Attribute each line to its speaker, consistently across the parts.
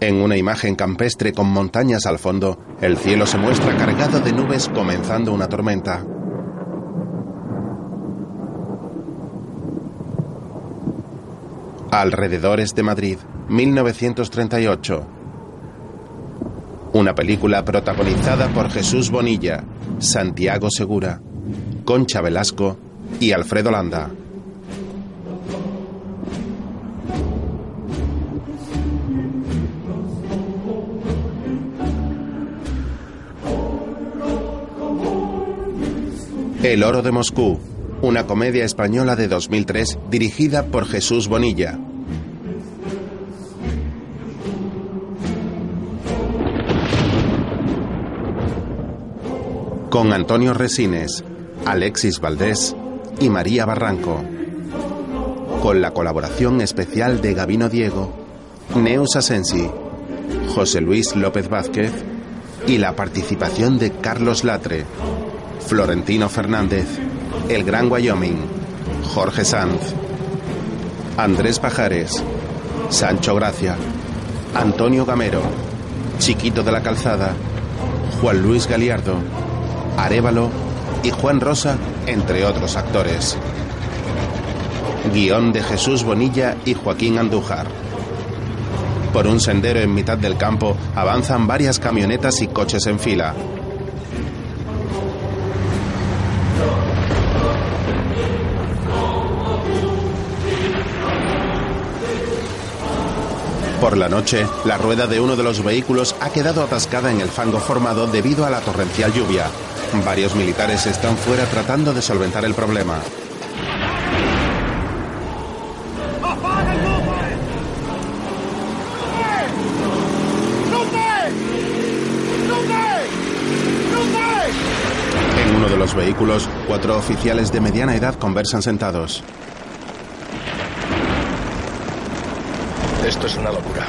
Speaker 1: En una imagen campestre con montañas al fondo, el cielo se muestra cargado de nubes comenzando una tormenta. Alrededores de Madrid, 1938. Una película protagonizada por Jesús Bonilla, Santiago Segura, Concha Velasco y Alfredo Landa. El Oro de Moscú, una comedia española de 2003 dirigida por Jesús Bonilla. Con Antonio Resines, Alexis Valdés y María Barranco. Con la colaboración especial de Gabino Diego, Neus Asensi, José Luis López Vázquez y la participación de Carlos Latre, Florentino Fernández, El Gran Wyoming, Jorge Sanz, Andrés Pajares, Sancho Gracia, Antonio Gamero, Chiquito de la Calzada, Juan Luis Galiardo, Arevalo y Juan Rosa, entre otros actores. Guión de Jesús Bonilla y Joaquín Andújar. Por un sendero en mitad del campo avanzan varias camionetas y coches en fila. Por la noche, la rueda de uno de los vehículos ha quedado atascada en el fango formado debido a la torrencial lluvia. Varios militares están fuera tratando de solventar el problema. En uno de los vehículos, cuatro oficiales de mediana edad conversan sentados.
Speaker 2: Esto es una locura.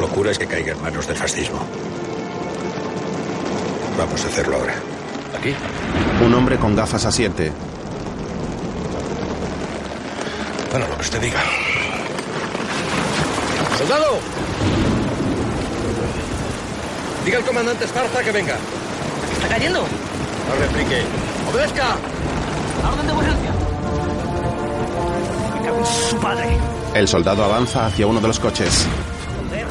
Speaker 2: Locura es que caiga en manos del fascismo. Vamos a hacerlo ahora. ¿Aquí?
Speaker 1: Un hombre con gafas asiente.
Speaker 2: Bueno, lo que usted diga. ¡Soldado! Diga al comandante Starza que venga.
Speaker 3: ¡Está cayendo!
Speaker 2: No replique. ¡Obedezca!
Speaker 3: ¡A orden de emergencia! ¡Me cago en su padre!
Speaker 1: El soldado avanza hacia uno de los coches.
Speaker 3: ¡Joder!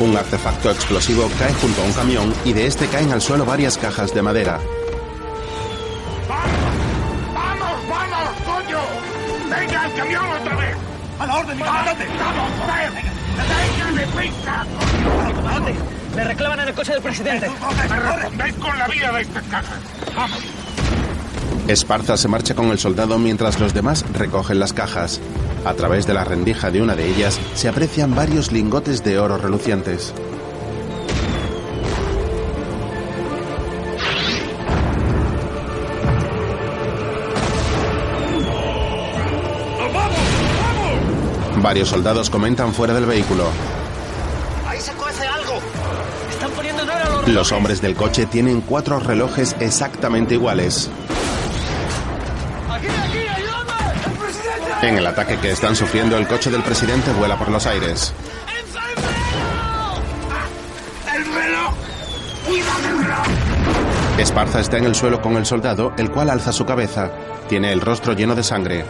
Speaker 1: Un artefacto explosivo cae junto a un camión y de este caen al suelo varias cajas de madera.
Speaker 4: ¡Vamos, vamos, coño! ¡Venga el camión otra vez!
Speaker 3: ¡A la orden, mi comandante!
Speaker 4: ¡Vamos, joder! ¡Déjame prisa!
Speaker 3: ¡Comandante! ¡Le reclaman en el coche del presidente!
Speaker 4: ¡Ven con la vida de estas cajas! ¡Vamos!
Speaker 1: Esparza se marcha con el soldado mientras los demás recogen las cajas. A través de la rendija de una de ellas se aprecian varios lingotes de oro relucientes.
Speaker 4: ¡Vamos, vamos!
Speaker 1: Varios soldados comentan fuera del vehículo.
Speaker 3: ¡Ahí se cuece algo! ¡Están poniendo en oro los...
Speaker 1: Los hombres del coche tienen cuatro relojes exactamente iguales.
Speaker 3: ¡Aquí, aquí, ayúdame! ¡El presidente!
Speaker 1: En el ataque que están sufriendo, el coche del presidente vuela por los aires.
Speaker 4: ¡El reloj! ¡Cuidado el reloj!
Speaker 1: Esparza está en el suelo con el soldado, el cual alza su cabeza. Tiene el rostro lleno de sangre.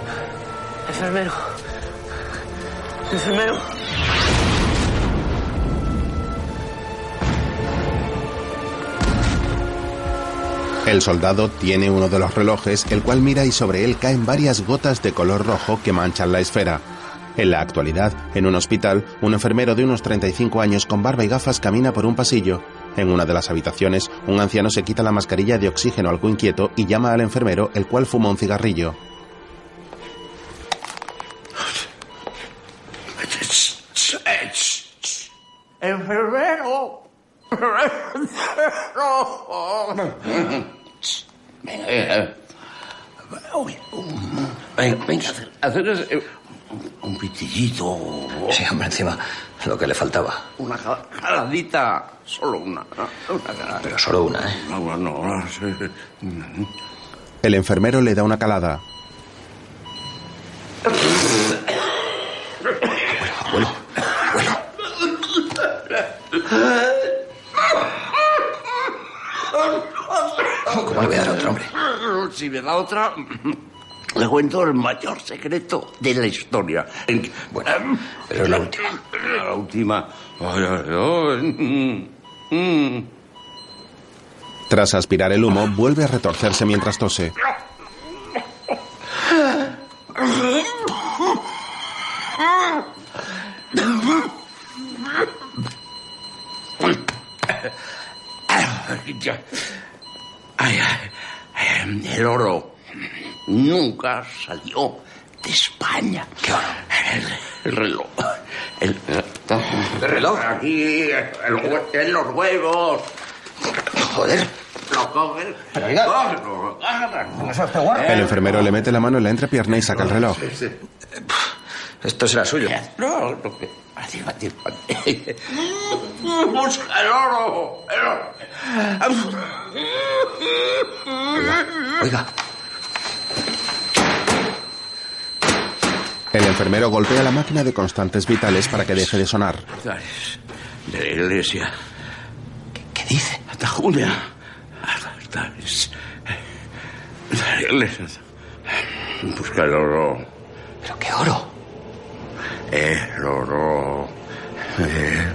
Speaker 3: Enfermero. Enfermero.
Speaker 1: El soldado tiene uno de los relojes, el cual mira y sobre él caen varias gotas de color rojo que manchan la esfera. En la actualidad, en un hospital, un enfermero de unos 35 años con barba y gafas camina por un pasillo. En una de las habitaciones, un anciano se quita la mascarilla de oxígeno algo inquieto y llama al enfermero, el cual fuma un cigarrillo.
Speaker 3: eh,
Speaker 4: ¡Enfermero! ¡Enfermero!
Speaker 2: Eh,
Speaker 5: Venga, venga, hacer, haceros, eh, un- un pitillito.
Speaker 2: Sí, hombre, encima, lo que le faltaba.
Speaker 5: Una ja- jaladita. Solo una. Una jalada.
Speaker 2: Pero solo una, ¿eh?
Speaker 5: No, no, no, sí.
Speaker 1: El enfermero le da una calada.
Speaker 2: Oh,
Speaker 5: si me da otra, le cuento el mayor secreto de la historia. En- Bueno,
Speaker 6: Pero es la última.
Speaker 5: La última. Ay, ay, ay. Mm.
Speaker 1: Tras aspirar el humo, vuelve a retorcerse mientras tose.
Speaker 5: Ya. Ay, ay, ay, el oro nunca salió de España. El, el reloj. El,
Speaker 6: ¿El reloj?
Speaker 5: Aquí, el hue- en los huevos. Joder. Lo cogen.
Speaker 7: oiga.
Speaker 5: Lo agarran.
Speaker 7: ¿No es usted guarro?
Speaker 1: El enfermero le mete la mano en la entrepierna y saca el reloj.
Speaker 6: Esto será suyo.
Speaker 5: No, no, que- Mati, mati, mati. Busca el oro. El oro.
Speaker 6: Oiga,
Speaker 1: El enfermero golpea la máquina de constantes vitales para que deje de sonar.
Speaker 5: de la iglesia. ¿Qué, dice? Hasta Julia. Altares. De la iglesia. Busca el oro.
Speaker 7: ¿Pero qué oro?
Speaker 5: El oro. Eh,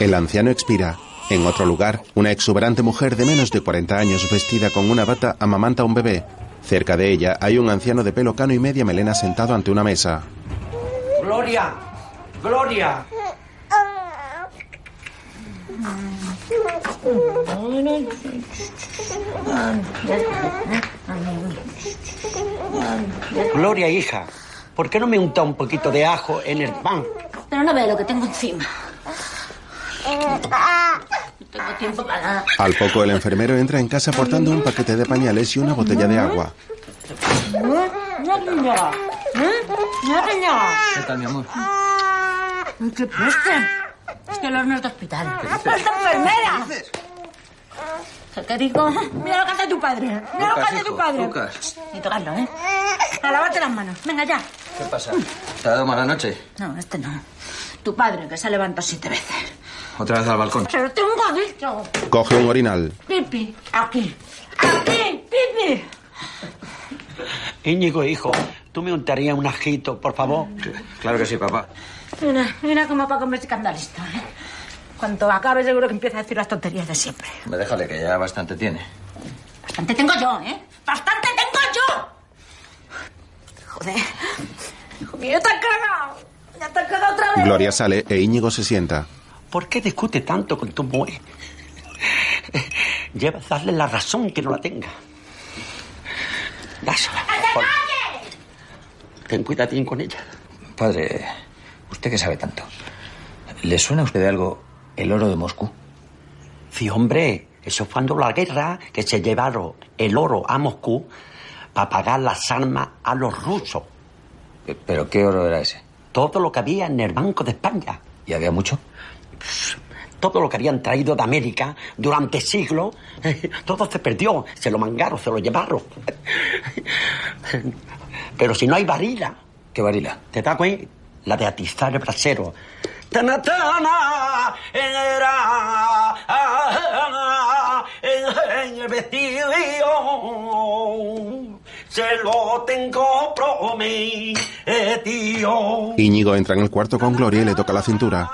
Speaker 1: El anciano expira. En otro lugar, una exuberante mujer de menos de 40 años vestida con una bata amamanta a un bebé. Cerca de ella hay un anciano de pelo cano y media melena sentado ante una mesa.
Speaker 7: Gloria, Gloria. Gloria, hija, ¿por qué no me unta un poquito de ajo en el pan?
Speaker 8: Pero no ve lo que tengo encima. Eh, ah. No tengo tiempo para nada.
Speaker 1: Al poco, el enfermero entra en casa portando un paquete de pañales y una botella de agua.
Speaker 8: No, señora. ¿Eh? No, señora.
Speaker 7: ¿Qué tal, mi amor?
Speaker 8: Ay, ¿Qué peste? Es que el horno es de hospital. ¡Falta Ah, pues enfermera! ¿Qué, ¿Qué digo? Mira lo que hace tu padre. Mira lo que hace tu padre. Ni tocarlo, ¿eh? A lavarte las manos. Venga, ya.
Speaker 7: ¿qué pasa? ¿Te ha dado mala noche?
Speaker 8: No, este no. Tu padre, que se ha levantado siete veces.
Speaker 7: Otra vez al balcón.
Speaker 8: Se lo tengo dicho.
Speaker 1: Coge un orinal.
Speaker 8: Pipi, aquí. Aquí, Pipi.
Speaker 7: Íñigo, hijo, ¿tú me untarías un ajito, por favor? Claro que sí, papá.
Speaker 8: Mira, mira cómo Paco me escandalista, ¿eh? Cuanto acabe seguro que empieza a decir las tonterías de siempre.
Speaker 7: Déjale, que ya bastante tiene.
Speaker 8: Bastante tengo yo, ¿eh? ¡Bastante tengo yo! Joder. Hijo mío, te has cagado. Ya te has cagado otra vez.
Speaker 1: Gloria sale e Íñigo se sienta.
Speaker 7: ¿Por qué discute tanto con tu mujer? Lleva a darle la razón que no la tenga. Dásela. Por- Ten cuidadín con ella.
Speaker 9: Padre, usted que sabe tanto, ¿le suena a usted de algo el oro de Moscú?
Speaker 7: Sí, hombre, eso fue cuando la guerra que se llevaron el oro a Moscú para pagar las armas a los rusos.
Speaker 9: Pe- ¿Pero qué oro era ese?
Speaker 7: Todo lo que había en el Banco de España.
Speaker 9: ¿Y había mucho?
Speaker 7: todo lo que habían traído de América durante siglos, eh, todo se perdió, se lo mangaron, se lo llevaron. Pero si no hay varila,
Speaker 9: ¿Qué varila?
Speaker 7: ¿te da güey? La de atizar el brasero. Tana, tana, en era, ah, en el vestido, se lo tengo prometido.
Speaker 1: Íñigo entra en el cuarto con Gloria y le toca la cintura.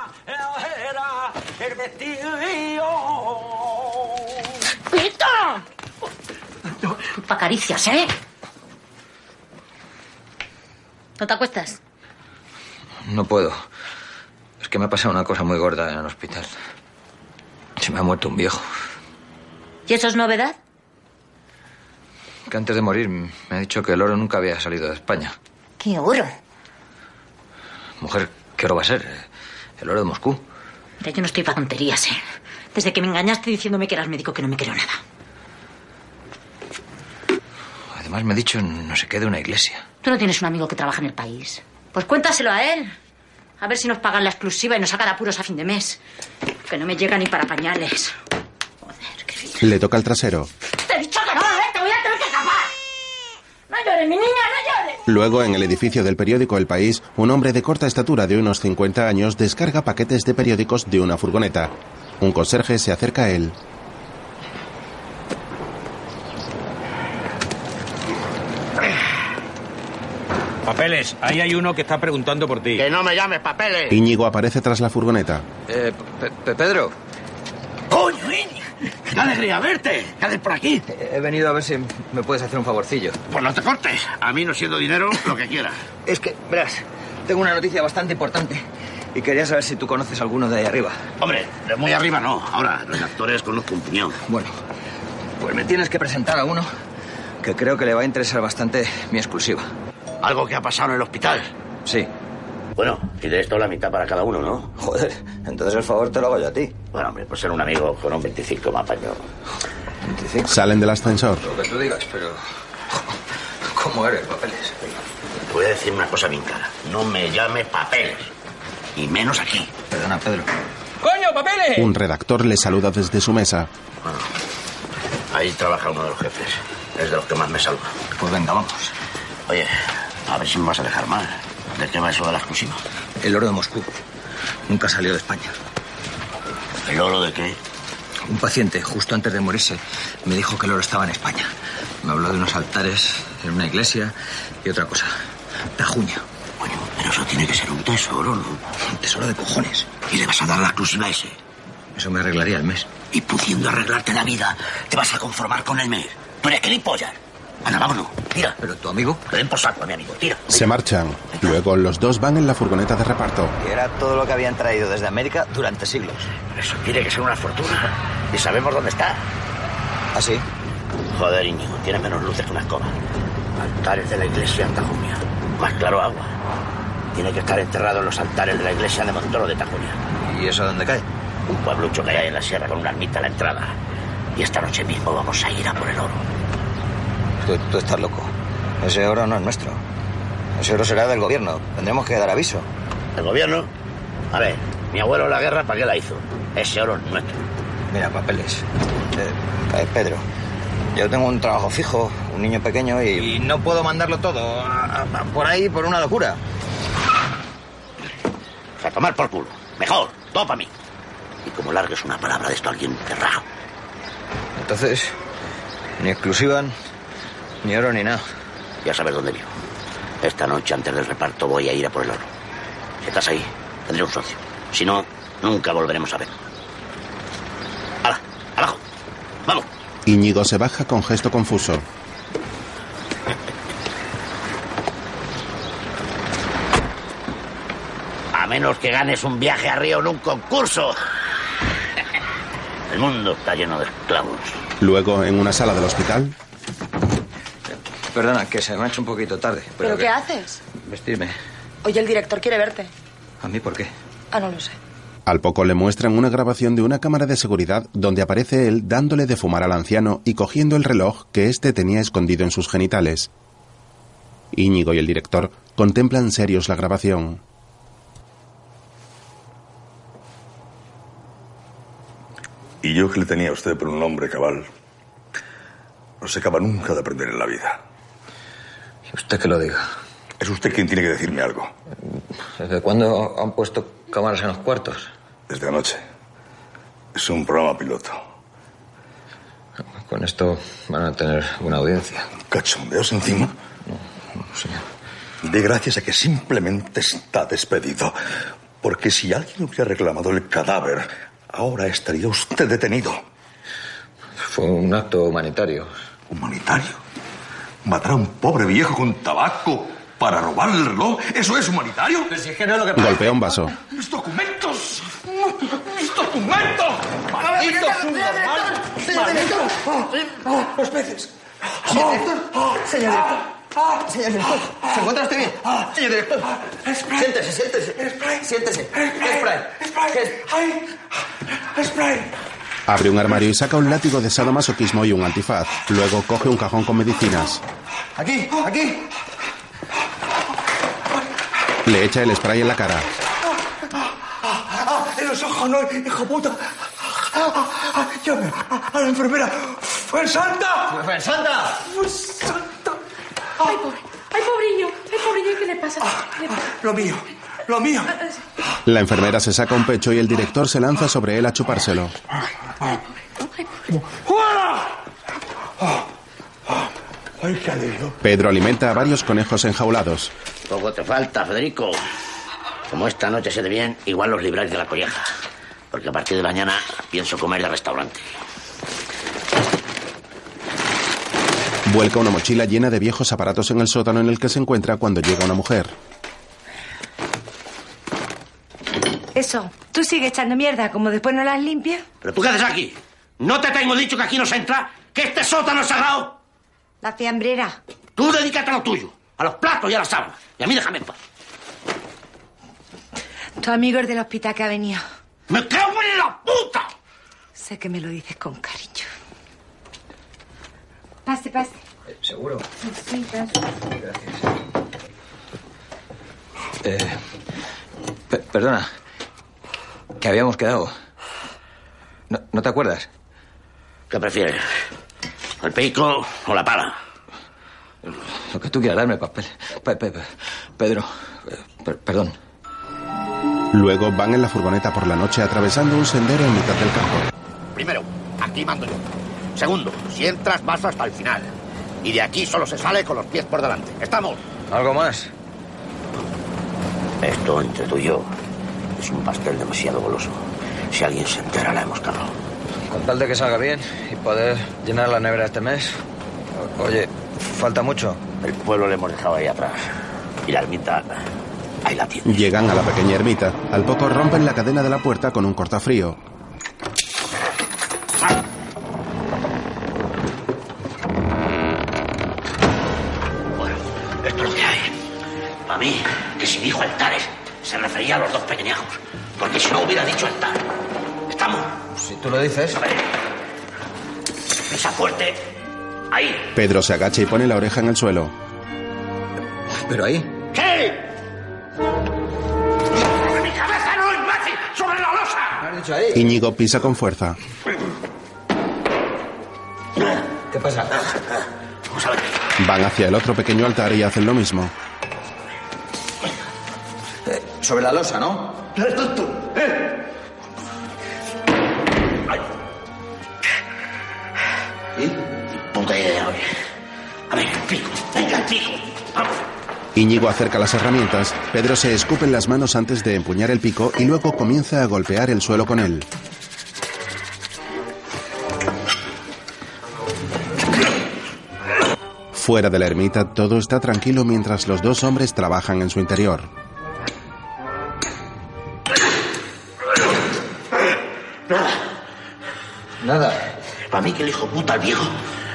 Speaker 8: ¡Pito! Pa' caricias, ¿eh? ¿No te acuestas?
Speaker 9: No puedo. Es que me ha pasado una cosa muy gorda en el hospital. Se me ha muerto un viejo.
Speaker 8: ¿Y eso es novedad?
Speaker 9: Que antes de morir me ha dicho que el oro nunca había salido de España.
Speaker 8: ¡Qué oro!
Speaker 9: Mujer, ¿qué oro va a ser? El oro de Moscú.
Speaker 8: Mira, yo no estoy para tonterías, ¿eh? Desde que me engañaste diciéndome que eras médico, que no me creo nada.
Speaker 9: Además me ha dicho no sé qué de una iglesia.
Speaker 8: ¿Tú no tienes un amigo que trabaja en el país? Pues cuéntaselo a él. A ver si nos pagan la exclusiva y nos saca de apuros a fin de mes. Que no me llega ni para pañales. Joder, qué vida.
Speaker 1: Le toca el trasero.
Speaker 8: Te he dicho que no, ¿eh? Te voy a tener que escapar. No llores, mi niña, no llores.
Speaker 1: Luego, en el edificio del periódico El País, un hombre de corta estatura de unos 50 años descarga paquetes de periódicos de una furgoneta. Un conserje se acerca a él.
Speaker 10: Papeles, ahí hay uno que está preguntando por ti.
Speaker 3: Que no me llames papeles.
Speaker 1: Íñigo aparece tras la furgoneta.
Speaker 9: Eh, Pe- Pe- Pedro,
Speaker 5: ¡Coño, Íñigo! ¡Qué alegría verte! ¿Qué haces por aquí?
Speaker 9: he venido a ver si me puedes hacer un favorcillo.
Speaker 5: Pues no te cortes. A mí no siendo dinero, lo que quieras.
Speaker 9: Es que, verás, tengo una noticia bastante importante y quería saber si tú conoces alguno de ahí arriba.
Speaker 5: Hombre, de muy arriba no. Ahora, redactores conozco un puñón.
Speaker 9: Bueno, pues me tienes que presentar a uno que creo que le va a interesar bastante mi exclusiva.
Speaker 5: Algo que ha pasado en el hospital.
Speaker 9: Sí.
Speaker 5: Bueno, y de esto la mitad para cada uno, ¿no?
Speaker 9: Joder, entonces el favor te lo hago yo a ti.
Speaker 5: Bueno, hombre, pues ser un amigo con un 25 me apaño.
Speaker 9: 25.
Speaker 1: Salen del ascensor.
Speaker 9: Lo que tú digas, pero... ¿Cómo eres, papeles?
Speaker 5: Te voy a decir una cosa bien clara. No me llames papeles. Y menos aquí.
Speaker 9: Perdona, Pedro.
Speaker 10: ¡Coño, papeles!
Speaker 1: Un redactor le saluda desde su mesa.
Speaker 5: Ahí trabaja uno de los jefes. Es de los que más me salva.
Speaker 9: Pues venga, vamos.
Speaker 5: Oye, a ver si me vas a dejar mal. ¿De qué va eso de la exclusiva?
Speaker 9: El oro de Moscú. Nunca salió de España.
Speaker 5: ¿El oro de qué?
Speaker 9: Un paciente, justo antes de morirse, me dijo que el oro estaba en España. Me habló de unos altares en una iglesia y otra cosa. Tajuña.
Speaker 5: Bueno, pero eso tiene que ser un tesoro, ¿no?
Speaker 9: Un tesoro de cojones.
Speaker 5: Y le vas a dar la exclusiva a ese.
Speaker 9: Eso me arreglaría el mes.
Speaker 5: Y pudiendo arreglarte la vida, te vas a conformar con el mes. Tú eres gilipollas. Anda, vámonos. Tira.
Speaker 9: Pero tu amigo...
Speaker 5: Te den por saco a mi amigo. Tira.
Speaker 1: Se marchan. Luego los dos van en la furgoneta de reparto.
Speaker 9: Que era todo lo que habían traído desde América durante siglos.
Speaker 5: Eso tiene que ser una fortuna. Y sabemos dónde está.
Speaker 9: Así.
Speaker 5: Joder, Íñigo, tiene menos luces que una escoba. Altares de la iglesia en Tajuña. Más claro agua. Tiene que estar enterrado en los altares de la iglesia de Montoro de Tajuña.
Speaker 9: ¿Y eso dónde cae?
Speaker 5: Un pueblucho que hay en la sierra con una ermita a la entrada. Y esta noche mismo vamos a ir a por el oro.
Speaker 9: Tú, tú estás loco. Ese oro no es nuestro. Ese oro será del gobierno. Tendremos que dar aviso.
Speaker 5: ¿El gobierno? A ver, mi abuelo la guerra, ¿para qué la hizo? Ese oro es nuestro.
Speaker 9: Mira, papeles. Eh, eh, Pedro, yo tengo un trabajo fijo, un niño pequeño y... no puedo mandarlo todo por ahí por una locura.
Speaker 5: A tomar por culo. Mejor, todo para mí. Y como largues una palabra de esto a alguien, te rajo.
Speaker 9: Entonces, ni exclusiva, ni oro, ni nada.
Speaker 5: Ya sabes dónde vivo. Esta noche, antes del reparto, voy a ir a por el oro. Si estás ahí, tendré un socio. Si no, nunca volveremos a ver. ¡Hala! ¡Abajo! ¡Vamos!
Speaker 1: Íñigo se baja con gesto confuso.
Speaker 5: A menos que ganes un viaje a Río en un concurso. Pues, El mundo está lleno de esclavos.
Speaker 1: Luego, en una sala del hospital,
Speaker 9: Perdona, que se me ha hecho un poquito tarde.
Speaker 11: ¿Pero
Speaker 9: que-
Speaker 11: qué haces?
Speaker 9: Vestirme.
Speaker 11: Oye, el director quiere verte.
Speaker 9: ¿A mí por qué?
Speaker 11: Ah, no lo sé.
Speaker 1: al poco le muestran una grabación de una cámara de seguridad donde aparece él dándole de fumar al anciano y cogiendo el reloj que éste tenía escondido en sus genitales. Íñigo y el director contemplan serios la grabación.
Speaker 7: Y yo que le tenía a usted por un hombre cabal. No se acaba nunca de aprender en la vida.
Speaker 9: Usted que lo diga.
Speaker 7: Es usted quien tiene que decirme algo.
Speaker 9: ¿Desde cuándo han puesto cámaras en los cuartos?
Speaker 7: Desde anoche. Es un programa piloto.
Speaker 9: Con esto van a tener una audiencia.
Speaker 7: Cachondeos encima.
Speaker 9: señor.
Speaker 7: De gracias a que simplemente está despedido. Porque si alguien hubiera reclamado el cadáver, ahora estaría usted detenido.
Speaker 9: Fue un acto humanitario.
Speaker 7: ¿Humanitario? ¿Matar a un pobre viejo con tabaco para robarle el reloj? ¿Eso Pues es humanitario?
Speaker 1: Golpea un vaso.
Speaker 7: ¡Mis documentos! ¡Mis documentos! ¡Maldito subnormal!
Speaker 4: Ah,
Speaker 9: Señor
Speaker 4: ah.
Speaker 9: director. Señor director. ¿Se encuentra usted bien? Señor director. Siéntese, siéntese. Siéntese. ¿Qué spray? ¿Qué es?
Speaker 1: Abre un armario y saca un látigo de sadomasoquismo y un antifaz. Luego coge un cajón con medicinas.
Speaker 9: Aquí,
Speaker 4: Ah,
Speaker 9: aquí.
Speaker 1: Le echa el spray en la cara.
Speaker 4: ah, En los ojos, no, hijo puta. Ah, Llame a la enfermera. ¡Fue santa!
Speaker 9: ¡Santa!
Speaker 4: ¡Fue santa!
Speaker 11: Ay, pobre. Ay, pobreño. Ay, pobreño, ¿qué le pasa? Le-
Speaker 4: Lo mío, lo mío.
Speaker 1: La enfermera se saca un pecho y el director se lanza sobre él a chupárselo.
Speaker 4: Ay, qué alivio.
Speaker 1: Pedro alimenta a varios conejos enjaulados.
Speaker 5: Poco te falta, Federico. Como esta noche se dé bien, igual los libráis de la colleja. Porque a partir de mañana pienso comer de restaurante.
Speaker 1: Vuelca una mochila llena de viejos aparatos en el sótano en el que se encuentra cuando llega una mujer.
Speaker 12: Eso, tú sigues echando mierda, como después no las limpias.
Speaker 5: ¿Pero tú qué haces aquí? ¿No te tengo dicho que aquí no se entra? ¿Que este sótano es sagrado?
Speaker 12: La fiambrera.
Speaker 5: Tú dedícate a lo tuyo, a los platos y a las sábanas. Y a mí déjame en paz.
Speaker 12: Tu amigo es del hospital que ha venido.
Speaker 5: ¡Me cago en la puta!
Speaker 12: Sé que me lo dices con cariño. Pase, pase.
Speaker 9: ¿Seguro?
Speaker 12: Sí, pase.
Speaker 9: Eh, pe- perdona, que habíamos quedado. No, ¿no te acuerdas?
Speaker 5: ¿Qué prefieres? ¿El pico o la pala?
Speaker 9: Lo que tú quieras darme, papel. Pe- pe- pe- Pedro, eh, per- perdón.
Speaker 1: Luego van en la furgoneta por la noche atravesando un sendero en mitad del campo.
Speaker 2: Primero, aquí mando yo. Segundo, si entras, vas hasta el final. Y de aquí solo se sale con los pies por delante. ¡Estamos!
Speaker 9: ¿Algo más?
Speaker 5: Esto entre tú y yo es un pastel demasiado goloso. Si alguien se entera, la hemos cagado.
Speaker 9: Con tal de que salga bien y poder llenar la nevera este mes. O- Oye, falta mucho.
Speaker 5: El pueblo le hemos dejado ahí atrás. Y la ermita, ahí la tiene.
Speaker 1: Llegan a la pequeña ermita. Al poco rompen la cadena de la puerta con un cortafrío.
Speaker 5: Esto es lo que hay. Para mí, que si dijo altares, se refería a los dos pequeñajos. Porque si no hubiera dicho altar. ¿Estamos?
Speaker 9: Si tú lo dices.
Speaker 5: A ver. Pisa fuerte. Ahí.
Speaker 1: Pedro se agacha y pone la oreja en el suelo.
Speaker 9: Pero ahí.
Speaker 5: ¡Sí! ¡Sobre mi cabeza no, imbécil! ¡Sobre la losa!
Speaker 9: has dicho ahí?
Speaker 1: Íñigo pisa con fuerza.
Speaker 9: ¿Qué pasa?
Speaker 5: Vamos a ver.
Speaker 1: Van hacia el otro pequeño altar y hacen lo mismo.
Speaker 9: Sobre la losa, ¿no?
Speaker 3: ¡Eres tonto! ¡Eh!
Speaker 5: Puta idea, oye. A ver, el pico. Venga, el pico. Vamos.
Speaker 1: Íñigo acerca las herramientas, Pedro se escupe en las manos antes de empuñar el pico y luego comienza a golpear el suelo con él. Fuera de la ermita todo está tranquilo mientras los dos hombres trabajan en su interior.
Speaker 9: Nada.
Speaker 5: Para mí que el hijo puta al viejo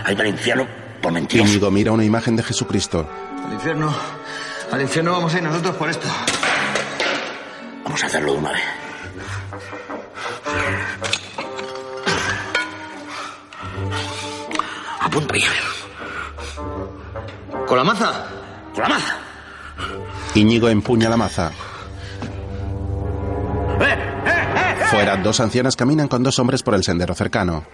Speaker 5: ha ido al infierno por mentiras.
Speaker 1: Íñigo mira una imagen de Jesucristo.
Speaker 9: Al infierno. Al infierno vamos a ir nosotros por esto.
Speaker 5: Vamos a hacerlo de una vez. Apunta bien.
Speaker 9: ¿Con la maza?
Speaker 5: Con la maza.
Speaker 1: Íñigo empuña la maza. Fuera, dos ancianas caminan con dos hombres por el sendero cercano.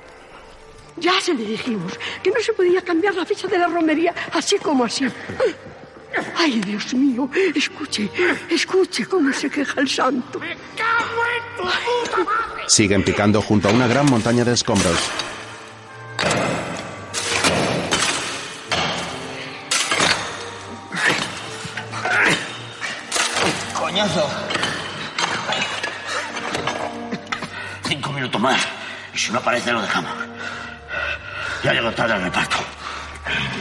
Speaker 13: Ya se le dijimos que no se podía cambiar la fecha de la romería así como así. Ay, Dios mío, escuche, escuche cómo se queja el santo.
Speaker 1: Siguen picando junto a una gran montaña de escombros.
Speaker 9: Coñazo.
Speaker 5: Cinco minutos más. Y si no aparece, lo dejamos. Ya llegó tarde al reparto.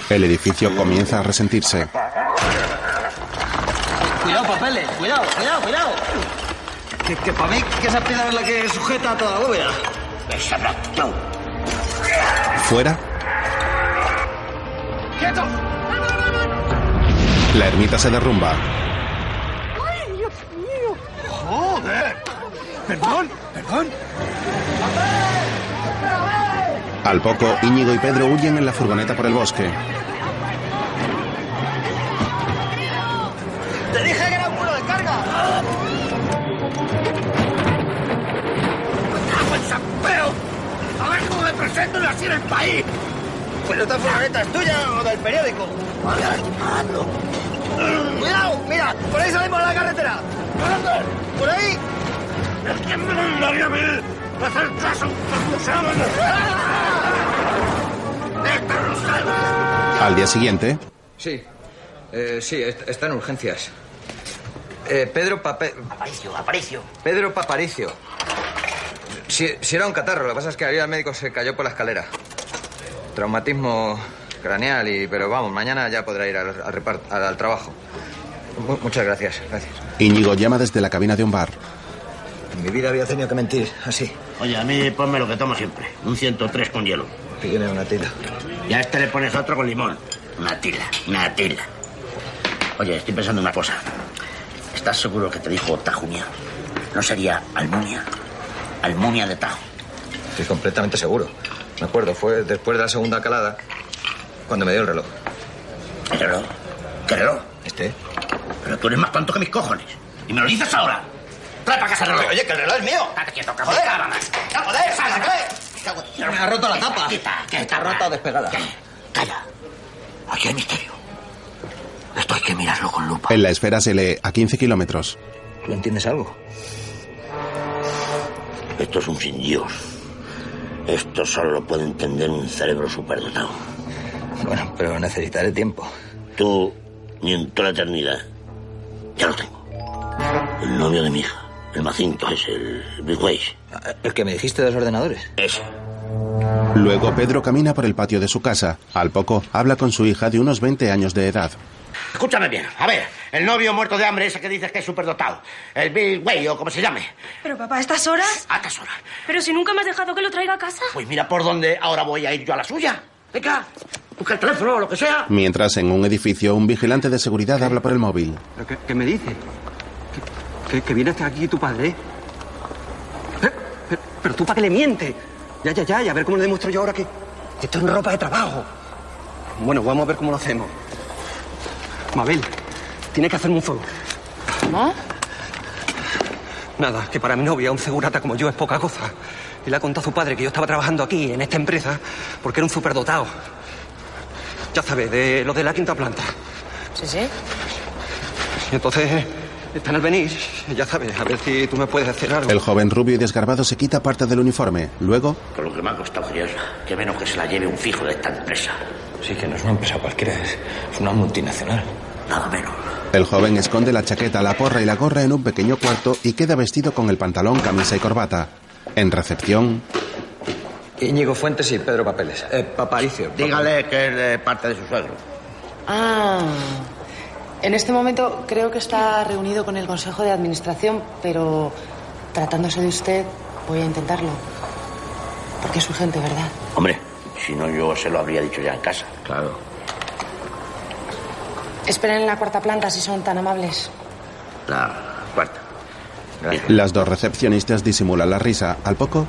Speaker 1: El edificio comienza a resentirse.
Speaker 9: Cuidado, papeles. Cuidado, cuidado, cuidado. Que, que para mí que esa piedra es la que sujeta a toda la bóveda.
Speaker 1: Fuera,
Speaker 3: ¡Quietos!
Speaker 1: la ermita se derrumba.
Speaker 13: Ay, Dios mío.
Speaker 3: ¡Joder!
Speaker 13: Perdón, perdón.
Speaker 1: Al poco, Íñigo y Pedro huyen en la furgoneta por el bosque.
Speaker 9: Te dije que era un culo de carga.
Speaker 3: ¡Cago en San Pedro! ¡A ver cómo me presento y así en el país!
Speaker 9: Pues ¿Pero esta furgoneta es tuya o del periódico?
Speaker 3: ¡Vale, hazlo! ¡Cuidado! ¡Mira! ¡Por ahí salimos a la carretera! ¿Por dónde? ¡Por ahí! ¡Es que me lo daría a mí! ¡Hacer caso! ¡No saben!
Speaker 1: Al día siguiente,
Speaker 9: Sí. Eh, sí, est- está en urgencias. Eh, Pedro Pape...
Speaker 5: Aparicio, Aparicio.
Speaker 9: Pedro Paparicio. Si, si era un catarro, lo que pasa es que al ir al médico se cayó por la escalera. Traumatismo craneal y... Pero vamos, mañana ya podrá ir al, al repart- al- al trabajo. Mu- muchas gracias, gracias.
Speaker 1: Íñigo llama desde la cabina de un bar.
Speaker 9: En mi vida había tenido que mentir, así.
Speaker 5: Oye, a mí ponme lo que tomo siempre. Un 103 con hielo.
Speaker 9: Pídele una tila.
Speaker 5: Y a este le pones otro con limón. Una tila, una tila. Oye, estoy pensando una cosa. ¿Estás seguro que te dijo Tajunia? ¿No sería Almunia? Almunia de Tajo.
Speaker 9: Estoy completamente seguro. Me acuerdo, fue después de la segunda calada cuando me dio el reloj.
Speaker 5: ¿El reloj? ¿Qué reloj?
Speaker 9: Este.
Speaker 5: Pero tú eres más tonto que mis cojones. ¿Y me lo dices ahora? Trae para casa el reloj.
Speaker 9: Oye, que el reloj es mío.
Speaker 5: Date quieto, cabrón.
Speaker 9: ¡Joder!
Speaker 5: Cábalas.
Speaker 9: ¡Ah, joder! ¡Sácale! Cago en- Me ha roto la tapa.
Speaker 5: Quita, quita,
Speaker 9: Está rota o despegada.
Speaker 5: Calla. Aquí hay misterio. Esto hay que mirarlo con lupa.
Speaker 1: En la esfera se lee a 15 kilómetros.
Speaker 9: ¿Tú entiendes algo?
Speaker 5: Esto es un sin Dios. Esto solo lo puede entender un cerebro superdotado.
Speaker 9: Bueno, pero necesitaré tiempo.
Speaker 5: Tú, ni en toda la eternidad. Ya lo tengo. El novio de mi hija. El macinto es el Big Ways.
Speaker 9: Ah, ¿El que me dijiste de los ordenadores?
Speaker 5: Ese.
Speaker 1: Luego Pedro camina por el patio de su casa. Al poco habla con su hija de unos 20 años de edad.
Speaker 5: Escúchame bien. A ver, el novio muerto de hambre, ese que dices que es superdotado. El Big Way o como se llame.
Speaker 11: Pero papá, ¿a estas horas?
Speaker 5: ¿A estas horas?
Speaker 11: Pero si nunca me has dejado que lo traiga a casa.
Speaker 5: Pues mira por dónde ahora voy a ir yo a la suya. Venga, busca el teléfono o lo que sea.
Speaker 1: Mientras en un edificio un vigilante de seguridad habla por el móvil.
Speaker 14: ¿Pero qué, qué me dice? ¿Que, que, que viene hasta aquí tu padre? Pero, pero- pero tú para qué le mientes. Ya, ya, ya, y a ver cómo le demuestro yo ahora que, que esto es una ropa de trabajo. Bueno, vamos a ver cómo lo hacemos. Mabel, tienes que hacerme un favor.
Speaker 11: ¿No?
Speaker 14: Nada, que para mi novia, un segurata como yo, es poca cosa. Y le ha contado a su padre que yo estaba trabajando aquí, en esta empresa, porque era un superdotado. Ya sabes, de los de la quinta planta.
Speaker 11: Sí, sí.
Speaker 14: Y entonces están al venir, ya sabes, a ver si tú me puedes hacer algo.
Speaker 1: El joven rubio y desgarbado se quita parte del uniforme. Luego,
Speaker 5: Con lo que me ha costado Dios, que menos que se la lleve un fijo de esta empresa.
Speaker 9: Sí, que no es una empresa cualquiera, es, es una multinacional.
Speaker 5: Nada menos.
Speaker 1: el joven esconde la chaqueta, la porra y la gorra en un pequeño cuarto y queda vestido con el pantalón, camisa y corbata. En recepción,
Speaker 9: Íñigo Fuentes y Pedro Papeles. Eh, Paparicio.
Speaker 5: Dígale que es de parte de su suegro.
Speaker 11: Ah. En este momento creo que está reunido con el Consejo de Administración, pero tratándose de usted, voy a intentarlo. Porque es urgente, ¿verdad?
Speaker 5: Hombre, si no yo se lo habría dicho ya en casa. Claro.
Speaker 11: Esperen en la cuarta planta si son tan amables.
Speaker 5: La cuarta.
Speaker 1: las dos recepcionistas disimulan la risa. Al poco,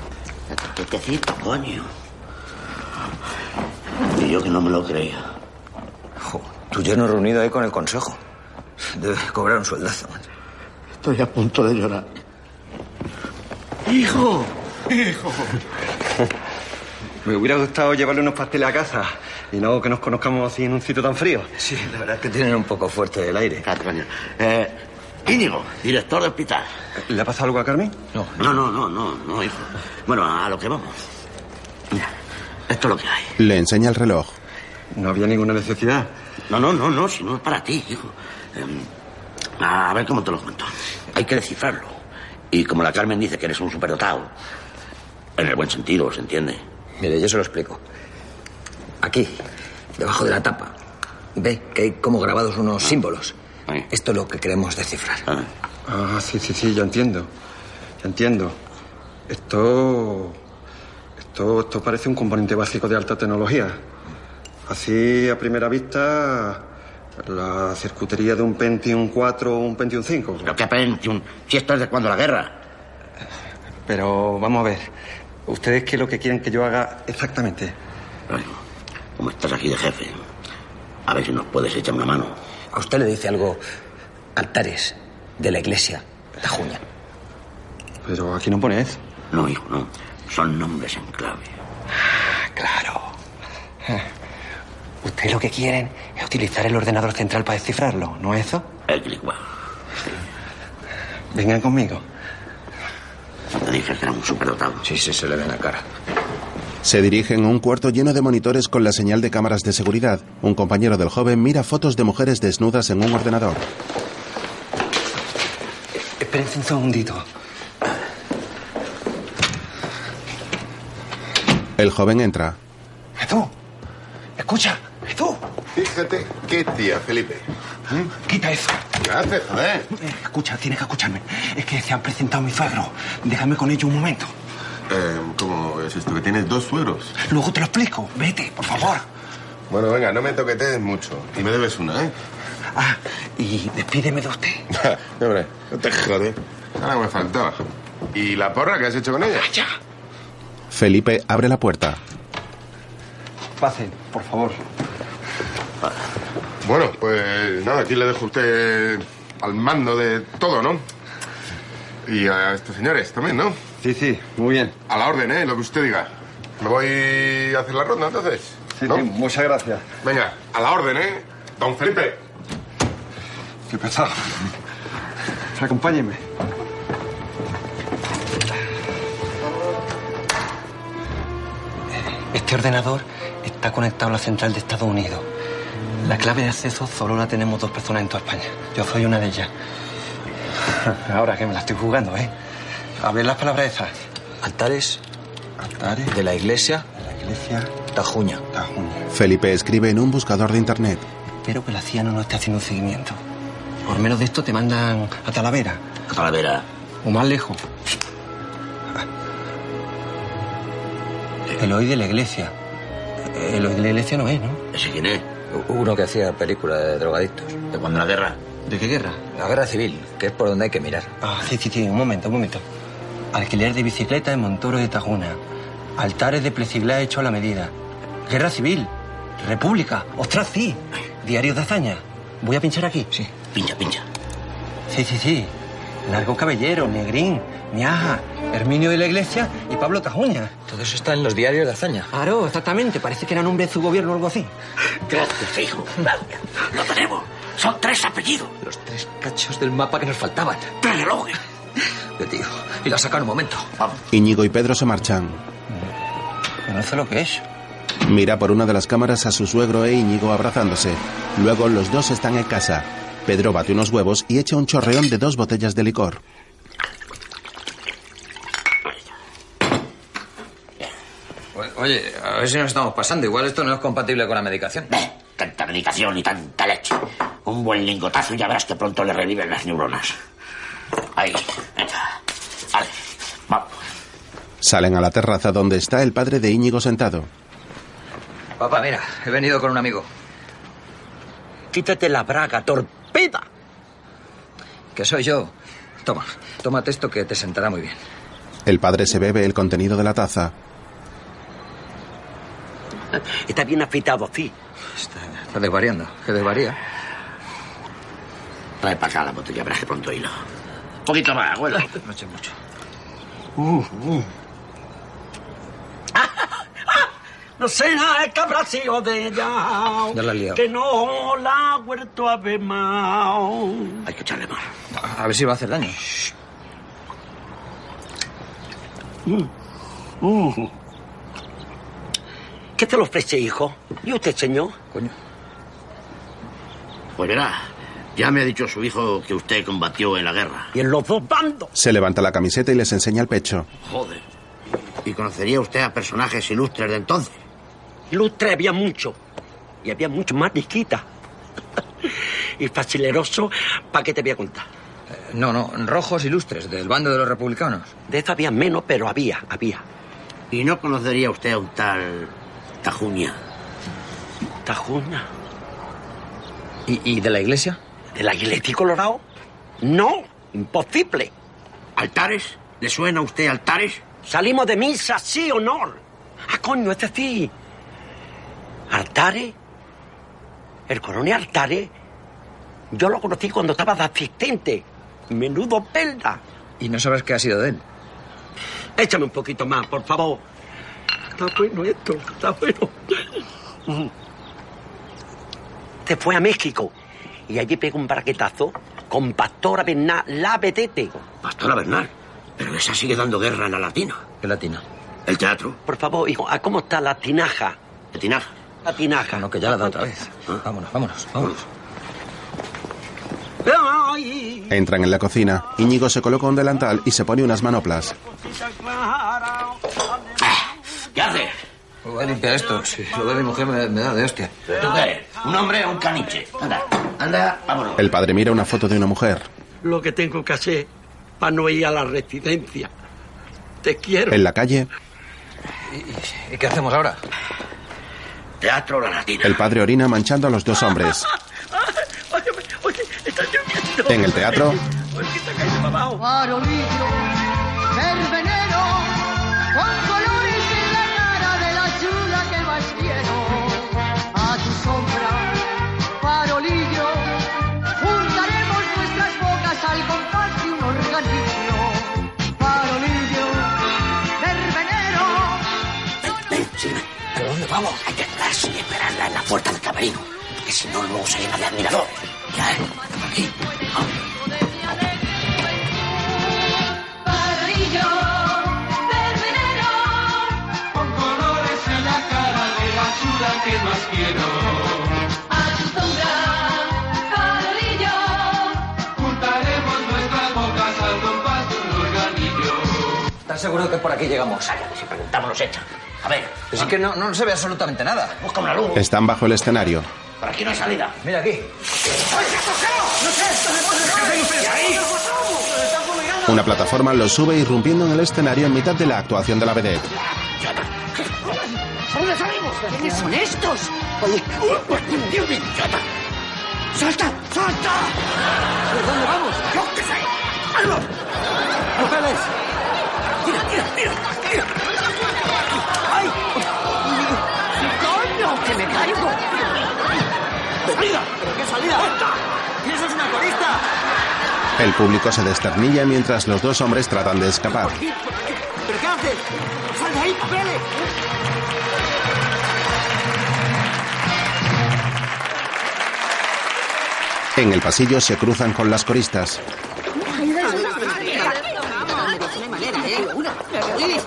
Speaker 5: Quietecito, coño. Y yo que no me lo creía.
Speaker 9: Tú yo no reunido ahí con el consejo. Debe cobrar un sueldazo.
Speaker 5: Estoy a punto de llorar.
Speaker 14: ¡Hijo! ¡Hijo! Me hubiera gustado llevarle unos pasteles a casa y no que nos conozcamos así en un sitio tan frío.
Speaker 9: Sí, la verdad es que tienen un poco fuerte el aire.
Speaker 5: Eh, Íñigo, director del hospital.
Speaker 14: ¿Le ha pasado algo a Carmen?
Speaker 5: No. No, no, no, no, no, hijo. Bueno, a lo que vamos. Mira, esto es lo que hay.
Speaker 1: le enseña el reloj.
Speaker 14: No había ninguna necesidad.
Speaker 5: No, no, no, no, si no es para ti, hijo. Eh, a ver cómo te lo cuento. Hay que descifrarlo. Y como la Carmen dice que eres un superdotado, en el buen sentido, ¿se entiende?
Speaker 9: Mire, yo se lo explico. Aquí, debajo de la tapa, ve que hay como grabados
Speaker 5: Ah.
Speaker 9: unos símbolos. Esto es lo que queremos descifrar.
Speaker 14: Ah, sí, sí, sí, ya entiendo. Ya entiendo. Esto. Esto, esto parece un componente básico de alta tecnología. Así, a primera vista, la circuitería de un Pentium 4 o un Pentium 5.
Speaker 5: ¿Pero qué Pentium? Si esto es de cuando la guerra.
Speaker 14: Pero vamos a ver. ¿Ustedes qué es lo que quieren que yo haga exactamente?
Speaker 5: Como estás aquí de jefe, a ver si nos puedes echar una mano.
Speaker 9: A usted le dice algo altares de la iglesia Tajuña.
Speaker 14: Pero aquí no pones.
Speaker 5: No, hijo, no. Son nombres en clave.
Speaker 14: Claro. Ah, Ustedes lo que quieren es utilizar el ordenador central para descifrarlo, ¿no es eso? Vengan conmigo.
Speaker 5: Te dije que era un superdotado.
Speaker 9: Sí, sí, se le ve en la cara.
Speaker 1: Se dirigen a un cuarto lleno de monitores con la señal de cámaras de seguridad. Un compañero del joven mira fotos de mujeres desnudas en un ordenador.
Speaker 14: Espérense un segundito.
Speaker 1: El joven entra.
Speaker 14: ¡Edu! ¡Escucha! ¡Edu!
Speaker 2: Fíjate qué tía, Felipe. ¿Mm?
Speaker 14: Quita eso.
Speaker 2: ¿Qué haces, joder?
Speaker 14: Eh, Escucha, tienes que escucharme. Es que se han presentado mis suegros. Déjame con ellos un momento.
Speaker 2: Eh, ¿Cómo es esto? ¿Que tienes dos sueros?
Speaker 14: Luego te lo explico. Vete, por favor.
Speaker 2: Bueno, venga, no me toquetees mucho. Y me debes una, ¿eh?
Speaker 14: Ah, y despídeme de usted.
Speaker 2: Hombre, no te jodes. Ahora me faltaba. ¿Y la porra que has hecho con ella?
Speaker 14: ¡Calla!
Speaker 1: Felipe abre la puerta.
Speaker 14: Pasen, por favor.
Speaker 2: Bueno, pues nada, aquí le dejo a usted al mando de todo, ¿no? Y a estos señores también, ¿no?
Speaker 9: Sí, sí, muy bien.
Speaker 2: A la orden, ¿eh? Lo que usted diga. ¿Me voy a hacer la ronda entonces?
Speaker 9: Sí,
Speaker 2: ¿No?
Speaker 9: sí, muchas gracias.
Speaker 2: Venga, a la orden, ¿eh? Don Felipe.
Speaker 9: Qué pesado. Acompáñenme.
Speaker 14: Este ordenador está conectado a la central de Estados Unidos. La clave de acceso solo la tenemos dos personas en toda España. Yo soy una de ellas. Ahora que me la estoy jugando, ¿eh? A ver las palabras esas.
Speaker 15: Altares. De la iglesia.
Speaker 14: La iglesia.
Speaker 15: Tajuña.
Speaker 14: Tajuña.
Speaker 1: Felipe escribe en un buscador de internet.
Speaker 14: Espero que la CIA no nos esté haciendo un seguimiento. Por menos de esto te mandan a Talavera.
Speaker 5: A Talavera.
Speaker 14: O más lejos. El hoy de la iglesia. El hoy de la iglesia no es, ¿no?
Speaker 5: ¿Ese quién es?
Speaker 15: Uno que hacía películas de drogadictos.
Speaker 5: ¿De cuando la guerra?
Speaker 14: ¿De qué guerra?
Speaker 15: La guerra civil, que es por donde hay que mirar.
Speaker 14: Ah, sí, sí, sí. Un momento, un momento. Alquiler de bicicleta en Montoro de Tajuna. Altares de plexiglas hecho a la medida. Guerra civil. República. ¡Ostras, sí! Diarios de hazaña. ¿Voy a pinchar aquí?
Speaker 15: Sí.
Speaker 5: Pincha, pincha.
Speaker 14: Sí, sí, sí. Largo Caballero, Negrín, Miaja, Herminio de la Iglesia y Pablo Tajuña.
Speaker 15: Todo eso está en los diarios de hazaña.
Speaker 14: Claro, exactamente. Parece que era nombre de su gobierno o algo así.
Speaker 5: Gracias, hijo. Gracias. Lo tenemos. Son tres apellidos.
Speaker 15: Los tres cachos del mapa que nos faltaban.
Speaker 5: Tres relojes.
Speaker 15: Yo tío. Y la sacan un momento.
Speaker 5: Vamos.
Speaker 1: Íñigo y Pedro se marchan.
Speaker 14: No sé lo que es.
Speaker 1: Mira por una de las cámaras a su suegro e Íñigo abrazándose. Luego los dos están en casa. Pedro bate unos huevos y echa un chorreón de dos botellas de licor.
Speaker 9: O- Oye, a ver si nos estamos pasando. Igual esto no es compatible con la medicación.
Speaker 5: Ve, tanta medicación y tanta leche. Un buen lingotazo y ya verás que pronto le reviven las neuronas. Ahí, venga. Vale, vamos.
Speaker 1: Salen a la terraza donde está el padre de Íñigo sentado.
Speaker 9: Papá, mira, he venido con un amigo.
Speaker 15: Quítate la braga, torpeda.
Speaker 9: Que soy yo. Toma, tómate esto que te sentará muy bien.
Speaker 1: El padre se bebe el contenido de la taza.
Speaker 5: Está bien afeitado así.
Speaker 9: Está desvariando. Que desvaría.
Speaker 5: Trae para acá la botella, verás que pronto hilo. Un poquito más, abuelo.
Speaker 9: No eches mucho.
Speaker 7: No sé nada que habrá sido de ella.
Speaker 9: Ya la has liado.
Speaker 7: Que no la ha vuelto a ver más.
Speaker 5: Hay que echarle más.
Speaker 9: A ver si va a hacer daño.
Speaker 7: Mm. ¿Qué te lo ofrece, hijo? ¿Y usted, señor?
Speaker 9: Coño.
Speaker 5: Pues verá, ya me ha dicho su hijo que usted combatió en la guerra.
Speaker 7: Y en los dos bandos.
Speaker 1: Se levanta la camiseta y les enseña el pecho.
Speaker 5: Joder. ¿Y conocería usted a personajes ilustres de entonces?
Speaker 7: Ilustre había mucho. Y había mucho más disquita. y facileroso, ¿para qué te voy a contar?
Speaker 9: No, no, rojos ilustres, del bando de los republicanos.
Speaker 7: De esto había menos, pero había, había.
Speaker 5: ¿Y no conocería usted a un tal Tajunia?
Speaker 7: Tajuna.
Speaker 9: ¿Y, y de la iglesia?
Speaker 7: ¿Del aguiletí colorado? No, imposible.
Speaker 5: ¿Altares? ¿Le suena a usted altares?
Speaker 7: Salimos de misa, sí o no. Ah, coño, este sí. Artare. El coronel Artare. Yo lo conocí cuando estaba de asistente. Menudo pelda.
Speaker 9: ¿Y no sabes qué ha sido de él?
Speaker 7: Échame un poquito más, por favor. Está bueno esto, está bueno.
Speaker 14: se fue a México y allí pegó un barquetazo con Pastora Bernal, la petete.
Speaker 5: Pastora Bernal. Pero esa sigue dando guerra a la latina.
Speaker 14: ¿Qué latina?
Speaker 5: El teatro.
Speaker 14: Por favor, hijo, ¿a cómo está la tinaja?
Speaker 5: ¿La tinaja?
Speaker 14: La tinaja.
Speaker 5: No, que ya la da otra vez.
Speaker 9: Ah,
Speaker 14: Vámonos, vámonos,
Speaker 5: vámonos.
Speaker 1: Entran en la cocina. Íñigo se coloca un delantal y se pone unas manoplas.
Speaker 5: ¿Qué hace?
Speaker 9: Voy a limpiar esto. Si lo ve mi mujer, me, me da de hostia.
Speaker 5: ¿Tú qué eres? ¿Un hombre o un caniche? Anda, anda, vámonos.
Speaker 1: El padre mira una foto de una mujer.
Speaker 16: Lo que tengo que hacer para no ir a la residencia. Te quiero.
Speaker 1: En la calle,
Speaker 9: ¿Y qué hacemos ahora?
Speaker 5: Teatro la latina.
Speaker 1: el padre orina manchando a los dos hombres. En el teatro,
Speaker 3: Farolillo, verbenero, con colores en la cara de la chula que más quiero. A tu sombra, farolillo, juntaremos nuestras bocas al compás de un organillo. Farolillo, verbenero.
Speaker 5: Ven, sí, ven. ¿Pero dónde vamos? Hay que quedarse y esperarla en la puerta del camerino. Que si no, luego se llena de admirador. Ya, ¿eh? Aquí.
Speaker 3: Farolillo, verbenero, con colores en la cara de la chula que más quiero. A tu sombra, farolillo, juntaremos nuestras bocas al compás de un organillo.
Speaker 9: ¿Estás seguro que por aquí llegamos?
Speaker 5: Cállate, si preguntamos nos echa. A ver.
Speaker 9: Es que no, no se ve absolutamente nada.
Speaker 5: Busca una luz.
Speaker 1: están bajo el escenario.
Speaker 5: Por aquí no hay salida.
Speaker 9: Mira aquí.
Speaker 1: Una plataforma los sube irrumpiendo en el escenario en mitad de la actuación de la vedette.
Speaker 3: ¿Dónde salimos? ¿Quiénes son estos? ¡Dios mío! ¡Salta! ¡Salta! ¿Por dónde vamos? ¡Yo qué sé! ¡Algo! ¡Papeles! ¡Tira, tira, tira! ¡Tira! ¡Ay! ¡Coño, que me caigo! ¡Salida! ¿Pero qué salida? ¡Salta! ¡Y eso es una corista!
Speaker 1: El público se desternilla mientras los dos hombres tratan de escapar.
Speaker 3: ¿Pero qué haces? ¡Sal de ahí, papeles!
Speaker 1: En el pasillo se cruzan con las coristas.
Speaker 3: ¿eh?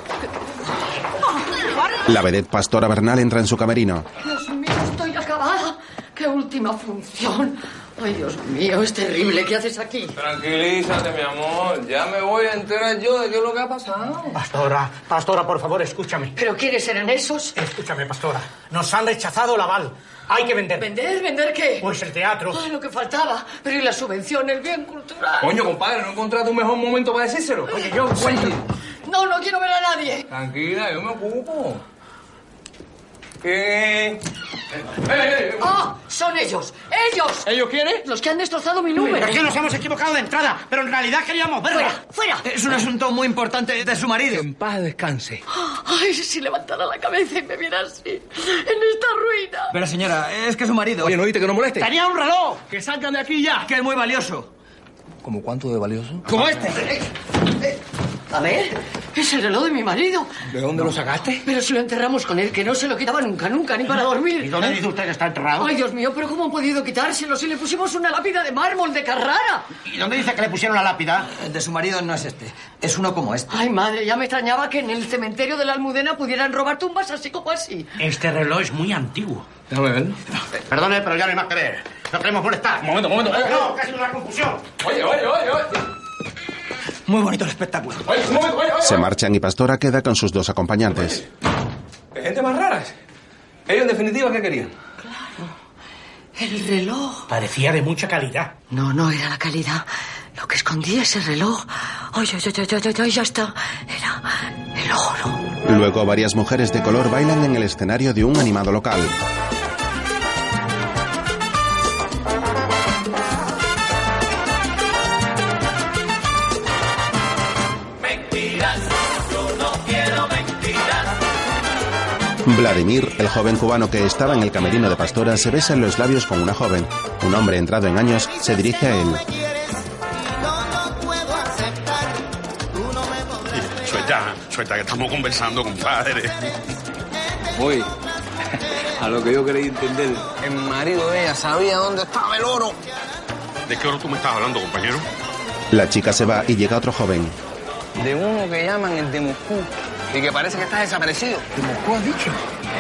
Speaker 1: La vedette Pastora Bernal entra en su camerino.
Speaker 17: Dios mío, estoy acabada. Qué última función. Ay, Dios mío, es terrible. ¿Qué haces aquí?
Speaker 7: Tranquilízate, mi amor. Ya me voy a enterar yo de qué es lo que ha pasado.
Speaker 8: Pastora, pastora, por favor, escúchame.
Speaker 17: ¿Pero quiénes eran esos?
Speaker 8: Escúchame, pastora. Nos han rechazado el aval. Hay que vender.
Speaker 17: ¿Vender? ¿Vender qué?
Speaker 8: Pues el teatro.
Speaker 17: Ay, lo que faltaba. Pero y la subvención, el bien cultural.
Speaker 7: Coño, compadre, ¿no encontraste un mejor momento para decírselo? Oye, yo,
Speaker 17: No, no quiero ver a nadie.
Speaker 7: Tranquila, yo me ocupo. ¿Qué? eh, eh!
Speaker 17: ¡Ah! ¡Son ellos! ¡Ellos!
Speaker 7: ¿Ellos quiénes?
Speaker 17: Los que han destrozado mi número.
Speaker 8: Porque nos hemos equivocado de entrada, pero en realidad queríamos verla.
Speaker 17: ¡Fuera! ¡Fuera!
Speaker 8: Es un asunto muy importante de su marido.
Speaker 18: En paz descanse.
Speaker 17: Ay, si levantara la cabeza y me viera así, en esta ruina.
Speaker 8: Pero señora, es que su marido...
Speaker 18: Oye, no oíste que no moleste.
Speaker 8: Tenía un reloj. Que salgan de aquí ya. Que es muy valioso.
Speaker 18: ¿Como cuánto de valioso?
Speaker 8: Como este.
Speaker 17: A ver, es el reloj de mi marido.
Speaker 18: ¿De dónde lo sacaste?
Speaker 17: Pero si lo enterramos con él, que no se lo quitaba nunca, nunca, ni para dormir.
Speaker 8: ¿Y dónde dice usted que está enterrado?
Speaker 17: Ay, Dios mío, pero ¿cómo han podido quitárselo si le pusimos una lápida de mármol de Carrara?
Speaker 8: ¿Y dónde dice que le pusieron la lápida?
Speaker 9: El Eh, de su marido no es este. Es uno como este.
Speaker 17: Ay, madre, ya me extrañaba que en el cementerio de la Almudena pudieran robar tumbas así como así.
Speaker 14: Este reloj es muy antiguo.
Speaker 9: Déjame verlo.
Speaker 19: Perdone, pero ya no hay más que ver. No queremos molestar.
Speaker 7: Un momento, un momento. Eh,
Speaker 19: No, casi una confusión.
Speaker 7: Oye, oye, oye, oye.
Speaker 8: Muy bonito el espectáculo.
Speaker 7: Oye, un momento, oye, oye.
Speaker 1: Se marchan y Pastora queda con sus dos acompañantes.
Speaker 7: oye. Gente más raras. Ellos, en definitiva, ¿qué querían?
Speaker 17: El reloj.
Speaker 8: Parecía de mucha calidad.
Speaker 17: No, no era la calidad. Lo que escondía ese reloj. Ay, ay, ay, ay, ay, ay, ya está. Era el oro.
Speaker 1: Luego varias mujeres de color bailan en el escenario de un animado local. Vladimir, el joven cubano que estaba en el camerino de Pastora, se besa en los labios con una joven. Un hombre entrado en años se dirige a él.
Speaker 7: eh.
Speaker 20: Suelta, suelta, que estamos conversando, compadre.
Speaker 7: Uy. A lo que yo quería entender. El marido de ella sabía dónde estaba el oro.
Speaker 21: ¿De qué oro tú me estás hablando, compañero?
Speaker 1: La chica se va y llega otro joven.
Speaker 7: De uno que llaman el de Moscú. Y que parece que está desaparecido. ¿De Moscú has dicho?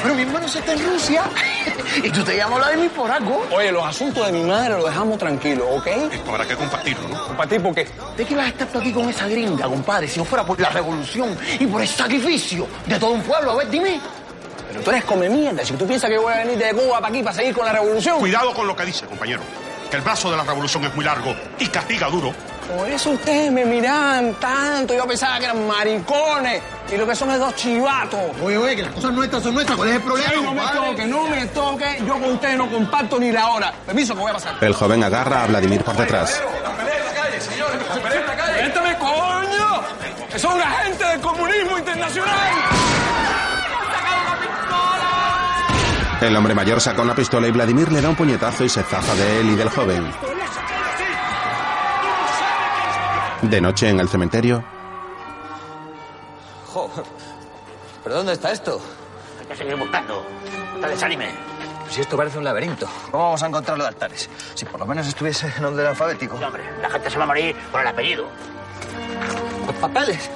Speaker 7: Pero mi hermano se está en Rusia. y tú te llamas Vladimir por algo. Oye, los asuntos de mi madre los dejamos tranquilos, ¿ok?
Speaker 21: Esto habrá que compartirlo, ¿no?
Speaker 7: ¿Compartir por qué?
Speaker 14: ¿De qué vas a estar tú aquí con esa gringa, compadre? Si no fuera por la revolución y por el sacrificio de todo un pueblo, a ver, dime.
Speaker 7: Pero tú eres come mierda. Si tú piensas que yo voy a venir de Cuba para aquí para seguir con la revolución.
Speaker 21: Cuidado con lo que dice, compañero. Que el brazo de la revolución es muy largo y castiga duro.
Speaker 7: Por eso ustedes me miraban tanto. Yo pensaba que eran maricones. Y lo que son es dos chivatos. Oye, oye, que las cosas nuestras son nuestras. ¿Cuál es el problema? no me toque, no me toque. Yo con ustedes no comparto ni la hora. Permiso, que voy a pasar.
Speaker 1: El joven agarra a Vladimir por detrás.
Speaker 7: ¡Véntame, coño! ¡Que son una gente del comunismo internacional!
Speaker 1: El hombre mayor saca una pistola y Vladimir le da un puñetazo y se zafa de él y del joven. De noche en el cementerio,
Speaker 9: Jo, ¿pero dónde está esto?
Speaker 5: Hay que seguir buscando. No te desanimes.
Speaker 9: Si esto parece un laberinto, ¿cómo vamos a encontrar los altares? Si por lo menos estuviese en orden alfabético.
Speaker 5: hombre, la gente se va a morir por el apellido.
Speaker 9: Los papeles.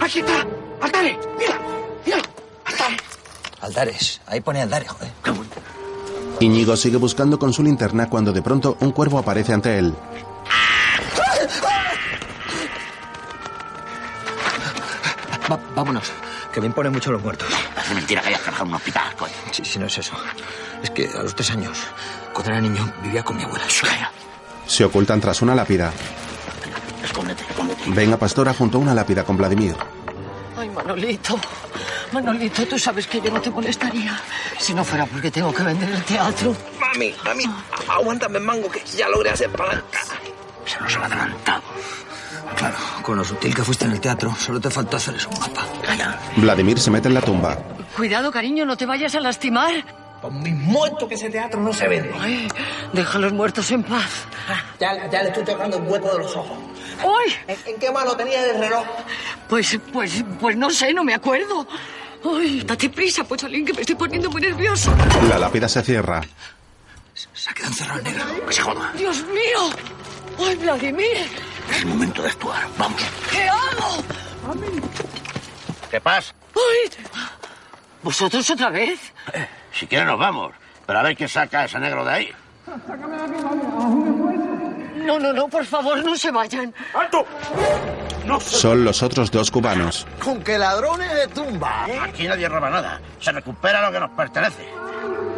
Speaker 7: ¡Aquí está! ¡Altare! ¡Mira! ¡Mira! ¡Altare!
Speaker 9: Altares. Ahí pone altares, joder.
Speaker 1: Íñigo sigue buscando con su linterna cuando de pronto un cuervo aparece ante él.
Speaker 9: Va- vámonos, que me imponen mucho los muertos.
Speaker 5: Hace mentira que hayas cargado un hospital, coño.
Speaker 9: Sí, sí, no es eso. Es que a los tres años, cuando era niño, vivía con mi abuela.
Speaker 1: Se ocultan tras una lápida.
Speaker 5: Escóndete, escóndete.
Speaker 1: Ven a Pastora junto a una lápida con Vladimir.
Speaker 17: Ay, Manolito. Manolito, tú sabes que yo no te molestaría si no fuera porque tengo que vender el teatro.
Speaker 7: Mami, mami, aguántame el mango que ya logré hacer palanca.
Speaker 9: Se nos ha adelantado. Claro, con lo sutil que fuiste en el teatro, solo te faltó hacerles un mapa. Calla.
Speaker 1: Vladimir se mete en la tumba.
Speaker 17: Cuidado, cariño, no te vayas a lastimar. Con mi muerto que ese teatro no
Speaker 14: se vende. Ah,
Speaker 17: Ay, deja a los muertos en paz.
Speaker 14: Ya, ya le estoy tocando el hueco de los ojos.
Speaker 17: ¡Ay!
Speaker 14: ¿En, en qué mano tenía el reloj?
Speaker 17: Pues, pues, pues no sé, no me acuerdo. Ay, date prisa, Pocholín, que me estoy poniendo muy nervioso.
Speaker 1: La lápida se cierra.
Speaker 9: Se ha quedado encerrado el negro.
Speaker 5: Que se joda.
Speaker 17: ¡Dios mío! ¡Ay, Vladimir!
Speaker 5: Es el momento de actuar. Vamos.
Speaker 17: ¡Te amo!
Speaker 5: ¿Qué pasa?
Speaker 17: ¡Ay! ¿Vosotros otra vez?
Speaker 5: Eh, Si quieres nos vamos. Pero a ver quién saca a ese negro de ahí.
Speaker 17: No, no, no, por favor, no se vayan. ¡Alto!
Speaker 1: Son los otros dos cubanos.
Speaker 5: Con que ladrones de tumba. Eh, Aquí nadie roba nada. Se recupera lo que nos pertenece.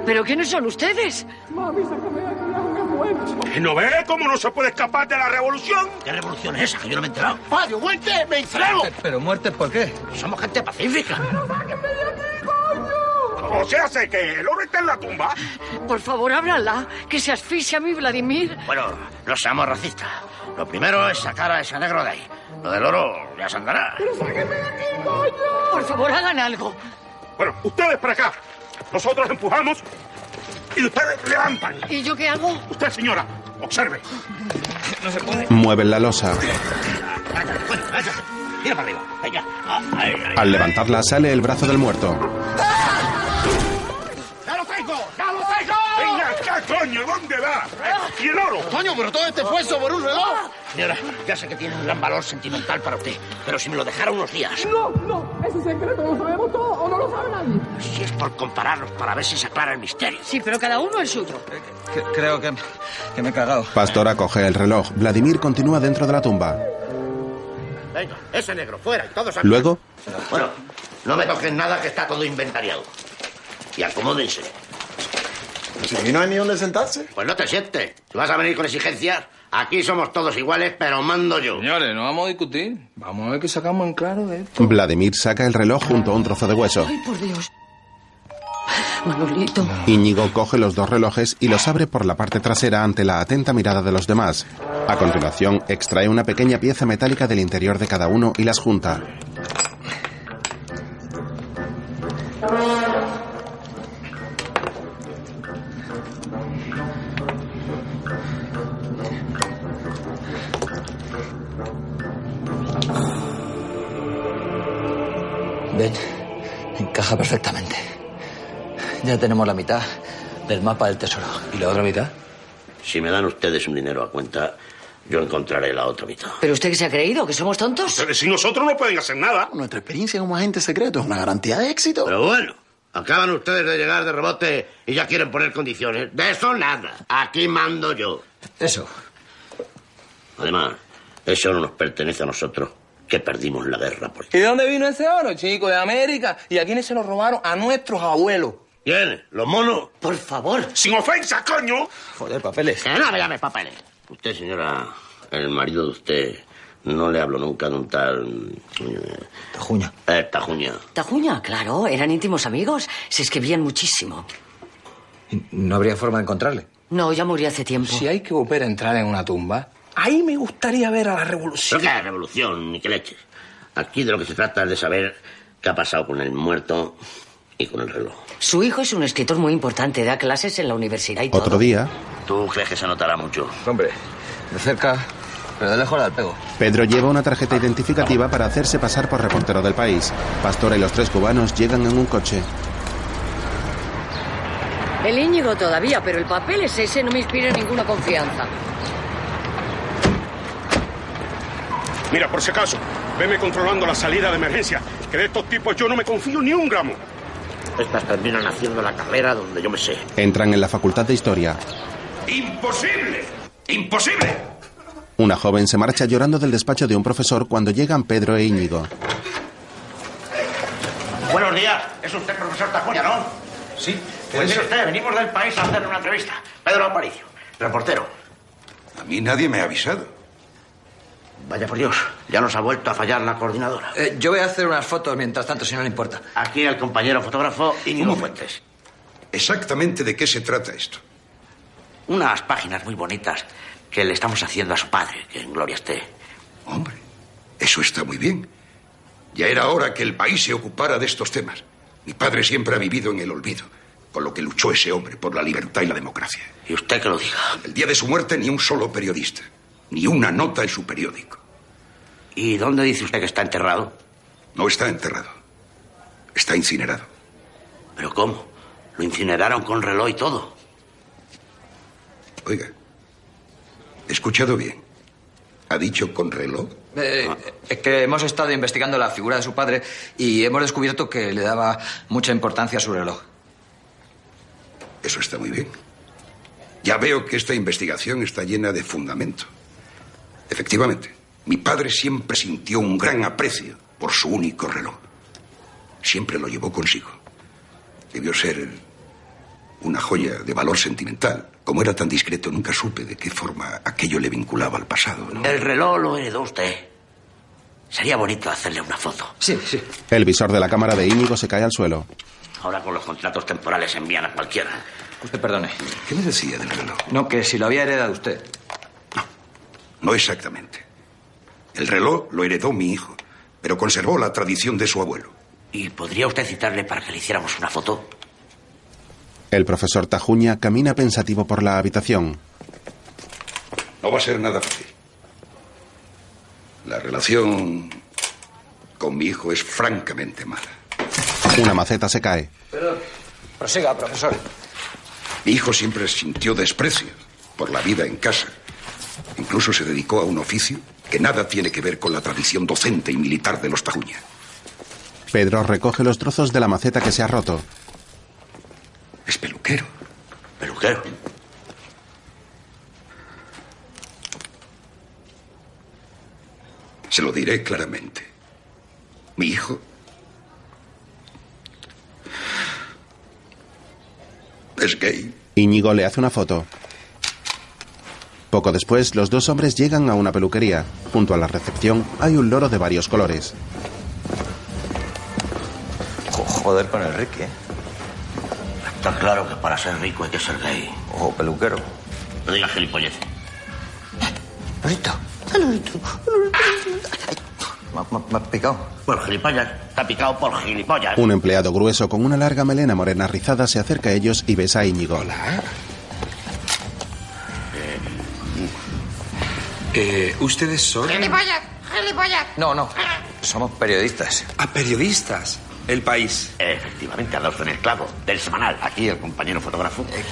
Speaker 17: ¿Pero quiénes son ustedes?
Speaker 3: Mami, sácame de aquí, hazme muerto.
Speaker 5: ¿No ve cómo no se puede escapar de la revolución? ¿Qué revolución es esa? Que yo no me he enterado. ¡Padre, muerte! ¡Me entrego!
Speaker 9: ¿Pero muertes por qué?
Speaker 5: Somos gente pacífica.
Speaker 17: O sea, sé que el oro está en la tumba. Por favor, ábrala, que se asfixia mi Vladimir.
Speaker 5: Bueno, no seamos racistas. Lo primero es sacar a ese negro de ahí. Lo del oro ya se andará.
Speaker 17: Por favor, hagan algo.
Speaker 21: Bueno, ustedes para acá. Nosotros empujamos y ustedes levantan.
Speaker 17: ¿Y yo qué hago?
Speaker 21: Usted, señora, observe. No se puede.
Speaker 1: Mueven la losa.
Speaker 5: pues, Mira para arriba. Venga. Ah,
Speaker 1: Al levantarla sale el brazo del muerto.
Speaker 3: ¡Ya lo traigo! ¡Ya lo traigo! ¡Venga acá, coño! ¿Dónde va?
Speaker 5: ¿Y el oro?
Speaker 3: Coño, pero todo este esfuerzo por un reloj.
Speaker 7: Ah.
Speaker 5: Señora, ya sé que tiene un gran valor sentimental para usted, pero si me lo dejara unos días,
Speaker 3: No, no, ese secreto lo sabemos todos o no lo sabe nadie.
Speaker 5: si es por compararlos para ver si se aclara el misterio.
Speaker 17: Sí, pero cada uno el suyo.
Speaker 9: creo que, que me he cagado.
Speaker 1: Pastora coge el reloj. Vladimir continúa dentro de la tumba.
Speaker 5: Venga, ese negro, fuera, y todos a...
Speaker 1: Luego,
Speaker 5: Bueno, no me toquen nada que está todo inventariado. Y acomódense.
Speaker 2: Si aquí no hay ni dónde sentarse.
Speaker 5: Pues no te sientes. Si vas a venir con exigencias, aquí somos todos iguales, pero mando yo.
Speaker 7: Señores, no vamos a discutir. Vamos a ver qué sacamos en claro eh. de esto.
Speaker 1: Vladimir saca el reloj junto a un trozo de hueso.
Speaker 17: Ay, por Dios. Manolito.
Speaker 1: Íñigo coge los dos relojes y los abre por la parte trasera ante la atenta mirada de los demás. A continuación, extrae una pequeña pieza metálica del interior de cada uno y las junta.
Speaker 9: Ven, encaja perfectamente.
Speaker 22: Ya tenemos la mitad del mapa del tesoro.
Speaker 5: ¿Y la otra mitad? Si me dan ustedes un dinero a cuenta, yo encontraré la otra mitad.
Speaker 8: ¿Pero usted qué se ha creído? ¿Que somos tontos?
Speaker 5: Si nosotros no pueden hacer nada.
Speaker 23: Nuestra experiencia como agente secreto es una garantía de éxito.
Speaker 5: Pero bueno, acaban ustedes de llegar de rebote y ya quieren poner condiciones. De eso nada. Aquí mando yo.
Speaker 22: Eso.
Speaker 5: Además, eso no nos pertenece a nosotros, que perdimos la guerra por
Speaker 24: ¿Y de dónde vino ese oro, chico? De América. ¿Y a quiénes se lo robaron? A nuestros abuelos.
Speaker 5: ¿Quiénes? ¿Los monos?
Speaker 24: Por favor.
Speaker 5: ¡Sin ofensa, coño!
Speaker 22: Joder, papeles.
Speaker 5: Que no me llames papeles. Usted, señora, el marido de usted, no le hablo nunca de un tal.
Speaker 22: Tajuña.
Speaker 5: Eh, Tajuña.
Speaker 8: Tajuña, claro, eran íntimos amigos. Se escribían muchísimo.
Speaker 22: No habría forma de encontrarle.
Speaker 8: No, ya murió hace tiempo.
Speaker 24: Si hay que volver a entrar en una tumba, ahí me gustaría ver a la revolución.
Speaker 5: ¿Pero qué revolución, ni que leche? Aquí de lo que se trata es de saber qué ha pasado con el muerto y con el reloj.
Speaker 8: Su hijo es un escritor muy importante, da clases en la universidad y todo.
Speaker 1: Otro día,
Speaker 5: ¿Tú crees que se notará mucho?
Speaker 9: Hombre, de cerca, pero de lejos la pego.
Speaker 1: Pedro lleva una tarjeta identificativa para hacerse pasar por reportero del país. Pastora y los tres cubanos llegan en un coche.
Speaker 8: El Íñigo todavía, pero el papel es ese, no me inspira ninguna confianza.
Speaker 25: Mira, por si acaso, veme controlando la salida de emergencia, que de estos tipos yo no me confío ni un gramo.
Speaker 5: Estas terminan haciendo la carrera donde yo me sé.
Speaker 1: Entran en la Facultad de Historia.
Speaker 25: ¡Imposible! ¡Imposible!
Speaker 1: Una joven se marcha llorando del despacho de un profesor cuando llegan Pedro e Íñigo.
Speaker 2: Buenos días. Es usted profesor Tajuña, ¿no? Sí. Pues mire usted, venimos del país a hacer una entrevista. Pedro Aparicio, reportero.
Speaker 26: A mí nadie me ha avisado.
Speaker 5: Vaya por Dios, ya nos ha vuelto a fallar la coordinadora.
Speaker 22: Eh, yo voy a hacer unas fotos mientras tanto, si no le importa.
Speaker 5: Aquí el compañero fotógrafo Íñigo Fuentes.
Speaker 26: Exactamente de qué se trata esto.
Speaker 5: Unas páginas muy bonitas que le estamos haciendo a su padre, que en gloria esté.
Speaker 26: Hombre, eso está muy bien. Ya era hora que el país se ocupara de estos temas. Mi padre siempre ha vivido en el olvido, con lo que luchó ese hombre por la libertad y la democracia.
Speaker 5: Y usted que lo diga.
Speaker 26: El día de su muerte ni un solo periodista, ni una nota en su periódico.
Speaker 5: ¿Y dónde dice usted que está enterrado?
Speaker 26: No está enterrado. Está incinerado.
Speaker 5: ¿Pero cómo? Lo incineraron con reloj y todo.
Speaker 26: Oiga, he escuchado bien. ¿Ha dicho con reloj?
Speaker 9: Eh, es que hemos estado investigando la figura de su padre y hemos descubierto que le daba mucha importancia a su reloj.
Speaker 26: Eso está muy bien. Ya veo que esta investigación está llena de fundamento. Efectivamente, mi padre siempre sintió un gran aprecio por su único reloj. Siempre lo llevó consigo. Debió ser una joya de valor sentimental. Como era tan discreto, nunca supe de qué forma aquello le vinculaba al pasado. ¿no?
Speaker 5: El reloj lo heredó usted. Sería bonito hacerle una foto.
Speaker 9: Sí, sí.
Speaker 1: El visor de la cámara de Íñigo se cae al suelo.
Speaker 5: Ahora con los contratos temporales envían a cualquiera.
Speaker 9: Usted perdone.
Speaker 26: ¿Qué me decía del reloj?
Speaker 9: No, que si lo había heredado usted.
Speaker 26: No exactamente. El reloj lo heredó mi hijo, pero conservó la tradición de su abuelo.
Speaker 5: ¿Y podría usted citarle para que le hiciéramos una foto?
Speaker 1: El profesor Tajuña camina pensativo por la habitación.
Speaker 26: No va a ser nada fácil. La relación con mi hijo es francamente mala.
Speaker 1: Una maceta se cae.
Speaker 9: Perdón. Prosiga, profesor.
Speaker 26: Mi hijo siempre sintió desprecio por la vida en casa. Incluso se dedicó a un oficio que nada tiene que ver con la tradición docente y militar de los Tajuña.
Speaker 1: Pedro recoge los trozos de la maceta que se ha roto.
Speaker 26: Es peluquero.
Speaker 5: Peluquero.
Speaker 26: Se lo diré claramente. Mi hijo es gay.
Speaker 1: Íñigo le hace una foto. Poco después, los dos hombres llegan a una peluquería. Junto a la recepción hay un loro de varios colores.
Speaker 9: Jo- Joder con el Ricky, ¿eh?
Speaker 5: Está claro que para ser rico hay que ser gay.
Speaker 9: Ojo, peluquero.
Speaker 5: No digas gilipolleces.
Speaker 9: Me, me- me ha picado.
Speaker 5: Por gilipollas. Está picado por gilipollas.
Speaker 1: Un empleado grueso con una larga melena morena rizada se acerca a ellos y besa a Íñigo.
Speaker 9: Eh, ¿Ustedes son...?
Speaker 3: ¡Gilipollas! ¡Gilipollas!
Speaker 9: No, no. Somos periodistas.
Speaker 14: A periodistas.
Speaker 27: El país.
Speaker 5: Efectivamente, al en el clavo, del semanal. Aquí el compañero fotógrafo.
Speaker 9: Eh,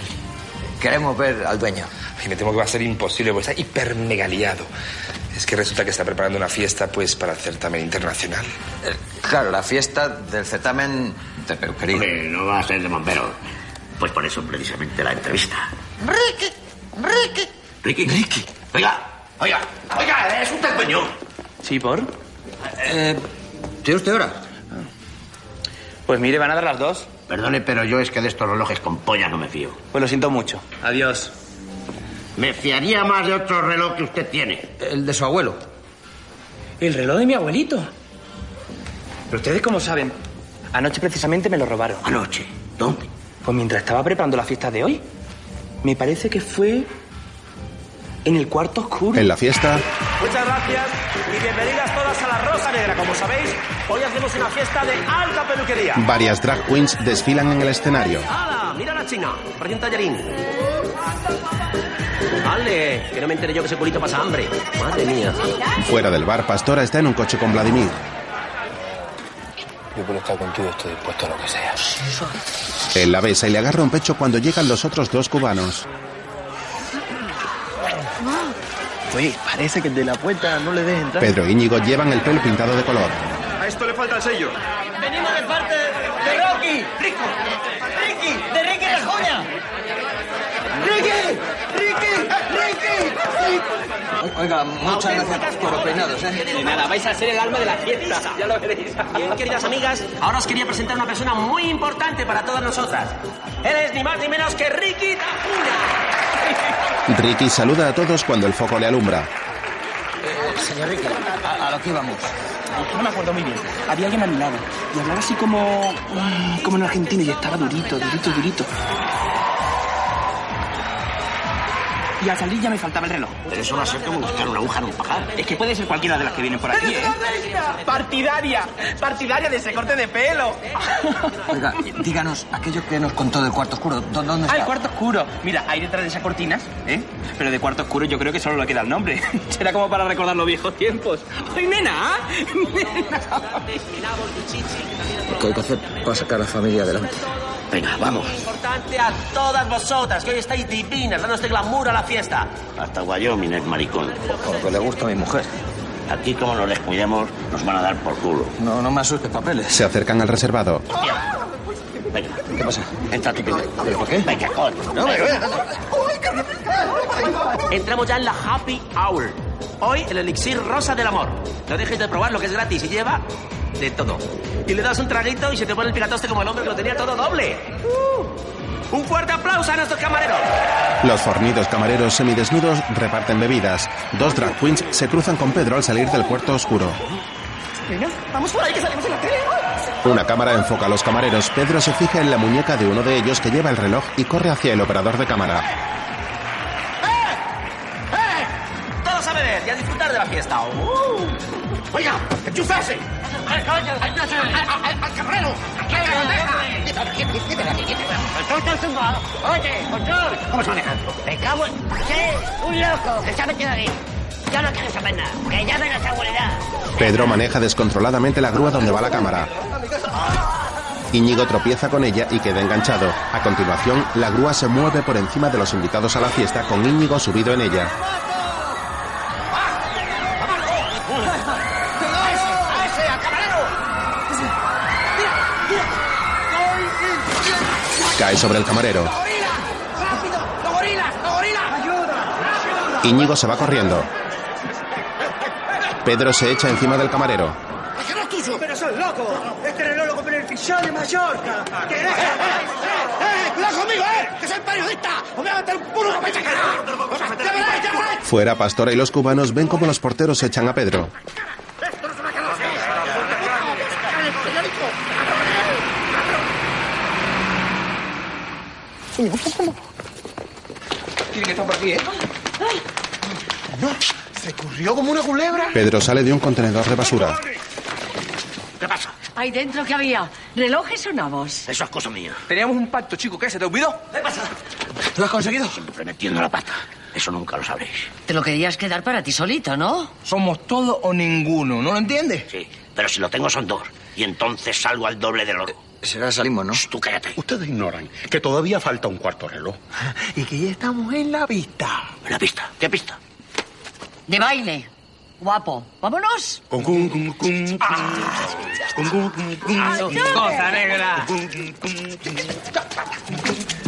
Speaker 9: Queremos ver al dueño.
Speaker 28: Y me temo que va a ser imposible porque está hipermegaliado. Es que resulta que está preparando una fiesta, pues, para el certamen internacional.
Speaker 9: Claro, la fiesta del certamen de peluquería.
Speaker 5: no va a ser de bombero. Pues por eso precisamente la entrevista.
Speaker 3: Ricky, Ricky.
Speaker 5: Ricky. Ricky. Oiga, oiga, oiga, es usted dueño.
Speaker 14: ¿Sí, por?
Speaker 9: Eh, ¿Tiene usted hora?
Speaker 14: Pues mire, van a dar las dos.
Speaker 5: Perdone, pero yo es que de estos relojes con polla no me fío.
Speaker 14: Pues lo siento mucho. Adiós.
Speaker 5: Me fiaría más de otro reloj que usted tiene.
Speaker 9: El de su abuelo.
Speaker 14: El reloj de mi abuelito. Pero ustedes cómo saben. Anoche precisamente me lo robaron.
Speaker 5: ¿Anoche? ¿Dónde?
Speaker 14: Pues mientras estaba preparando la fiesta de hoy. Me parece que fue en el cuarto oscuro.
Speaker 1: En la fiesta,
Speaker 7: Muchas gracias y bienvenidas todas a la Rosa Negra. Como sabéis, hoy hacemos una fiesta de alta peluquería.
Speaker 1: varias drag queens desfilan en el escenario.
Speaker 7: ¡Hala! Mira la china. Parece un tallarín. ¡Ale! Que no me enteré yo que ese culito pasa hambre. Madre mía.
Speaker 1: Fuera del bar, Pastora está en un coche con Vladimir.
Speaker 28: Yo por estar contigo estoy dispuesto a lo que sea.
Speaker 1: Él la besa y le agarra un pecho cuando llegan los otros dos cubanos.
Speaker 28: Ah.
Speaker 14: Pues
Speaker 29: Oye, parece que el de la puerta no le dejen entrar.
Speaker 1: Pedro e Íñigo llevan el pelo pintado de color.
Speaker 28: A esto le falta el sello.
Speaker 7: Venimos de parte de Rocky. ¡Rico! ¡Ricky! ¡De Ricky Rajoña!
Speaker 3: Ricky, Ricky, Ricky.
Speaker 9: Oiga, muchas gracias por los peinados, ¿eh?
Speaker 7: De nada, vais a ser el alma de la fiesta, ya lo veréis. Bien, queridas amigas, ahora os quería presentar una persona muy importante para todas nosotras. Él es ni más ni menos que Ricky
Speaker 9: Eh,
Speaker 7: Tafuna.
Speaker 1: Ricky saluda a todos cuando el foco le alumbra.
Speaker 9: Señor Ricky, a, a lo que íbamos.
Speaker 14: No me acuerdo muy bien. Había alguien a mi lado y hablaba así como. mm, como en Argentina y estaba durito, durito, durito. Y al salir ya me faltaba el reloj.
Speaker 5: Pero eso va a ser como buscar una aguja en un pajar.
Speaker 14: Es que puede ser cualquiera de las que vienen por aquí, ¿eh?
Speaker 7: Partidaria, partidaria de ese corte de pelo.
Speaker 9: Oiga, díganos aquello que nos contó del cuarto oscuro. ¿dó- ¿Dónde
Speaker 14: Ah,
Speaker 9: está?
Speaker 14: el cuarto oscuro. Mira, ahí detrás de esas cortinas, ¿eh? Pero de cuarto oscuro yo creo que solo le queda el nombre. Será como para recordar los viejos tiempos. ¡Ay, nena!
Speaker 9: Lo que hay que hacer para sacar a la familia adelante.
Speaker 5: Venga, vamos.
Speaker 7: Importante a todas vosotras, que hoy estáis divinas, dando este glamour a la fiesta.
Speaker 5: Hasta Wyoming es maricón.
Speaker 9: Por lo que le gusta a mi mujer.
Speaker 5: Aquí, como nos descuidemos, nos van a dar por culo.
Speaker 9: No, no me asustes, papeles.
Speaker 1: Se acercan al reservado.
Speaker 5: Venga,
Speaker 9: ¿Qué pasa?
Speaker 5: entra tú primero.
Speaker 9: ¿Pero por qué?
Speaker 5: Venga, coño.
Speaker 7: Entramos ya en la happy hour. Hoy el elixir rosa del amor. No dejes de probar lo que es gratis y lleva de todo. Y le das un traguito y se te pone el piratoste como el hombre que lo tenía todo doble. ¡Uh! Un fuerte aplauso a nuestros camareros.
Speaker 1: Los fornidos camareros semidesnudos reparten bebidas. Dos drag queens se cruzan con Pedro al salir del cuarto oscuro.
Speaker 7: Venga, vamos por ahí que salimos en la tele.
Speaker 1: Una cámara enfoca a los camareros. Pedro se fija en la muñeca de uno de ellos que lleva el reloj y corre hacia el operador de cámara.
Speaker 7: ¡Eh! Todos a beber y a disfrutar de la fiesta. ¡Uh! Oiga, enchufase.
Speaker 3: Al carrero, Oye, control.
Speaker 5: ¿Cómo se maneja?
Speaker 3: Me cago en... ¡Sí! ¡Un loco! ¡Que se ha metido ahí! Yo no quiero saber nada. ¡Que llamen a seguridad!
Speaker 1: Pedro maneja descontroladamente la grúa donde va la cámara. Íñigo tropieza con ella y queda enganchado. A continuación, la grúa se mueve por encima de los invitados a la fiesta con Íñigo subido en ella.
Speaker 3: ¡A ese! ¡A ese! ¡Al camarero! ¡Tira! ¡Tira!
Speaker 1: Cae sobre el camarero.
Speaker 3: ¡Rápido! ¡Los gorilas! ¡Los gorilas! ¡Ayuda!
Speaker 1: Íñigo se va corriendo. Pedro se echa encima del camarero.
Speaker 3: ¡Ah,
Speaker 7: ¡Pero son locos! ¡Este reloj lo compré en el fichado de Mallorca!
Speaker 3: ¡Eh, eh, eh! ¡Eh! ¡Cuidado conmigo, eh! ¡Que soy periodista! ¡Os voy a meter un puro que me echa cara! ¡Ya veréis, ya veréis!
Speaker 1: Fuera, Pastora y los cubanos ven cómo los porteros echan a Pedro.
Speaker 28: Tiene que estar por aquí, ¿eh?
Speaker 30: No, se corrió como una culebra.
Speaker 1: Pedro sale de un contenedor de basura.
Speaker 5: ¿Qué pasa?
Speaker 17: Ahí dentro que había relojes o nabos.
Speaker 5: Eso es cosa mía.
Speaker 28: Teníamos un pacto, chico. ¿Qué? ¿Se te olvidó? ¿Qué pasa?
Speaker 5: ¿Lo has conseguido? Siempre metiendo la pata. Eso nunca lo sabréis.
Speaker 31: Te lo querías quedar para ti solito, ¿no?
Speaker 28: Somos todo o ninguno, ¿no lo entiendes?
Speaker 5: Sí, pero si lo tengo son dos. Y entonces salgo al doble del oro.
Speaker 9: Será salimos, ¿no?
Speaker 5: Tú cállate.
Speaker 25: Ustedes ignoran que todavía falta un cuarto reloj.
Speaker 32: Y que ya estamos en la pista.
Speaker 5: ¿En la pista? ¿Qué pista?
Speaker 8: De baile. Guapo. Vámonos.
Speaker 7: Ah.
Speaker 3: Cosa
Speaker 10: negra.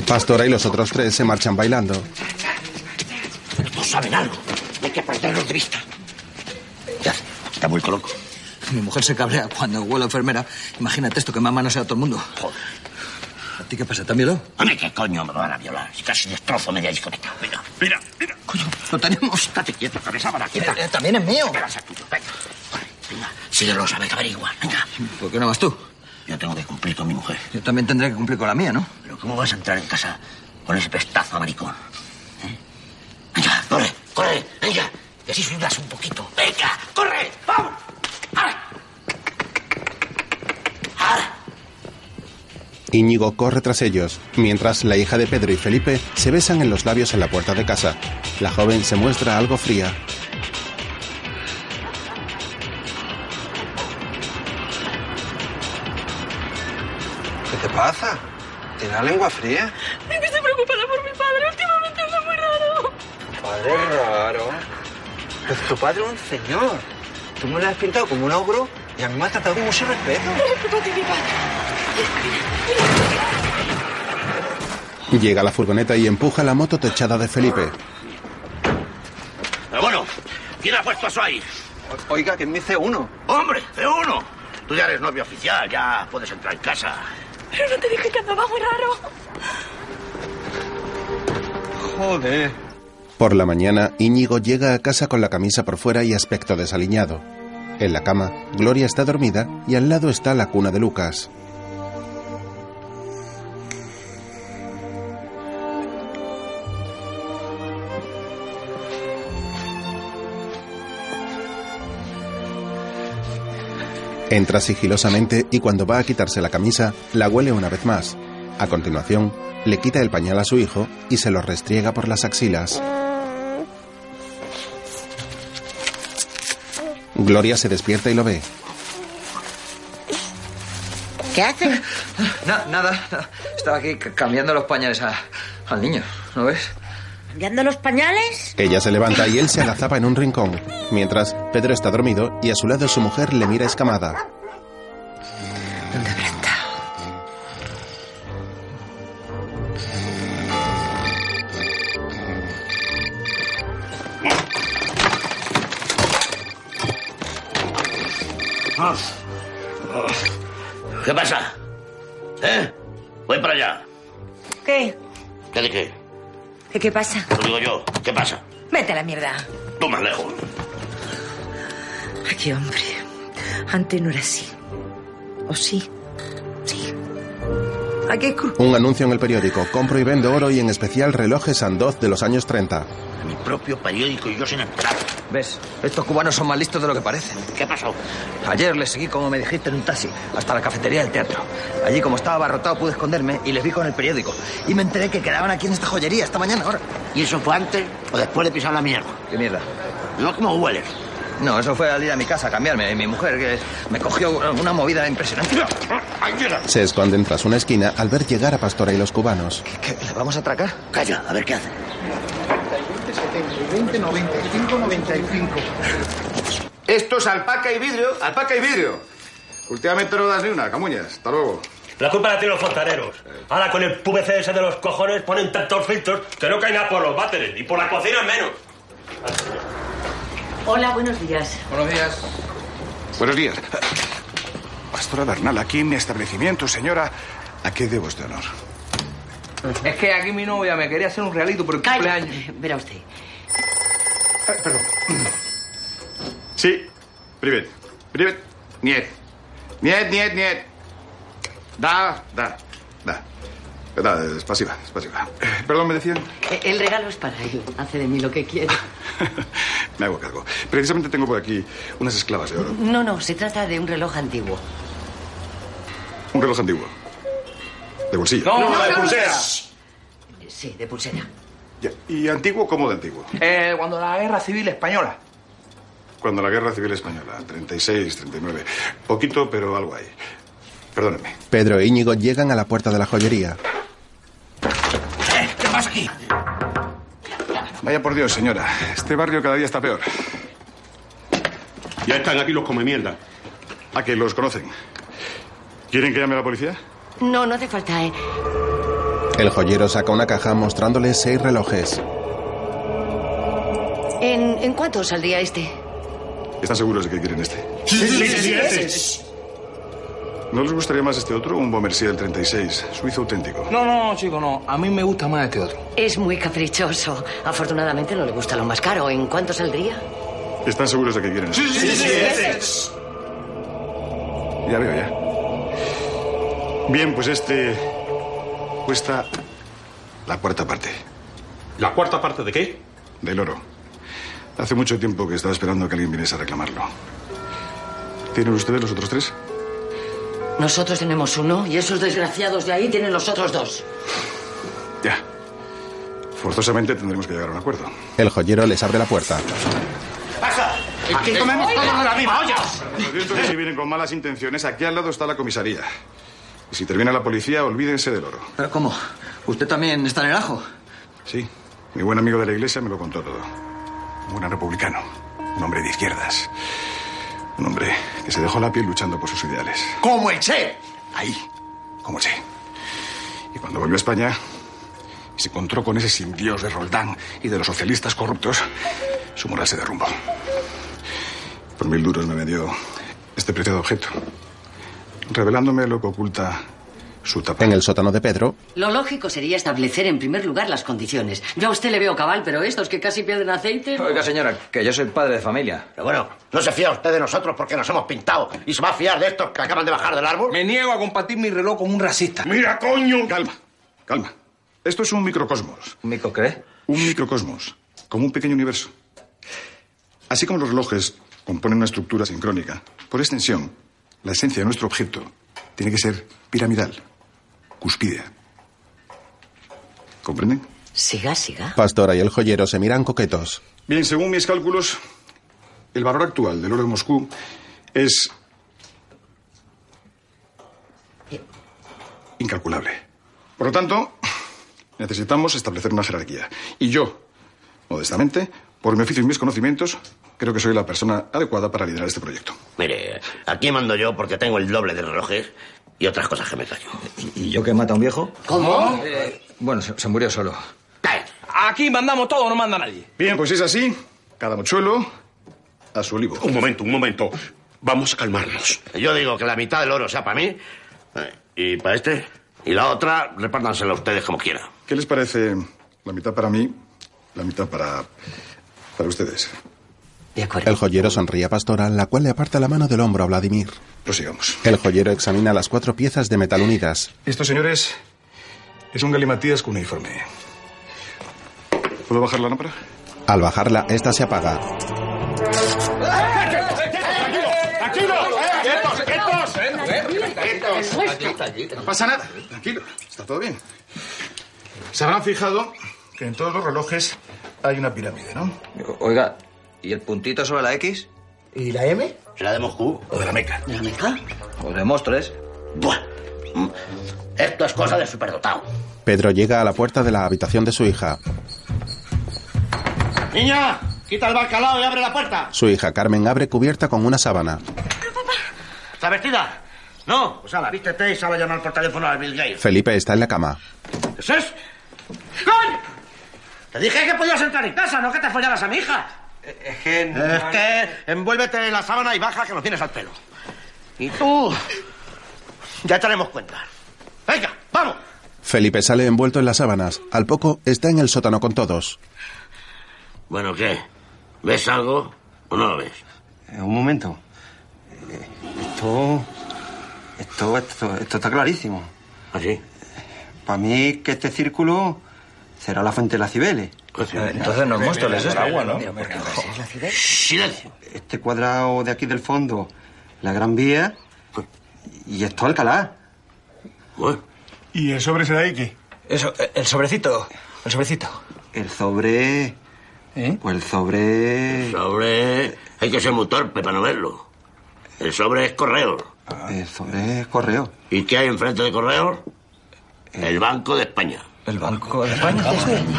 Speaker 1: Pastora y los otros tres se marchan bailando.
Speaker 5: No saben algo. No hay que perderlos de vista. Ya, está muy loco.
Speaker 9: Mi mujer se cabrea cuando huelo a enfermera. Imagínate esto, que mamá no sea todo el mundo. ¿A ti qué pasa? ¿Te han violado?
Speaker 5: A mí qué coño me van a violar. Si casi destrozo media discoteca. Mira, mira, mira. Coño,
Speaker 9: lo tenemos.
Speaker 5: Estate quieto, cabeza baraquita.
Speaker 9: Eh, eh, también es mío.
Speaker 5: Espera, es tuyo. Venga. Vale, Venga, síguelo, sabe que averigua. Venga.
Speaker 9: ¿Por qué no vas tú?
Speaker 5: Yo tengo que cumplir con mi mujer.
Speaker 9: Yo también tendré que cumplir con la mía, ¿no?
Speaker 5: Pero ¿cómo vas a entrar en casa con ese pestazo a maricón? ¿Eh? Venga, corre, corre, venga. Y así sudas un poquito. Venga, corre, vamos.
Speaker 1: Íñigo corre tras ellos, mientras la hija de Pedro y Felipe se besan en los labios en la puerta de casa. La joven se muestra algo fría.
Speaker 11: ¿Qué te pasa? ¿Tienes la lengua fría?
Speaker 3: Es que estoy preocupada por mi padre. Últimamente anda muy raro.
Speaker 11: Padre raro. Pues tu padre es un señor. Tú me lo has pintado como un ogro y a mí me has tratado con mucho respeto.
Speaker 3: Es culpa de mi padre.
Speaker 1: Llega la furgoneta y empuja la moto techada de Felipe.
Speaker 5: Pero bueno, ¿quién ha puesto eso ahí?
Speaker 11: Oiga, que es mi C1.
Speaker 5: ¡Hombre, C1! Tú ya eres novio oficial, ya puedes entrar en casa.
Speaker 3: Pero no te dije que andaba muy raro.
Speaker 11: Joder.
Speaker 1: Por la mañana, Íñigo llega a casa con la camisa por fuera y aspecto desaliñado. En la cama, Gloria está dormida y al lado está la cuna de Lucas. Entra sigilosamente y cuando va a quitarse la camisa, la huele una vez más. A continuación, le quita el pañal a su hijo y se lo restriega por las axilas. Gloria se despierta y lo ve.
Speaker 8: ¿Qué haces?
Speaker 9: Na- nada, nada. Estaba aquí ca- cambiando los pañales a- al niño, ¿no ves?
Speaker 8: ¿Cambiando los pañales?
Speaker 1: Ella se levanta y él se alazaba en un rincón, mientras Pedro está dormido y a su lado su mujer le mira escamada.
Speaker 9: Ah.
Speaker 5: Ah. ¿Qué pasa? ¿Eh? Voy para allá.
Speaker 12: ¿Qué?
Speaker 5: ¿Qué de qué?
Speaker 12: ¿Qué, qué pasa?
Speaker 5: Lo digo yo. ¿Qué pasa?
Speaker 12: Vete a la mierda.
Speaker 5: Tú más lejos.
Speaker 12: Aquí, hombre. Antes no era así. ¿O sí? Sí. Aquí es cru-
Speaker 1: Un anuncio en el periódico, compro y vendo oro y en especial relojes Andoz de los años 30.
Speaker 5: Mi propio periódico y yo sin enterar.
Speaker 9: ¿Ves? Estos cubanos son más listos de lo que parecen.
Speaker 5: ¿Qué pasó?
Speaker 9: Ayer les seguí, como me dijiste, en un taxi, hasta la cafetería del teatro. Allí, como estaba abarrotado, pude esconderme y les vi con el periódico. Y me enteré que quedaban aquí en esta joyería esta mañana, ahora.
Speaker 5: ¿Y eso fue antes o después de pisar la mierda?
Speaker 9: ¿Qué mierda?
Speaker 5: No, ¿cómo hueles?
Speaker 9: No, eso fue al ir a mi casa a cambiarme. Y mi mujer, que me cogió una movida impresionante.
Speaker 1: Se esconden tras una esquina al ver llegar a Pastora y los cubanos.
Speaker 9: ¿Qué? ¿Le vamos a atracar?
Speaker 5: Calla, a ver qué hace.
Speaker 32: 20, 95, 95.
Speaker 21: Esto es alpaca y vidrio, alpaca y vidrio. Últimamente no das ni una, Camuñas. Hasta luego.
Speaker 33: La culpa la ¿eh? tienen los fontaneros. Ahora con el PVC ese de los cojones ponen tantos filtros que no caen nada por los váteres y por la cocina menos.
Speaker 8: Hola, buenos días.
Speaker 9: Buenos días.
Speaker 11: Buenos días. Pastora Bernal, aquí en mi establecimiento, señora. ¿A qué debo este honor?
Speaker 9: Es que aquí mi novia me quería hacer un realito por el cumpleaños.
Speaker 8: Verá usted.
Speaker 9: perdón.
Speaker 21: Sí, privet. Privet. Niet. Niet, niet, niet. Da, da, da. Da, es pasiva, es pasiva. Eh, Perdón, me decían.
Speaker 8: Eh, El regalo es para él. Hace de mí lo que quiere.
Speaker 11: Me hago cargo. Precisamente tengo por aquí unas esclavas de oro.
Speaker 8: No, no, se trata de un reloj antiguo.
Speaker 11: Un reloj antiguo. De bolsillo.
Speaker 8: Sí, de pulsera.
Speaker 11: Ya, ¿Y antiguo cómo de antiguo?
Speaker 24: Eh, cuando la guerra civil española.
Speaker 21: Cuando la Guerra Civil Española, 36, 39. Poquito, pero algo hay. Perdónenme.
Speaker 1: Pedro e Íñigo llegan a la puerta de la joyería.
Speaker 21: ¿Qué pasa aquí? Vaya por Dios, señora. Este barrio cada día está peor.
Speaker 25: Ya están aquí los come mierda.
Speaker 21: ¿A que los conocen? ¿Quieren que llame a la policía?
Speaker 17: No, no hace falta, ¿eh?
Speaker 1: El joyero saca una caja mostrándole seis relojes.
Speaker 17: ¿En, en cuánto saldría este?
Speaker 21: ¿Están seguros de que quieren este?
Speaker 17: Sí, sí,
Speaker 21: ¿No les gustaría más este otro? Un Bombercier del 36, suizo auténtico.
Speaker 24: No, no, chico, no. A mí me gusta más este otro.
Speaker 17: Es muy caprichoso. Afortunadamente no le gusta lo más caro. ¿En cuánto saldría?
Speaker 21: ¿Están seguros de que quieren este? Ya veo, ya. Bien, pues este cuesta la cuarta parte.
Speaker 25: ¿La cuarta parte de qué?
Speaker 21: Del oro. Hace mucho tiempo que estaba esperando que alguien viniese a reclamarlo. ¿Tienen ustedes los otros tres?
Speaker 17: Nosotros tenemos uno y esos desgraciados de ahí tienen los otros dos.
Speaker 21: Ya. Forzosamente tendremos que llegar a un acuerdo.
Speaker 1: El joyero les abre la puerta.
Speaker 25: ¡Pasa!
Speaker 17: Aquí comemos todos de la misma olla.
Speaker 21: Lo siento que si vienen con malas intenciones, aquí al lado está la comisaría. Y si termina la policía, olvídense del oro.
Speaker 9: ¿Pero cómo? ¿Usted también está en el ajo?
Speaker 21: Sí. Mi buen amigo de la iglesia me lo contó todo. Un gran republicano. Un hombre de izquierdas. Un hombre que se dejó la piel luchando por sus ideales.
Speaker 32: Como el Che.
Speaker 21: Ahí, como Che. Y cuando volvió a España y se encontró con ese sin Dios de Roldán y de los socialistas corruptos, su moral se derrumbó. Por mil duros me vendió este preciado objeto, revelándome lo que oculta su tapa.
Speaker 1: En el sótano de Pedro,
Speaker 17: Lo lógico sería establecer en primer lugar las condiciones. Yo a usted le veo cabal, pero estos que casi pierden aceite. no.
Speaker 9: Oiga, señora, que yo soy padre de familia.
Speaker 2: Pero bueno, no se fía usted de nosotros porque nos hemos pintado. ¿Y se va a fiar de estos que acaban de bajar del árbol?
Speaker 24: Me niego a compartir mi reloj con un racista.
Speaker 21: ¡Mira, coño! Calma, calma. Esto es un microcosmos.
Speaker 9: ¿Un micro qué?
Speaker 21: Un microcosmos, como un pequeño universo. Así como los relojes componen una estructura sincrónica, por extensión, la esencia de nuestro objeto tiene que ser piramidal, cuspidea. ¿Comprenden?
Speaker 17: Siga, siga.
Speaker 1: Pastora y el joyero se miran coquetos.
Speaker 21: Bien, según mis cálculos, el valor actual del oro de Moscú es incalculable. Por lo tanto, necesitamos establecer una jerarquía. Y yo, modestamente, por mi oficio y mis conocimientos, creo que soy la persona adecuada para liderar este proyecto.
Speaker 5: Mire, aquí mando yo porque tengo el doble de relojes y otras cosas que me callo.
Speaker 9: ¿Y yo que mata a un viejo?
Speaker 24: ¿Cómo?
Speaker 7: Eh,
Speaker 9: Bueno, se, se murió solo.
Speaker 24: Aquí mandamos todo, no manda nadie.
Speaker 21: Bien, pues si es así, cada mochuelo a su olivo.
Speaker 25: Un momento, un momento. Vamos a calmarnos.
Speaker 5: Yo digo que la mitad del oro sea para mí eh, y para este. Y la otra, repártansela ustedes como quieran.
Speaker 21: ¿Qué les parece la mitad para mí, la mitad para, para ustedes?
Speaker 1: El joyero sonríe a Pastora, la cual le aparta la mano del hombro a Vladimir.
Speaker 21: Prosigamos.
Speaker 1: El joyero examina las cuatro piezas de metal unidas.
Speaker 21: Esto, señores, es un galimatías con uniforme. ¿Puedo bajar la lámpara?
Speaker 1: Al bajarla, esta se apaga.
Speaker 25: ¡Tranquilo! ¡Quietos, quietos!
Speaker 21: No pasa nada, tranquilo, está todo bien. Se habrán fijado que en todos los relojes hay una pirámide, ¿no?
Speaker 9: Oiga, ¿y el puntito sobre la X?
Speaker 32: ¿Y la M?
Speaker 5: ¿Será de Moscú?
Speaker 21: O de la Meca.
Speaker 5: ¿De la Meca?
Speaker 9: ¿O de Mostres?
Speaker 5: Buah. Mm. Esto es cosa de superdotado.
Speaker 1: Pedro llega a la puerta de la habitación de su hija.
Speaker 2: Niña, quita el bacalao y abre la puerta.
Speaker 1: Su hija Carmen abre cubierta con una sábana.
Speaker 2: ¿Está vestida? No. Pues ala, vístete y sal a llamar por teléfono a Bill Gates.
Speaker 1: Felipe está en la cama.
Speaker 2: ¿Qué es eso? ¡Coño! Te dije que podías entrar en casa, no que te follaras a mi hija.
Speaker 5: Eh,
Speaker 9: Es que...
Speaker 2: Es que envuélvete en la sábana y baja que nos tienes al pelo. Y tú... Ya te haremos cuenta. Venga, vamos.
Speaker 1: Felipe sale envuelto en las sábanas. Al poco está en el sótano con todos.
Speaker 5: Bueno, ¿qué? ¿Ves algo o no lo ves?
Speaker 9: Eh, un momento. Eh, Esto, esto... Esto, esto está clarísimo.
Speaker 5: ¿Así?
Speaker 9: Para mí que este círculo será la fuente de las Cibeles. Entonces no es Móstoles, es agua, ¿no?
Speaker 5: ¡Silencio!
Speaker 9: Este cuadrado de aquí del fondo, la Gran Vía y esto Alcalá.
Speaker 25: ¿Y el sobre será X?
Speaker 9: eh, Eso, el sobrecito, el sobrecito. El sobre Pues el sobre...
Speaker 5: El sobre. Hay que ser muy torpe para no verlo. El sobre es correo.
Speaker 9: El sobre es correo. Eh.
Speaker 5: ¿Y qué hay enfrente de correo? El Banco de España.
Speaker 9: El Banco de España.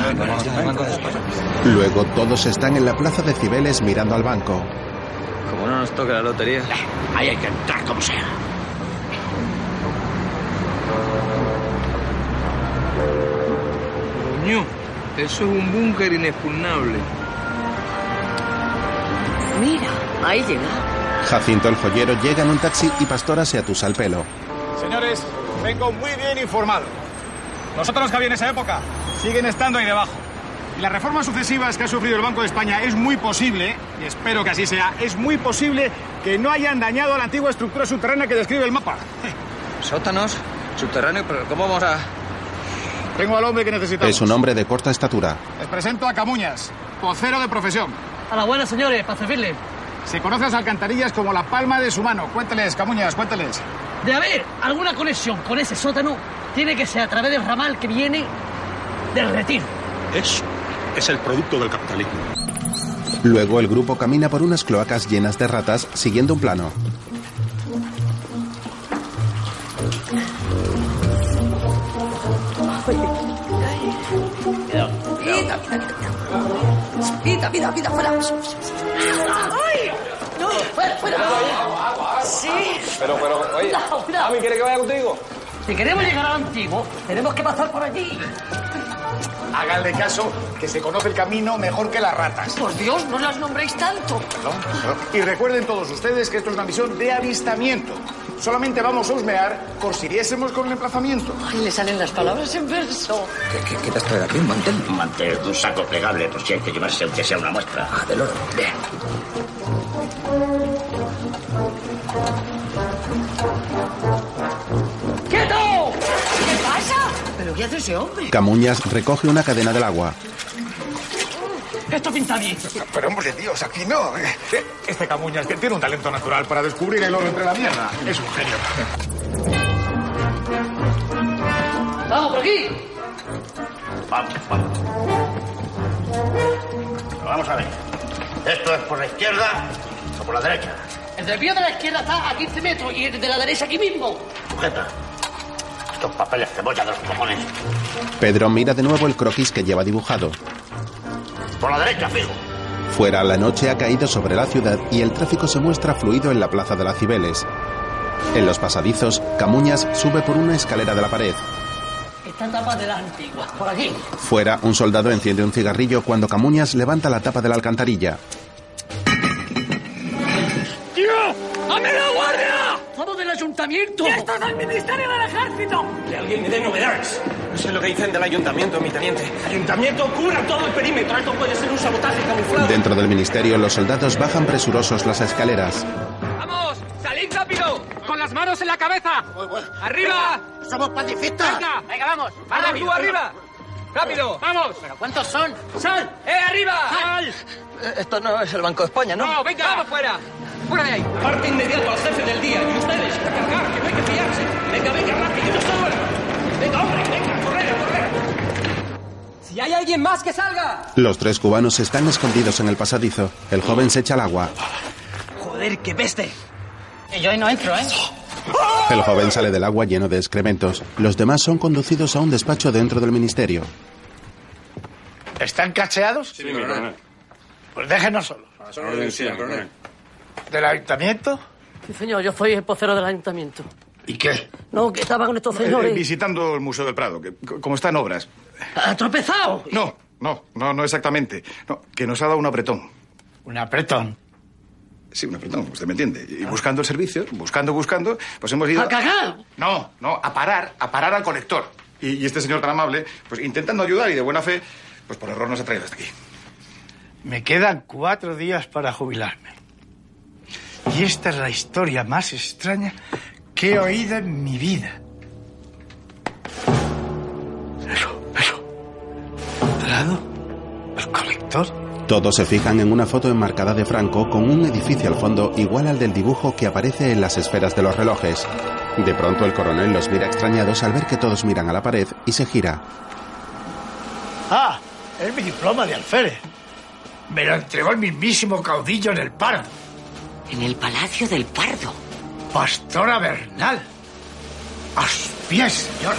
Speaker 9: El Banco de España.
Speaker 1: Luego todos están en la plaza de Cibeles mirando al banco.
Speaker 9: Como no nos toca la lotería.
Speaker 5: Eh, Ahí hay que entrar como sea.
Speaker 7: Ñu, eso es un búnker inexpugnable.
Speaker 17: Mira, ahí llega.
Speaker 1: Jacinto el joyero llega en un taxi y Pastora se atusa el pelo.
Speaker 21: Señores, vengo muy bien informado. Los otros que había en esa época siguen estando ahí debajo. Y las reformas sucesivas que ha sufrido el Banco de España es muy posible, y espero que así sea, es muy posible que no hayan dañado la antigua estructura subterránea que describe el mapa.
Speaker 9: Sótanos, subterráneo, pero ¿cómo vamos a...?
Speaker 21: Tengo al hombre que necesitamos.
Speaker 1: Es un hombre de corta estatura.
Speaker 21: Les presento a Camuñas, vocero de profesión.
Speaker 7: A la buena, señores, para servirle.
Speaker 21: Se conoce las alcantarillas como la palma de su mano. Cuénteles, Camuñas, cuénteles.
Speaker 7: De haber alguna conexión con ese sótano, tiene que ser a través del ramal que viene del retiro.
Speaker 34: Eso es el producto del capitalismo.
Speaker 1: Luego el grupo camina por unas cloacas llenas de ratas siguiendo un plano.
Speaker 3: Pita, pita, pita. Pita, pita, pita, fuera. ¡Ay! No, fuera, fuera.
Speaker 7: Ah,
Speaker 3: Sí.
Speaker 7: Pero, pero, oye, Mami, ¿quiere que vaya contigo? Si queremos llegar al antiguo, tenemos que pasar por allí.
Speaker 21: Háganle caso que se conoce el camino mejor que las ratas.
Speaker 7: Por Dios, no las nombréis tanto.
Speaker 21: Perdón, perdón. Y recuerden todos ustedes que esto es una misión de avistamiento. Solamente vamos a husmear por si diésemos con el emplazamiento.
Speaker 7: Ay, le salen las palabras en verso.
Speaker 5: ¿Qué, te has traído aquí? ¿Un mantel? Un mantel, un saco plegable, por si hay que llevarse aunque sea una muestra. Ah, del oro. Bien.
Speaker 7: ¡Quieto! ¿Qué pasa? ¿Pero qué hace ese hombre?
Speaker 1: Camuñas recoge una cadena del agua.
Speaker 7: Esto pinta bien.
Speaker 21: Pero hombre de Dios, aquí no. Este Camuñas que tiene un talento natural para descubrir el oro entre la mierda. Es un genio.
Speaker 7: ¡Vamos, por aquí!
Speaker 35: Vamos, vamos. Pero Vamos a ver. Esto es por la izquierda o por la derecha.
Speaker 7: El desvío de la izquierda está a 15 metros y el de la derecha aquí mismo.
Speaker 35: Sujeta.
Speaker 5: Estos papeles te mollan los cojones.
Speaker 1: Pedro mira de nuevo el croquis que lleva dibujado.
Speaker 5: Por la derecha, fijo.
Speaker 1: Fuera la noche ha caído sobre la ciudad y el tráfico se muestra fluido en la plaza de las Cibeles. En los pasadizos, Camuñas sube por una escalera de la pared.
Speaker 7: Están tapas de la antigua. Por aquí.
Speaker 1: Fuera, un soldado enciende un cigarrillo cuando Camuñas levanta la tapa de la alcantarilla.
Speaker 7: ¡Tío! ¡Dame la guardia! ¡Somos del ayuntamiento! ¡Esto es el ministerio del ejército!
Speaker 14: Que alguien me dé novedades. Eso es lo que dicen del ayuntamiento, mi teniente. Ayuntamiento cura todo el perímetro. Esto puede ser un sabotaje camuflado.
Speaker 1: Dentro del ministerio, los soldados bajan presurosos las escaleras.
Speaker 7: ¡Vamos! ¡Salid rápido! ¡Con las manos en la cabeza! ¡Arriba! ¡Somos pacifistas! ¡Venga! ¡Venga, vamos! ¡Vamos tú arriba! ¡Rápido! ¡Vamos! ¿Pero cuántos son? ¡Sal! ¡Eh, arriba! ¡Sal!
Speaker 36: Esto no es el Banco de España, ¿no?
Speaker 7: ¡No, venga! ¡Vamos fuera! ¡Fuera de ahí!
Speaker 14: Parte inmediato al jefe del día. Y ustedes, a cargar, que no hay que fiarse. Venga, venga, rápido, no se duerman. Venga, hombre, venga, correr, a correr.
Speaker 7: ¡Si hay alguien más, que salga!
Speaker 1: Los tres cubanos están escondidos en el pasadizo. El joven se echa al agua.
Speaker 7: ¡Joder, qué peste! yo ahí no entro, ¿eh?
Speaker 1: El joven sale del agua lleno de excrementos. Los demás son conducidos a un despacho dentro del ministerio.
Speaker 21: ¿Están cacheados? Sí,
Speaker 34: mi coronel.
Speaker 21: Pues déjenos solos. ¿Del ayuntamiento?
Speaker 7: Sí, señor, yo soy el vocero del ayuntamiento.
Speaker 21: ¿Y qué?
Speaker 7: No, que estaba con estos
Speaker 37: Eh,
Speaker 7: señores.
Speaker 37: Visitando el Museo del Prado, que c- como está en obras.
Speaker 7: ¡Ha tropezado!
Speaker 37: No, no, no, no exactamente. No, que nos ha dado un apretón.
Speaker 21: ¿Un apretón?
Speaker 37: Sí, un apretón, usted me entiende. Y buscando servicios, buscando, buscando, pues hemos ido...
Speaker 7: ¡Ha cagado!
Speaker 37: No, no, a parar, a parar al colector. Y, y este señor tan amable, pues intentando ayudar y de buena fe, pues por error nos ha traído hasta aquí.
Speaker 21: Me quedan cuatro días para jubilarme. Y esta es la historia más extraña que he oído en mi vida. Eso, eso. ¿Prado? ¿El colector?
Speaker 1: Todos se fijan en una foto enmarcada de Franco con un edificio al fondo igual al del dibujo que aparece en las esferas de los relojes. De pronto el coronel los mira extrañados al ver que todos miran a la pared y se gira.
Speaker 21: Ah, es mi diploma de alférez.
Speaker 3: Me lo entregó el mismísimo caudillo en el Pardo.
Speaker 17: En el Palacio del Pardo.
Speaker 3: Pastora Bernal. A sus pies, señor.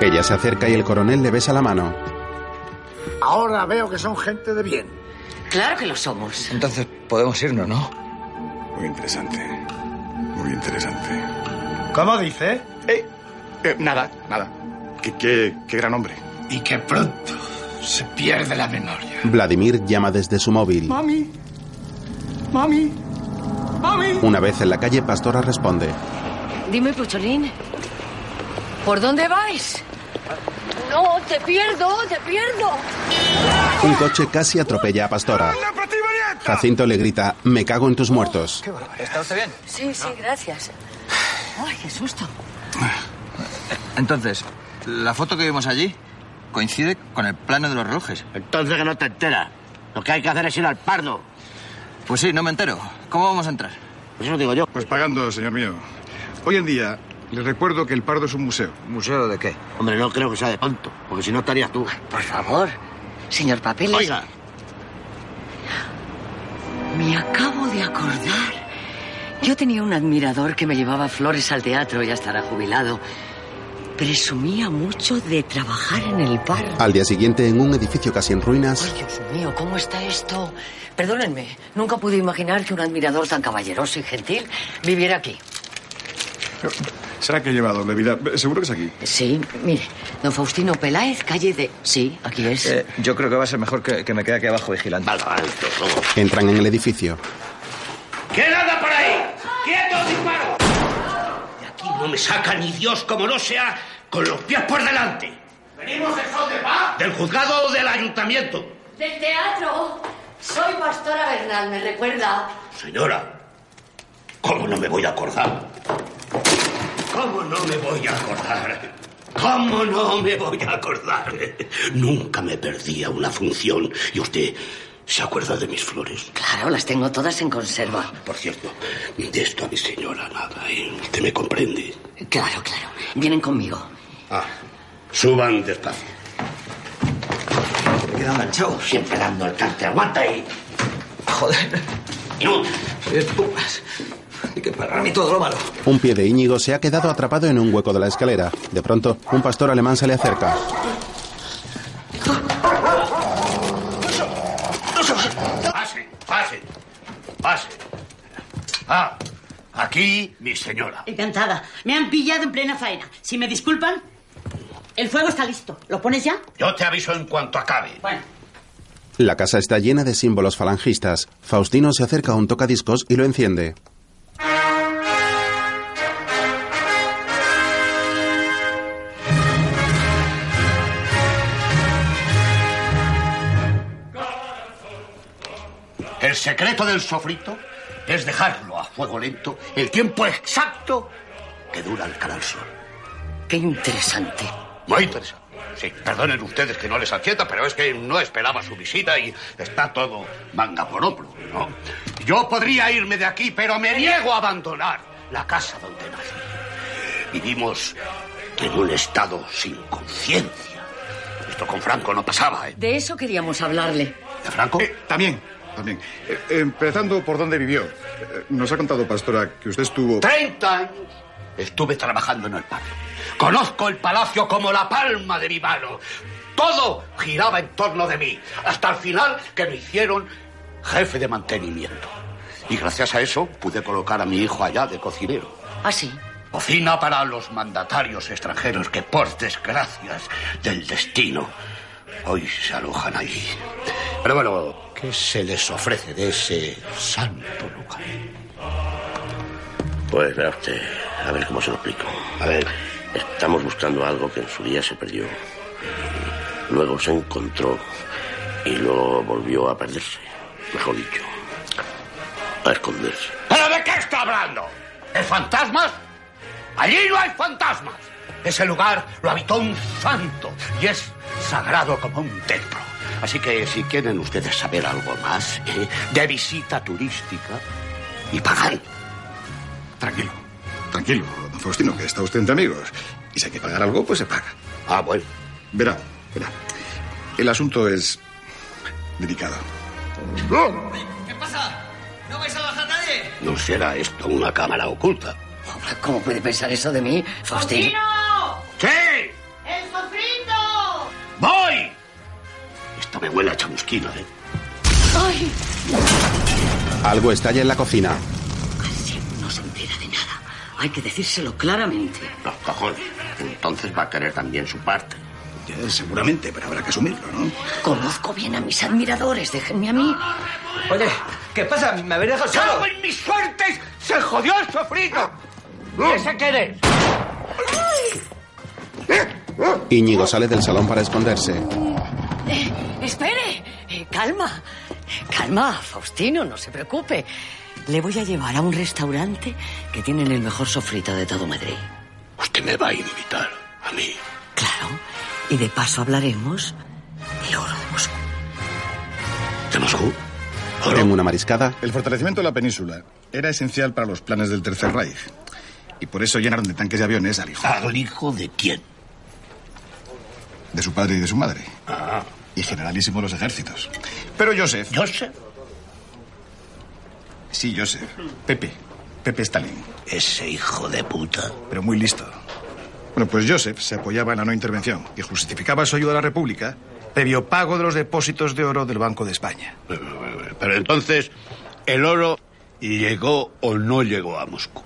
Speaker 1: Ella se acerca y el coronel le besa la mano.
Speaker 3: Ahora veo que son gente de bien.
Speaker 17: Claro que lo somos.
Speaker 9: Entonces podemos irnos, ¿no?
Speaker 21: Muy interesante. Muy interesante.
Speaker 3: ¿Cómo dice?
Speaker 21: Eh, nada, nada. Qué, qué- qué gran hombre.
Speaker 3: Y que pronto se pierde la memoria.
Speaker 1: Vladimir llama desde su móvil.
Speaker 3: Mami. Mami. Mami.
Speaker 1: Una vez en la calle, Pastora responde.
Speaker 38: Dime, Pucholín. ¿Por dónde vais? No, te pierdo, te pierdo.
Speaker 1: Un coche casi atropella a Pastora. Jacinto le grita, me cago en tus muertos.
Speaker 9: ¿Está usted bien?
Speaker 38: Sí, sí, gracias. Ay, qué susto.
Speaker 9: Entonces, la foto que vimos allí coincide con el plano de los relojes. Entonces que no te enteras. Lo que hay que hacer es ir al pardo. Pues sí, no me entero. ¿Cómo vamos a entrar?
Speaker 21: Eso digo yo. Pues pagando, señor mío. Hoy en día, les recuerdo que el Pardo es un museo.
Speaker 9: ¿Museo de qué?
Speaker 39: Hombre, no creo que sea de tonto, porque si no estarías tú. Por favor,
Speaker 17: señor Papeles.
Speaker 39: Oiga,
Speaker 17: Me acabo de acordar. Yo tenía un admirador que me llevaba flores al teatro, ya estará jubilado. Presumía mucho de trabajar en el bar.
Speaker 1: Al día siguiente, en un edificio casi en ruinas,
Speaker 17: Dios mío, ¿cómo está esto? Perdónenme, nunca pude imaginar que un admirador tan caballeroso y gentil viviera aquí.
Speaker 21: ¿Será que lleva doble vida? Seguro que es aquí.
Speaker 17: Sí, mire, don Faustino Peláez, calle de... Sí, aquí es.
Speaker 9: Eh, yo creo que va a ser mejor que, que me quede aquí abajo vigilando.
Speaker 1: entran en el edificio.
Speaker 5: ¿Quién anda por ahí? ¡Quietos, disparo! De aquí no me saca ni Dios como no sea con los pies por delante.
Speaker 40: Venimos en son de paz.
Speaker 5: Del juzgado o del ayuntamiento.
Speaker 38: Del teatro. Soy Pastora Bernal, me recuerda.
Speaker 5: Señora, ¿cómo no me voy a acordar? ¿Cómo no me voy a acordar? ¿Cómo no me voy a acordar? Nunca me perdía una función. ¿Y usted se acuerda de mis flores?
Speaker 17: Claro, las tengo todas en conserva.
Speaker 5: Por cierto, de esto a mi señora nada, ¿eh? Usted me comprende.
Speaker 17: Claro, claro. Vienen conmigo.
Speaker 5: Ah, suban despacio.
Speaker 9: Queda enganchado.
Speaker 5: Siempre dando el cante. Aguanta ahí.
Speaker 9: Joder.
Speaker 5: No.
Speaker 9: Hay que pagar a mí todo lo malo.
Speaker 1: Un pie de Íñigo se ha quedado atrapado en un hueco de la escalera. De pronto, un pastor alemán se le acerca.
Speaker 5: Pase, pase, pase. Ah, aquí mi señora.
Speaker 8: Encantada. Me han pillado en plena faena. Si me disculpan, el fuego está listo. ¿Lo pones ya?
Speaker 5: Yo te aviso en cuanto acabe.
Speaker 8: Bueno.
Speaker 1: La casa está llena de símbolos falangistas. Faustino se acerca a un tocadiscos y lo enciende.
Speaker 5: El secreto del sofrito es dejarlo a fuego lento el tiempo exacto que dura el canal sol.
Speaker 17: Qué interesante.
Speaker 5: Muy interesante. Sí, perdonen ustedes que no les atienda, pero es que no esperaba su visita y está todo manga por hombro, ¿no? Yo podría irme de aquí, pero me niego a abandonar la casa donde nací. Vivimos en un estado sin conciencia. Esto con Franco no pasaba, ¿eh?
Speaker 17: De eso queríamos hablarle.
Speaker 5: ¿De Franco?
Speaker 21: Eh, también. También. Eh, empezando por dónde vivió. Eh, nos ha contado, Pastora, que usted estuvo...
Speaker 5: 30 años estuve trabajando en el parque. Conozco el palacio como la palma de mi mano. Todo giraba en torno de mí, hasta el final que me hicieron jefe de mantenimiento. Y gracias a eso pude colocar a mi hijo allá de cocinero.
Speaker 17: ¿Ah, sí?
Speaker 5: Cocina para los mandatarios extranjeros que, por desgracias del destino, hoy se alojan allí. Pero bueno, ¿qué se les ofrece de ese santo lugar?
Speaker 39: Pues verá usted, a ver cómo se lo explico. A ver, estamos buscando algo que en su día se perdió. Luego se encontró y luego volvió a perderse. Mejor dicho, a esconderse.
Speaker 5: ¿Pero de qué está hablando? ¿De fantasmas? Allí no hay fantasmas. Ese lugar lo habitó un santo y es sagrado como un templo. Así que si quieren ustedes saber algo más ¿eh? de visita turística y pagan.
Speaker 21: Tranquilo. Tranquilo, don Faustino, que está usted entre amigos. Y si hay que pagar algo, pues se paga.
Speaker 5: Ah, bueno.
Speaker 21: Verá, verá. El asunto es delicado.
Speaker 5: No,
Speaker 41: ¿Qué pasa? ¿No vais a bajar nadie?
Speaker 5: no será esto una cámara oculta.
Speaker 17: ¿Cómo puede pensar eso de mí, Faustino?
Speaker 5: ¡Sí!
Speaker 3: ¡El sofrito!
Speaker 5: ¡Voy! Esto me huele a chamusquino, ¿eh?
Speaker 3: ¡Ay!
Speaker 1: Algo estalla en la cocina.
Speaker 17: No se entera de nada. Hay que decírselo claramente.
Speaker 5: Los cojones. Entonces va a querer también su parte. Eh, seguramente, pero habrá que asumirlo, ¿no?
Speaker 17: Conozco bien a mis admiradores, déjenme a mí.
Speaker 9: Oye, ¿qué pasa? ¿Me habéis dejado solo?
Speaker 17: en mis suertes! ¡Se jodió el sofrito!
Speaker 9: ¿Ese quién es?
Speaker 1: Íñigo sale del salón para esconderse.
Speaker 17: Eh, espere, Eh, calma, calma, Faustino, no se preocupe. Le voy a llevar a un restaurante que tienen el mejor sofrito de todo Madrid.
Speaker 5: Usted me va a invitar a mí.
Speaker 17: Claro, y de paso hablaremos del oro de Moscú.
Speaker 5: ¿De Moscú?
Speaker 1: En una mariscada.
Speaker 21: El fortalecimiento de la península era esencial para los planes del Tercer Reich. Y por eso llenaron de tanques y aviones al hijo.
Speaker 5: ¿Al hijo de quién?
Speaker 21: De su padre y de su madre.
Speaker 5: Ah.
Speaker 21: Y generalísimo los ejércitos. Pero Joseph.
Speaker 5: ¿Joseph?
Speaker 21: Sí, Joseph. Pepe. Pepe Stalin.
Speaker 5: Ese hijo de puta.
Speaker 21: Pero muy listo. Bueno, pues Joseph se apoyaba en la no intervención y justificaba su ayuda a la República previo pago de los depósitos de oro del Banco de España.
Speaker 5: Pero entonces, ¿el oro llegó o no llegó a Moscú?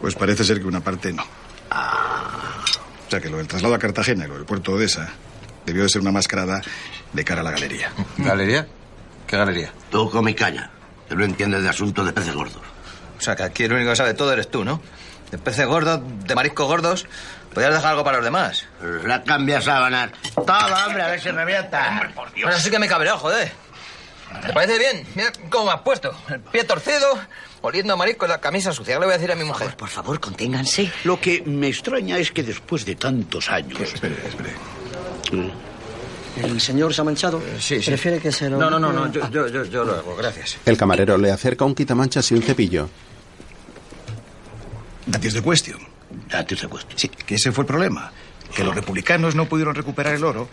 Speaker 21: Pues parece ser que una parte no. Ah. O sea que lo del traslado a Cartagena y lo del puerto de Odessa debió de ser una mascarada de cara a la galería.
Speaker 9: ¿Galería? ¿Qué galería?
Speaker 5: Tú come caña, que no entiendes de asuntos de peces gordos.
Speaker 9: O sea, que aquí el único que sabe todo eres tú, ¿no? De peces gordos, de mariscos gordos. Podrías dejar algo para los demás.
Speaker 5: La cambia sábanas.
Speaker 9: Toma, hombre, a ver si revienta. Hombre, por Dios. Ahora sí que me he cabreado, joder. ¿eh? ¿Te parece bien? Mira cómo me has puesto. El pie torcido, oliendo a marisco en la camisa sucia. ¿Qué le voy a decir a mi mujer?
Speaker 17: Pues, Por favor, conténganse.
Speaker 5: Lo que me extraña es que después de tantos años. Espere, espere.
Speaker 14: ¿El señor se ha manchado?
Speaker 9: sí, sí.
Speaker 14: ¿Prefiere que se lo.?
Speaker 9: No, no, no, no. Yo, yo, yo, yo lo hago, gracias.
Speaker 1: El camarero le acerca un quitamanchas y un cepillo.
Speaker 21: That is the question.
Speaker 5: That is the question.
Speaker 21: Sí, que ese fue el problema. Que los republicanos no pudieron recuperar el oro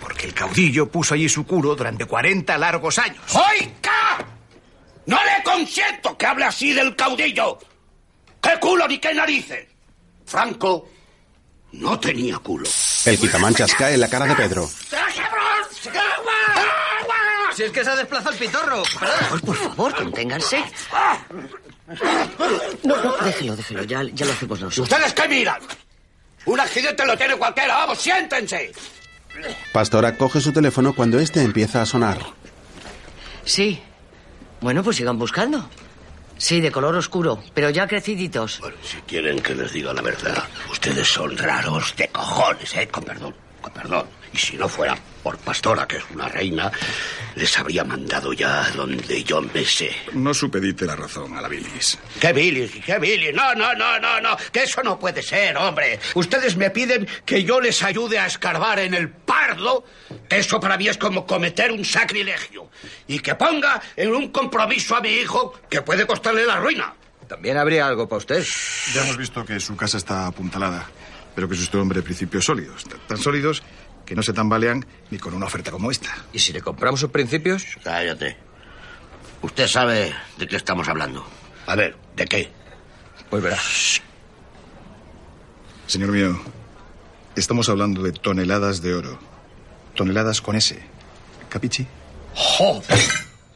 Speaker 21: porque el caudillo puso allí su curo durante 40 largos años.
Speaker 5: ¡Oiga! No le consiento que hable así del caudillo. ¡Qué culo ni qué narices! Franco no tenía culo.
Speaker 1: El quitamanchas cae en la cara de Pedro.
Speaker 9: Si es que se ha desplazado el pitorro. Perdón.
Speaker 17: Por favor, conténganse. No, no, déjelo, déjelo, ya, ya lo hacemos nosotros.
Speaker 5: ¿Ustedes qué miran? Un accidente lo tiene cualquiera. Vamos, siéntense.
Speaker 1: Pastora coge su teléfono cuando este empieza a sonar.
Speaker 17: Sí. Bueno, pues sigan buscando. Sí, de color oscuro, pero ya creciditos.
Speaker 5: Si quieren que les diga la verdad, ustedes son raros de cojones, ¿eh? Con perdón, con perdón. Y si no fuera por Pastora, que es una reina, les habría mandado ya donde yo me sé.
Speaker 21: No supedite la razón a la bilis.
Speaker 5: ¡Qué bilis, qué bilis! No, no, no, no, no. Que eso no puede ser, hombre. Ustedes me piden que yo les ayude a escarbar en el pardo. Que eso para mí es como cometer un sacrilegio. Y que ponga en un compromiso a mi hijo que puede costarle la ruina.
Speaker 9: También habría algo para usted.
Speaker 21: Ya hemos visto que su casa está apuntalada, pero que es usted un hombre de principios sólidos. Tan- Tan sólidos que no se tambalean ni con una oferta como esta.
Speaker 9: ¿Y si le compramos sus principios?
Speaker 5: Cállate. Usted sabe de qué estamos hablando. A ver, ¿de qué?
Speaker 9: Pues verás.
Speaker 21: Señor mío, estamos hablando de toneladas de oro. Toneladas con S. ¿Capichi?
Speaker 14: ¡Joder!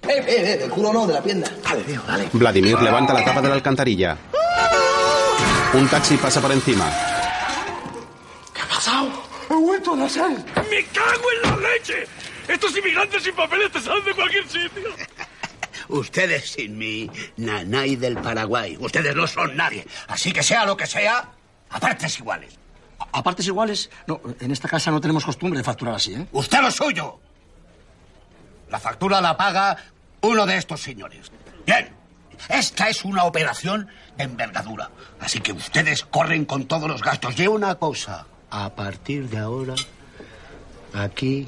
Speaker 14: Eh, eh, eh, del culo no, de la pierna. Dale, tío,
Speaker 9: ¿eh?
Speaker 14: dale.
Speaker 1: Vladimir levanta la tapa de la alcantarilla. Un taxi pasa por encima.
Speaker 14: ¿Qué ha pasado? He vuelto a nacer.
Speaker 7: ¡Me cago en la leche! Estos inmigrantes sin papeles te salen de cualquier sitio.
Speaker 5: Ustedes sin mí, Nanay del Paraguay. Ustedes no son nadie. Así que sea lo que sea, a partes iguales.
Speaker 14: A partes iguales, no, en esta casa no tenemos costumbre de facturar así, ¿eh?
Speaker 5: Usted lo suyo. La factura la paga uno de estos señores. Bien. Esta es una operación de envergadura. Así que ustedes corren con todos los gastos. Y una cosa, a partir de ahora, aquí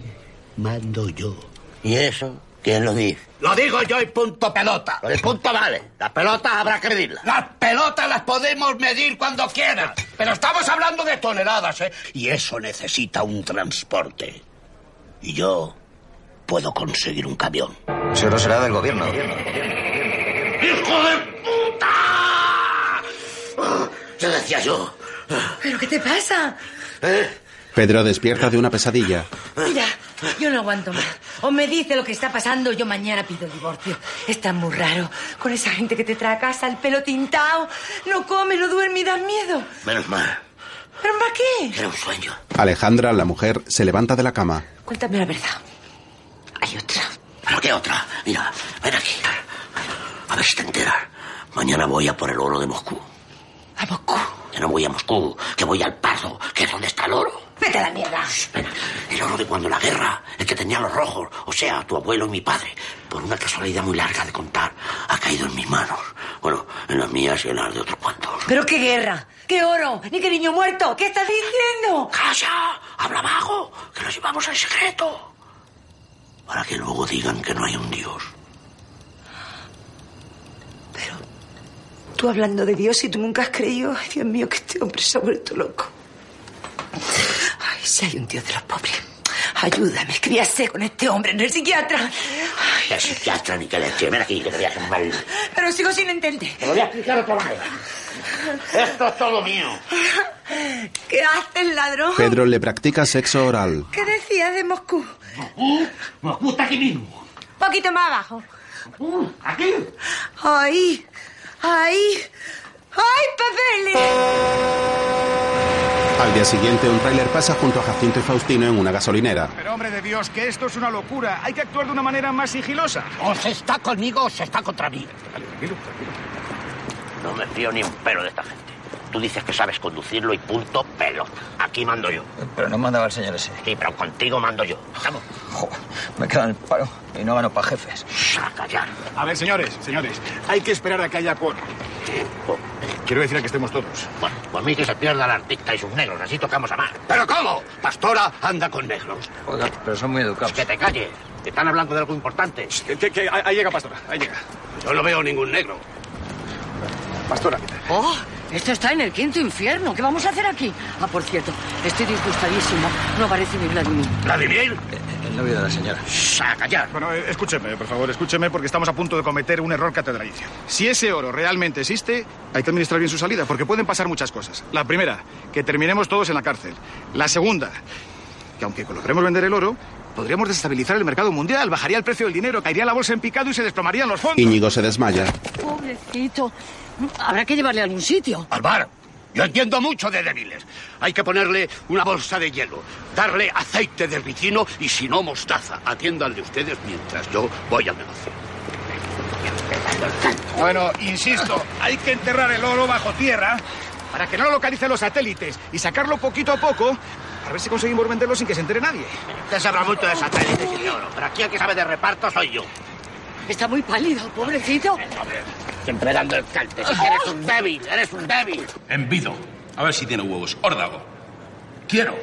Speaker 5: mando yo. ¿Y eso? ¿Quién lo dice? Lo digo yo y punto pelota. Lo de punto vale. Las pelotas habrá que medirlas. Las pelotas las podemos medir cuando quieran. Pero estamos hablando de toneladas, ¿eh? Y eso necesita un transporte. Y yo puedo conseguir un camión.
Speaker 9: Seguro será del gobierno.
Speaker 5: ¡Hijo de puta! Te decía yo.
Speaker 8: ¿Pero qué te pasa?
Speaker 1: Pedro despierta de una pesadilla.
Speaker 8: Mira, yo no aguanto más. O me dice lo que está pasando, yo mañana pido el divorcio. Está muy raro. Con esa gente que te trae a casa, el pelo tintado, no come, no duerme y da miedo.
Speaker 5: Menos mal.
Speaker 8: ¿Pero para qué?
Speaker 5: Era un sueño.
Speaker 1: Alejandra, la mujer, se levanta de la cama.
Speaker 8: Cuéntame la verdad.
Speaker 5: ¿Pero qué otra? Mira, ven aquí. A ver si te enteras. Mañana voy a por el oro de Moscú.
Speaker 8: ¿A Moscú?
Speaker 5: Que no voy a Moscú, que voy al Pardo, que es donde está el oro.
Speaker 8: Vete a la mierda.
Speaker 5: El oro de cuando la guerra, el que tenía los rojos, o sea, tu abuelo y mi padre, por una casualidad muy larga de contar, ha caído en mis manos. Bueno, en las mías y en las de otros cuantos.
Speaker 8: ¿Pero qué guerra? ¿Qué oro? ¿Ni qué niño muerto? ¿Qué estás diciendo?
Speaker 5: ¡Calla! ¡Habla bajo! ¡Que lo llevamos en secreto! Para que luego digan que no hay un Dios.
Speaker 8: Tú hablando de Dios y tú nunca has creído. Ay, Dios mío, que este hombre se ha vuelto loco. Ay, si hay un Dios de los pobres. Ayúdame, que ya sé con este hombre en el psiquiatra.
Speaker 5: Ya psiquiatra ni que leche. Ven aquí, que te voy a tumbar el-
Speaker 8: Pero sigo sin entender.
Speaker 5: Te lo voy a explicar otra manera. Esto es todo mío.
Speaker 8: ¿Qué haces, ladrón?
Speaker 1: Pedro le practica sexo oral.
Speaker 8: ¿Qué decías de Moscú?
Speaker 5: Moscú está aquí mismo.
Speaker 8: Poquito más abajo.
Speaker 5: ¿Aquí?
Speaker 8: Ahí. Ahí. ¡Ay, papeles!
Speaker 1: Al día siguiente, un tráiler pasa junto a Jacinto y Faustino en una gasolinera.
Speaker 21: Pero hombre de Dios, que esto es una locura. Hay que actuar de una manera más sigilosa.
Speaker 7: O se está conmigo o se está contra mí.
Speaker 5: No me fío ni un pelo de esta gente. Tú dices que sabes conducirlo y punto pelo. Aquí mando yo.
Speaker 9: Pero no mandaba el señor ese.
Speaker 5: Sí, pero contigo mando yo. Vamos.
Speaker 9: Me quedan el paro y no gano para jefes.
Speaker 5: A callar.
Speaker 21: A ver, señores, señores, hay que esperar a que haya cuota.
Speaker 5: Quiero decir que estemos todos. Bueno, por mí que se pierda el artista y sus negros. Así tocamos a más. ¿Pero cómo? Pastora anda con negros. Eh,
Speaker 9: Oiga, pero son muy educados.
Speaker 5: Que te calles. Te están hablando de algo importante.
Speaker 21: ahí llega Pastora, ahí llega.
Speaker 5: Yo no veo ningún negro.
Speaker 21: Pastora,
Speaker 8: ¡Oh! Esto está en el quinto infierno. ¿Qué vamos a hacer aquí? Ah, por cierto, estoy disgustadísima. No aparece ni Vladimir.
Speaker 5: ¿Vladimir?
Speaker 9: El novio de la señora.
Speaker 5: ¡A callar!
Speaker 21: Bueno, eh, escúcheme, por favor, escúcheme, porque estamos a punto de cometer un error catedralicio. Si ese oro realmente existe, hay que administrar bien su salida, porque pueden pasar muchas cosas. La primera, que terminemos todos en la cárcel. La segunda, que aunque logremos vender el oro, podríamos desestabilizar el mercado mundial, bajaría el precio del dinero, caería la bolsa en picado y se desplomarían los fondos.
Speaker 1: Íñigo se desmaya.
Speaker 8: Pobrecito. Habrá que llevarle a algún sitio.
Speaker 5: Al bar. Yo entiendo mucho de débiles. Hay que ponerle una bolsa de hielo, darle aceite de ricino y si no, mostaza. Atiéndanle ustedes mientras yo voy al negocio.
Speaker 21: Bueno, insisto, hay que enterrar el oro bajo tierra para que no lo localicen los satélites y sacarlo poquito a poco a ver si conseguimos venderlo sin que se entere nadie.
Speaker 5: Usted sabrá mucho de satélites y de oro, pero aquí el que sabe de reparto soy yo.
Speaker 8: Está muy pálido, pobrecito.
Speaker 5: Siempre dando el cante. Si eres un débil, eres un débil.
Speaker 26: Envido. A ver si tiene huevos. Órdago. Quiero.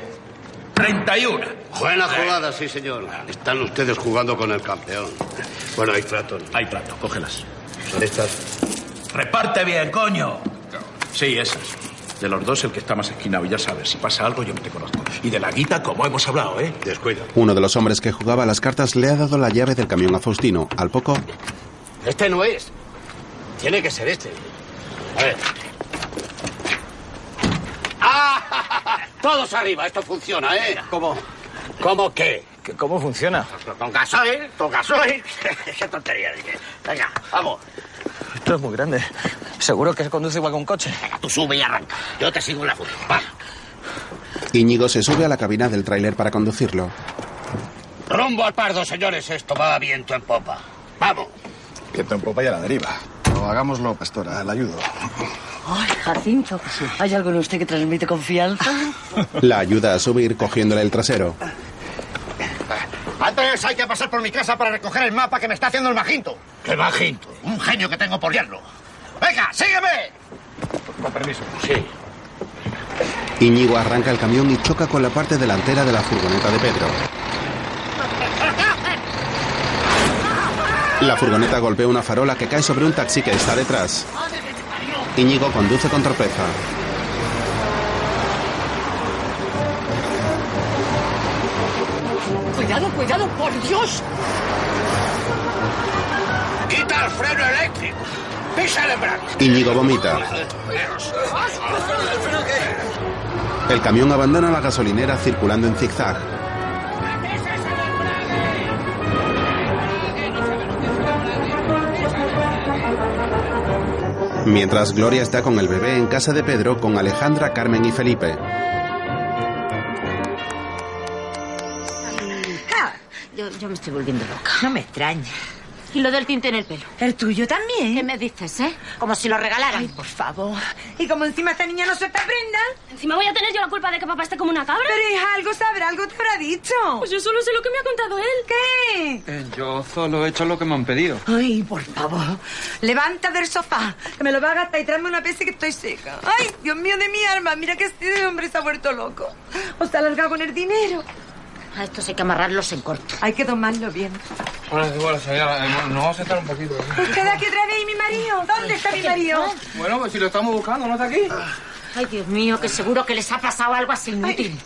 Speaker 26: 31.
Speaker 7: Buena jugada, sí, señor. Están ustedes jugando con el campeón. Bueno, hay trato.
Speaker 26: Hay trato, cógelas.
Speaker 7: Son estas.
Speaker 26: Reparte bien, coño. Sí, esas. De los dos, el que está más esquinado. Y ya sabes, si pasa algo, yo no te conozco. Y de la guita, como hemos hablado, ¿eh?
Speaker 7: Descuida.
Speaker 1: Uno de los hombres que jugaba a las cartas le ha dado la llave del camión a Faustino. Al poco,
Speaker 7: Este no es. Tiene que ser este. A ver.
Speaker 5: ¡Ah! Todos arriba, esto funciona, ¿eh?
Speaker 9: ¿Cómo?
Speaker 5: ¿Cómo qué?
Speaker 9: ¿Cómo funciona?
Speaker 5: Con gasoil, con gasoil. Qué tontería, dije. Venga, vamos.
Speaker 9: Esto es muy grande. Seguro que se conduce igual que un coche.
Speaker 5: Tú sube y arranca. Yo te sigo en la fuga. Va.
Speaker 1: Íñigo se sube a la cabina del tráiler para conducirlo.
Speaker 5: Rumbo al pardo, señores. Esto va viento en popa. Vamos.
Speaker 42: Viento en popa y a la deriva. No, hagámoslo, pastora, la ayudo.
Speaker 8: Ay, Jacinto. ¿Hay algo en usted que transmite confianza?
Speaker 17: Ah,
Speaker 1: La ayuda a subir cogiéndole el trasero.
Speaker 43: Antes hay que pasar por mi casa para recoger el mapa que me está haciendo el Maginto.
Speaker 5: ¡Qué bajito!
Speaker 43: Un genio que tengo por yerno. ¡Venga, sígueme!
Speaker 21: Con permiso.
Speaker 5: Sí.
Speaker 1: Íñigo arranca el camión y choca con la parte delantera de la furgoneta de Pedro. La furgoneta golpea una farola que cae sobre un taxi que está detrás. Íñigo conduce con torpeza.
Speaker 8: Cuidado. cuidado, cuidado, por Dios.
Speaker 5: ¡Quita el freno eléctrico! ¡Pisa el brazo!
Speaker 1: Íñigo vomita. El camión abandona la gasolinera circulando en zigzag. Mientras Gloria está con el bebé en casa de Pedro con Alejandra, Carmen y Felipe.
Speaker 8: Yo, yo me estoy volviendo loca. No me extraña.
Speaker 9: Y lo del tinte en el pelo.
Speaker 8: ¿El tuyo también?
Speaker 9: ¿Qué me dices, eh? Como si lo regalaran.
Speaker 8: Ay, por favor. Y como encima esta niña no suelta prenda.
Speaker 9: Encima voy a tener yo la culpa de que papá esté como una cabra.
Speaker 8: Pero hija, algo sabrá, algo te habrá dicho.
Speaker 9: Pues yo solo sé lo que me ha contado él.
Speaker 8: ¿Qué?
Speaker 14: Eh, yo solo he hecho lo que me han pedido.
Speaker 8: Ay, por favor. Levanta del sofá, que me lo va a gastar y tráeme una pese que estoy seca. Ay, Dios mío de mi alma, mira que este hombre se ha vuelto loco. O se ha alargado con el dinero.
Speaker 9: A estos hay que amarrarlos en corto.
Speaker 8: Hay que tomarlo bien.
Speaker 14: Bueno, bueno, señora, eh, bueno, nos vamos a sentar un poquito. ¿eh?
Speaker 8: ¿Usted aquí otra vez y mi marido? ¿Dónde está mi marido?
Speaker 14: Bueno, pues si lo estamos buscando, ¿no está aquí?
Speaker 9: Ay, Dios mío, que seguro que les ha pasado algo así inútil.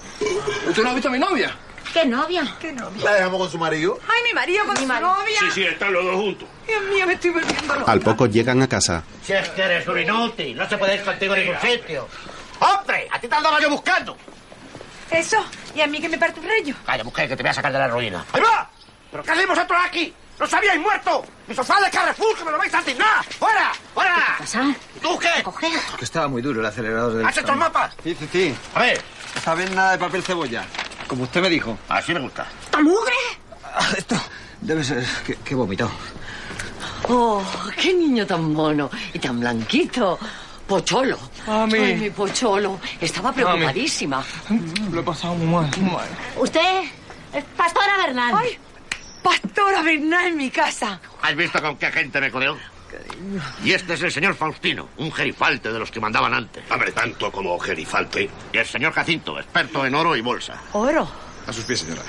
Speaker 14: ¿Usted no ha visto a mi novia?
Speaker 9: ¿Qué novia?
Speaker 8: ¿Qué novia?
Speaker 14: ¿La dejamos con su marido?
Speaker 8: Ay, mi marido con
Speaker 9: Mi
Speaker 8: su
Speaker 9: marido.
Speaker 8: novia.
Speaker 44: Sí, sí, están los dos juntos.
Speaker 8: Dios mío, me estoy volviendo loca.
Speaker 1: Al poco llegan a casa.
Speaker 7: Si es que eres un inútil, no se puede ir contigo a ningún sitio. ¡Hombre! ¡A ti te andaba yo buscando!
Speaker 8: Eso, y a mí que me parte un rollo.
Speaker 7: Vaya, mujer, que te voy a sacar de la ruina. ¡Ahí va! ¿Pero qué hacemos nosotros aquí? ¡Nos habíais muerto! ¡Mi sofá de Carrefour, que me lo vais a asignar! ¡Fuera! ¡Fuera! ¿Qué
Speaker 9: pasa?
Speaker 7: ¿Tú qué?
Speaker 14: Que estaba muy duro el acelerador del...
Speaker 7: ¿Has hecho el mapa?
Speaker 14: Sí, sí, sí.
Speaker 7: A ver.
Speaker 14: Esta vez nada de papel cebolla. Como usted me dijo.
Speaker 5: Así me gusta.
Speaker 9: ¿Esta mugre?
Speaker 17: Ah,
Speaker 14: Debe ser que, que he vomitado.
Speaker 17: Oh, qué niño tan mono y tan blanquito. Pocholo.
Speaker 14: Mami.
Speaker 17: Ay, mi pocholo. Estaba preocupadísima. Mm,
Speaker 14: Lo he pasado muy mal. Muy mal.
Speaker 9: Usted es pastora Bernal.
Speaker 8: Ay, pastora Bernal en mi casa.
Speaker 5: ¿Has visto con qué gente me codeó? Y este es el señor Faustino, un gerifalte de los que mandaban antes. Hombre, tanto como gerifalte. Y el señor Jacinto, experto en oro y bolsa.
Speaker 17: Oro.
Speaker 5: A sus pies, señora.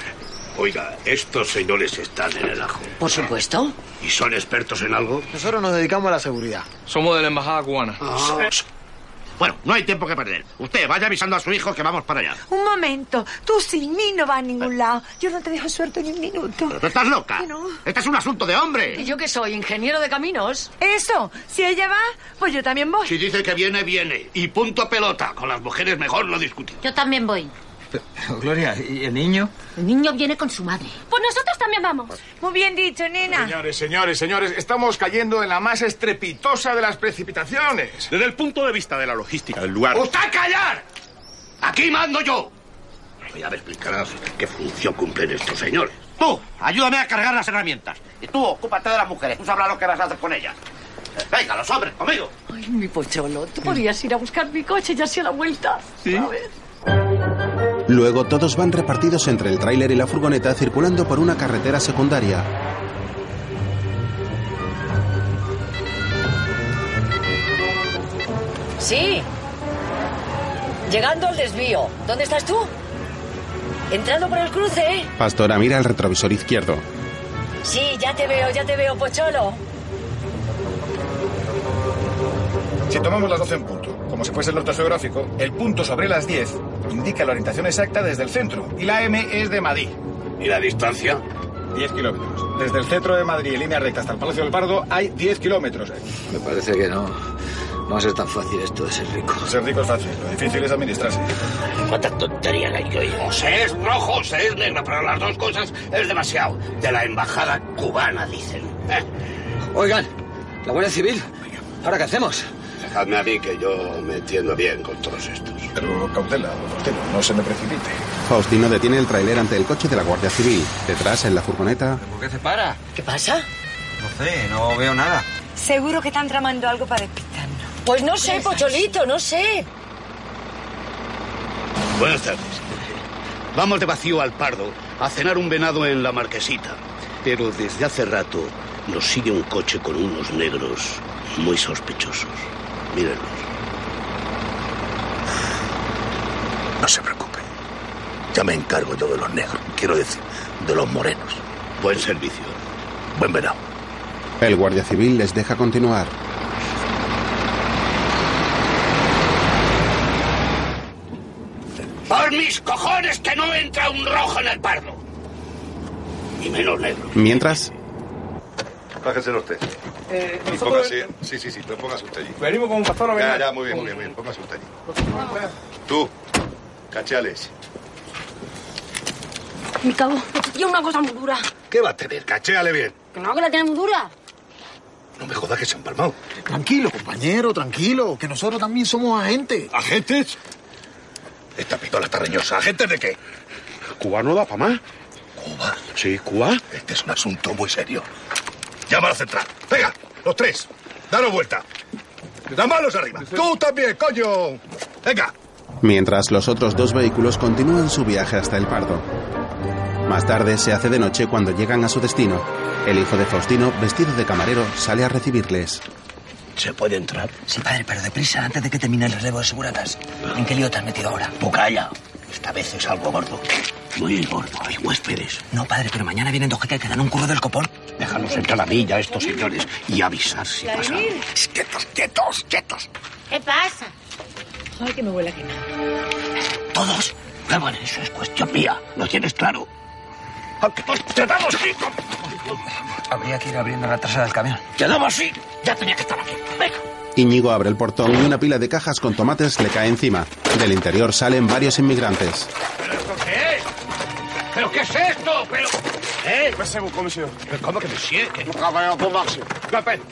Speaker 5: Oiga, estos señores están en el ajo.
Speaker 17: Por supuesto.
Speaker 5: ¿Y son expertos en algo?
Speaker 14: Nosotros nos dedicamos a la seguridad. Somos de la embajada cubana.
Speaker 5: Ah. Bueno, no hay tiempo que perder. Usted vaya avisando a su hijo que vamos para allá.
Speaker 8: Un momento, tú sin mí no vas a
Speaker 9: Eh.
Speaker 8: ningún lado. Yo no te dejo suerte ni un minuto.
Speaker 5: ¿Pero tú estás loca?
Speaker 8: Que no.
Speaker 5: Este es un asunto de
Speaker 17: ¿Y
Speaker 9: Eh,
Speaker 5: hombre.
Speaker 17: yo qué soy? ¿Ingeniero de caminos?
Speaker 8: Eso, si ella va, pues yo también voy.
Speaker 5: Si dice que viene, viene. Y punto pelota. Con las mujeres mejor no discutir.
Speaker 9: Yo también voy.
Speaker 14: Oh, Gloria, ¿y el niño?
Speaker 9: El niño viene con su madre. Pues nosotros también vamos.
Speaker 8: Muy bien dicho, nena.
Speaker 21: Señores, señores, señores, estamos cayendo en la más estrepitosa de las precipitaciones.
Speaker 44: Desde el punto de vista de la logística del lugar.
Speaker 5: ¡Usted callar! ¡Aquí mando yo! Ya me explicarás qué función cumplen estos señores.
Speaker 7: Tú, ayúdame a cargar las herramientas. Y tú, ocúpate de las mujeres. Tú sabrás lo que vas a hacer con ellas. Eh, Venga, los hombres, conmigo.
Speaker 17: Ay, mi pocholo. Tú podías ir a buscar mi coche ya sea la vuelta.
Speaker 1: Sí.
Speaker 17: ¿sabes?
Speaker 1: Luego todos van repartidos entre el tráiler y la furgoneta circulando por una carretera secundaria.
Speaker 17: Sí. Llegando al desvío. ¿Dónde estás tú? Entrando por el cruce, ¿eh?
Speaker 1: Pastora mira el retrovisor izquierdo.
Speaker 17: Sí, ya te veo, ya te veo, pocholo.
Speaker 21: Si tomamos las 12 en punto, como si fuese el norte geográfico, el punto sobre las 10 indica la orientación exacta desde el centro y la M es de Madrid.
Speaker 5: ¿Y la distancia?
Speaker 21: 10 kilómetros. Desde el centro de Madrid en línea recta hasta el Palacio del Pardo hay 10 kilómetros.
Speaker 14: Me parece que no. No va a ser tan fácil esto de ser rico.
Speaker 21: Ser rico es fácil, lo difícil es administrarse.
Speaker 5: ¿Cuántas tonterías hay que oír? O se es rojo o se es negro, pero las dos cosas es demasiado. De la embajada cubana, dicen. Eh,
Speaker 14: Oigan, la Guardia Civil. ¿Ahora qué hacemos?
Speaker 5: Dejadme a mí que yo me entiendo bien con todos estos.
Speaker 21: Pero cautela, don Faustino, no se me precipite.
Speaker 1: Faustino detiene el tráiler ante el coche de la Guardia Civil. Detrás, en la furgoneta,
Speaker 14: ¿Por qué se para?
Speaker 17: ¿Qué pasa?
Speaker 14: No sé, no veo nada.
Speaker 8: Seguro que están tramando algo para despistar.
Speaker 17: Pues no sé, pocholito, no sé.
Speaker 5: Buenas tardes. Vamos de vacío al Pardo a cenar un venado en la marquesita. Pero desde hace rato nos sigue un coche con unos negros muy sospechosos. Mírenlos. No se preocupen. Ya me encargo yo de los negros. Quiero decir, de los morenos. Buen servicio. Buen verano.
Speaker 1: el Guardia Civil les deja continuar.
Speaker 5: ¡Por mis cojones que no entra un rojo en el Pardo! ni menos negro.
Speaker 1: Mientras,
Speaker 21: Bájeselo usted. y póngase. Sí, sí, sí, pero póngase usted allí.
Speaker 45: Eh, Venimos con un pastor
Speaker 21: Ya, ya, muy bien, muy bien, muy bien. Póngase usted allí. Tú, cachales.
Speaker 3: Mi cabo,
Speaker 8: Pues
Speaker 3: esto tiene una cosa muy dura.
Speaker 21: ¿Qué va a tener? Cacheale bien.
Speaker 3: Que no, que la tiene muy dura.
Speaker 21: No me jodas que se ha empalmado.
Speaker 7: Tranquilo, compañero, tranquilo, que nosotros también somos agentes.
Speaker 21: ¿Agentes? Esta pistola está reñosa. ¿Agentes de qué?
Speaker 26: Cuba no da para más.
Speaker 21: Cuba.
Speaker 26: Sí, Cuba.
Speaker 21: Este es un asunto muy serio. Llama a la central. Venga, los tres. Daros vuelta. Las manos arriba. Tú también, coño. Venga.
Speaker 1: mientras los otros dos vehículos continúan su viaje hasta el Pardo. Más tarde se hace de noche cuando llegan a su destino. El hijo de Faustino, vestido de camarero, sale a recibirles.
Speaker 9: ¿Se puede entrar? Sí, padre, pero deprisa, antes de que termine el relevo de seguratas. ¿En qué lío te has metido ahora?
Speaker 5: Tú calla. Esta vez es algo gordo. Muy gordo. Hay huéspedes.
Speaker 9: No, padre, pero mañana vienen dos que que dan un curro del copón.
Speaker 5: Déjanos entrar a mí y a estos señores y avisar si pasa.
Speaker 3: Vladimir.
Speaker 5: Shh, Quietos, quietos, quietos.
Speaker 3: ¿Qué pasa? Joder, que me huele a quemar.
Speaker 5: Todos. Bárbaro, eso es cuestión mía. ¿Lo tienes claro? ¡Al que todos te damos así!
Speaker 45: Habría que ir abriendo la trasera del camión.
Speaker 5: ¡Te damos así! Ya tenía que estar aquí.
Speaker 1: Íñigo abre el portón y una pila de cajas con tomates le cae encima. Del interior salen varios inmigrantes.
Speaker 5: ¿Qué es? ¿Pero qué es esto? ¿Pero ¿Eh?
Speaker 7: pues,
Speaker 5: Passez-vous, monsieur. ¿Cómo que monsieur? ¿Qué?
Speaker 7: Travaillons pour marché.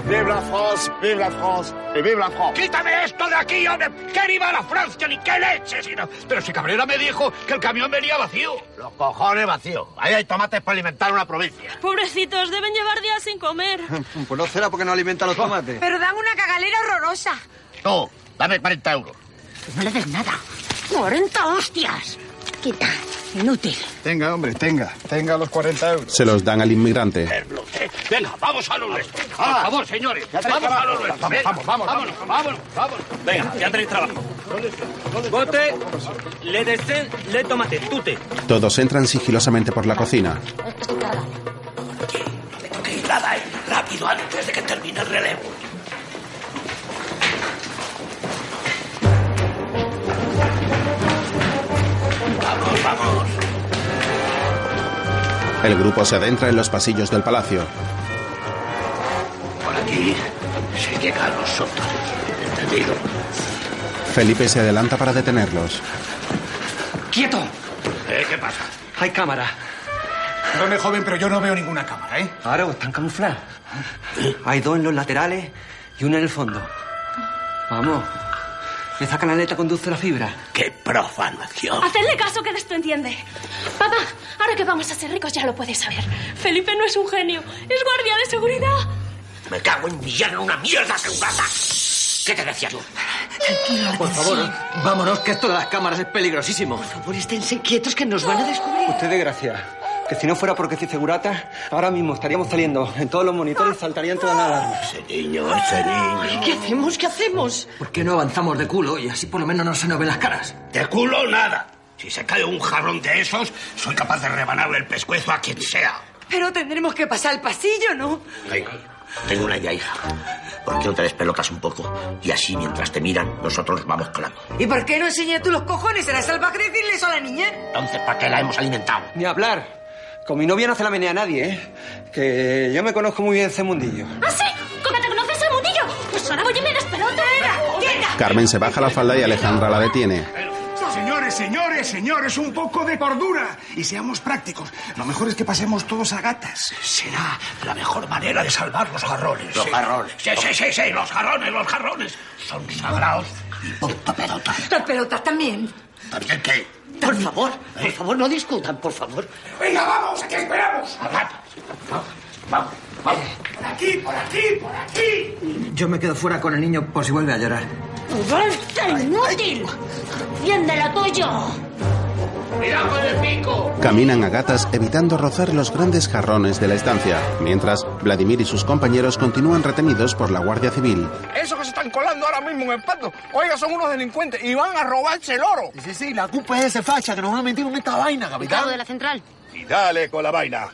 Speaker 7: Vive la France, vive la France et vive la France.
Speaker 5: ¡Quítame esto de aquí, hombre! ¡Que viva la Francia ni qué leche! Si no- Pero si Cabrera me dijo que el camión venía vacío. Los cojones vacíos. Ahí hay tomates para alimentar una provincia.
Speaker 8: Pobrecitos, deben llevar días sin comer.
Speaker 14: Pues no será porque no alimenta los tomates.
Speaker 8: Pero dan una cagalera horrorosa.
Speaker 5: Tú, dame 40 euros.
Speaker 3: No le des nada. 40 hostias. Quita. Inútil.
Speaker 46: Tenga, hombre, tenga. Tenga los 40 euros.
Speaker 1: Se los dan al inmigrante.
Speaker 5: Venga, vamos a lo nuestro. Por
Speaker 7: Ah.
Speaker 5: favor, señores.
Speaker 46: traéis
Speaker 5: Vamos a lo
Speaker 46: trabajo.
Speaker 5: nuestro.
Speaker 46: Vamos,
Speaker 5: Venga,
Speaker 46: vamos, vamos,
Speaker 5: Vámonos, vámonos, vámonos.
Speaker 47: Venga, ya tenéis trabajo. Bote, le desen, le tomate, tute.
Speaker 1: Todos entran sigilosamente por la cocina.
Speaker 5: Que nada, eh. Rápido, antes de que termine el relevo. Vamos, vamos.
Speaker 1: El grupo se adentra en los pasillos del palacio.
Speaker 5: Por aquí se llega a los sótanos. ¿Entendido?
Speaker 1: Felipe se adelanta para detenerlos.
Speaker 9: ¡Quieto!
Speaker 5: ¿Eh? ¿Qué pasa?
Speaker 9: Hay cámara.
Speaker 45: Perdone, joven, pero yo no veo ninguna cámara, ¿eh? Claro, están camufladas. Hay dos en los laterales y una en el fondo. Vamos. Esa canaleta conduce la fibra.
Speaker 5: ¡Qué profanación!
Speaker 8: Hacedle caso que de esto entiende. Papá, ahora que vamos a ser ricos ya lo puedes saber. Felipe no es un genio, es guardia de seguridad.
Speaker 5: Me cago en villano, una mierda segurata. ¿Qué te decía tú?
Speaker 14: Por favor,
Speaker 9: eh.
Speaker 14: vámonos, que esto de las cámaras es peligrosísimo. Por favor, esténse quietos que nos van a descubrir. Usted de gracia. Que si no fuera porque se segurata, ahora mismo estaríamos saliendo en todos los monitores y saltarían todas las alarmas.
Speaker 5: Ese niño, ese niño.
Speaker 14: ¿Qué hacemos? ¿Qué hacemos? ¿Por qué no avanzamos de culo y así por lo menos no se nos ven las caras?
Speaker 5: De culo nada. Si se cae un jarrón de esos, soy capaz de rebanarle el pescuezo a quien sea.
Speaker 8: Pero tendremos que pasar el pasillo, ¿no?
Speaker 5: Venga, tengo una idea, hija. ¿Por qué no te despelocas un poco? Y así, mientras te miran, nosotros vamos calando.
Speaker 8: ¿Y por qué no enseñas tú los cojones a la salvaje decirle eso a la niña?
Speaker 5: Entonces, ¿para qué la hemos alimentado?
Speaker 14: Ni hablar. Con mi novia no hace la menea a nadie, ¿eh? Que yo me conozco muy bien ese mundillo.
Speaker 8: ¿Ah, sí? ¿Cómo te conoces el mundillo? Pues ahora voy y me despelota. ¡Quieta!
Speaker 1: Carmen se baja la falda y Alejandra la detiene.
Speaker 7: Señores, señores, señores, un poco de cordura y seamos prácticos. Lo mejor es que pasemos todos a gatas.
Speaker 5: Será la mejor manera de salvar los jarrones.
Speaker 7: Los
Speaker 5: jarrones. Sí, sí, sí, sí, los jarrones, los jarrones. Son sagrados y punto pelota.
Speaker 8: Las pelotas también.
Speaker 5: ¿También qué?
Speaker 8: Por favor,
Speaker 5: ¿Eh?
Speaker 8: por favor, no discutan, por favor.
Speaker 26: Venga, vamos, aquí esperamos.
Speaker 5: Vamos, vamos.
Speaker 26: Por aquí, por aquí, por aquí.
Speaker 14: Yo me quedo fuera con el niño por si vuelve a llorar.
Speaker 3: ¡Basta, inútil! ¡Defiéndela tuyo!
Speaker 5: ¡Cuidado
Speaker 3: pues,
Speaker 5: con el pico!
Speaker 1: Caminan a gatas evitando rozar los grandes jarrones de la estancia, mientras Vladimir y sus compañeros continúan retenidos por la Guardia Civil.
Speaker 45: Esos que se están colando ahora mismo en el pato, oiga, son unos delincuentes y van a robarse el oro.
Speaker 7: Sí, sí, la culpa es de ese facha que nos ha metido en esta vaina,
Speaker 3: Cabo
Speaker 7: capitán.
Speaker 3: de la central.
Speaker 26: Y dale con la vaina.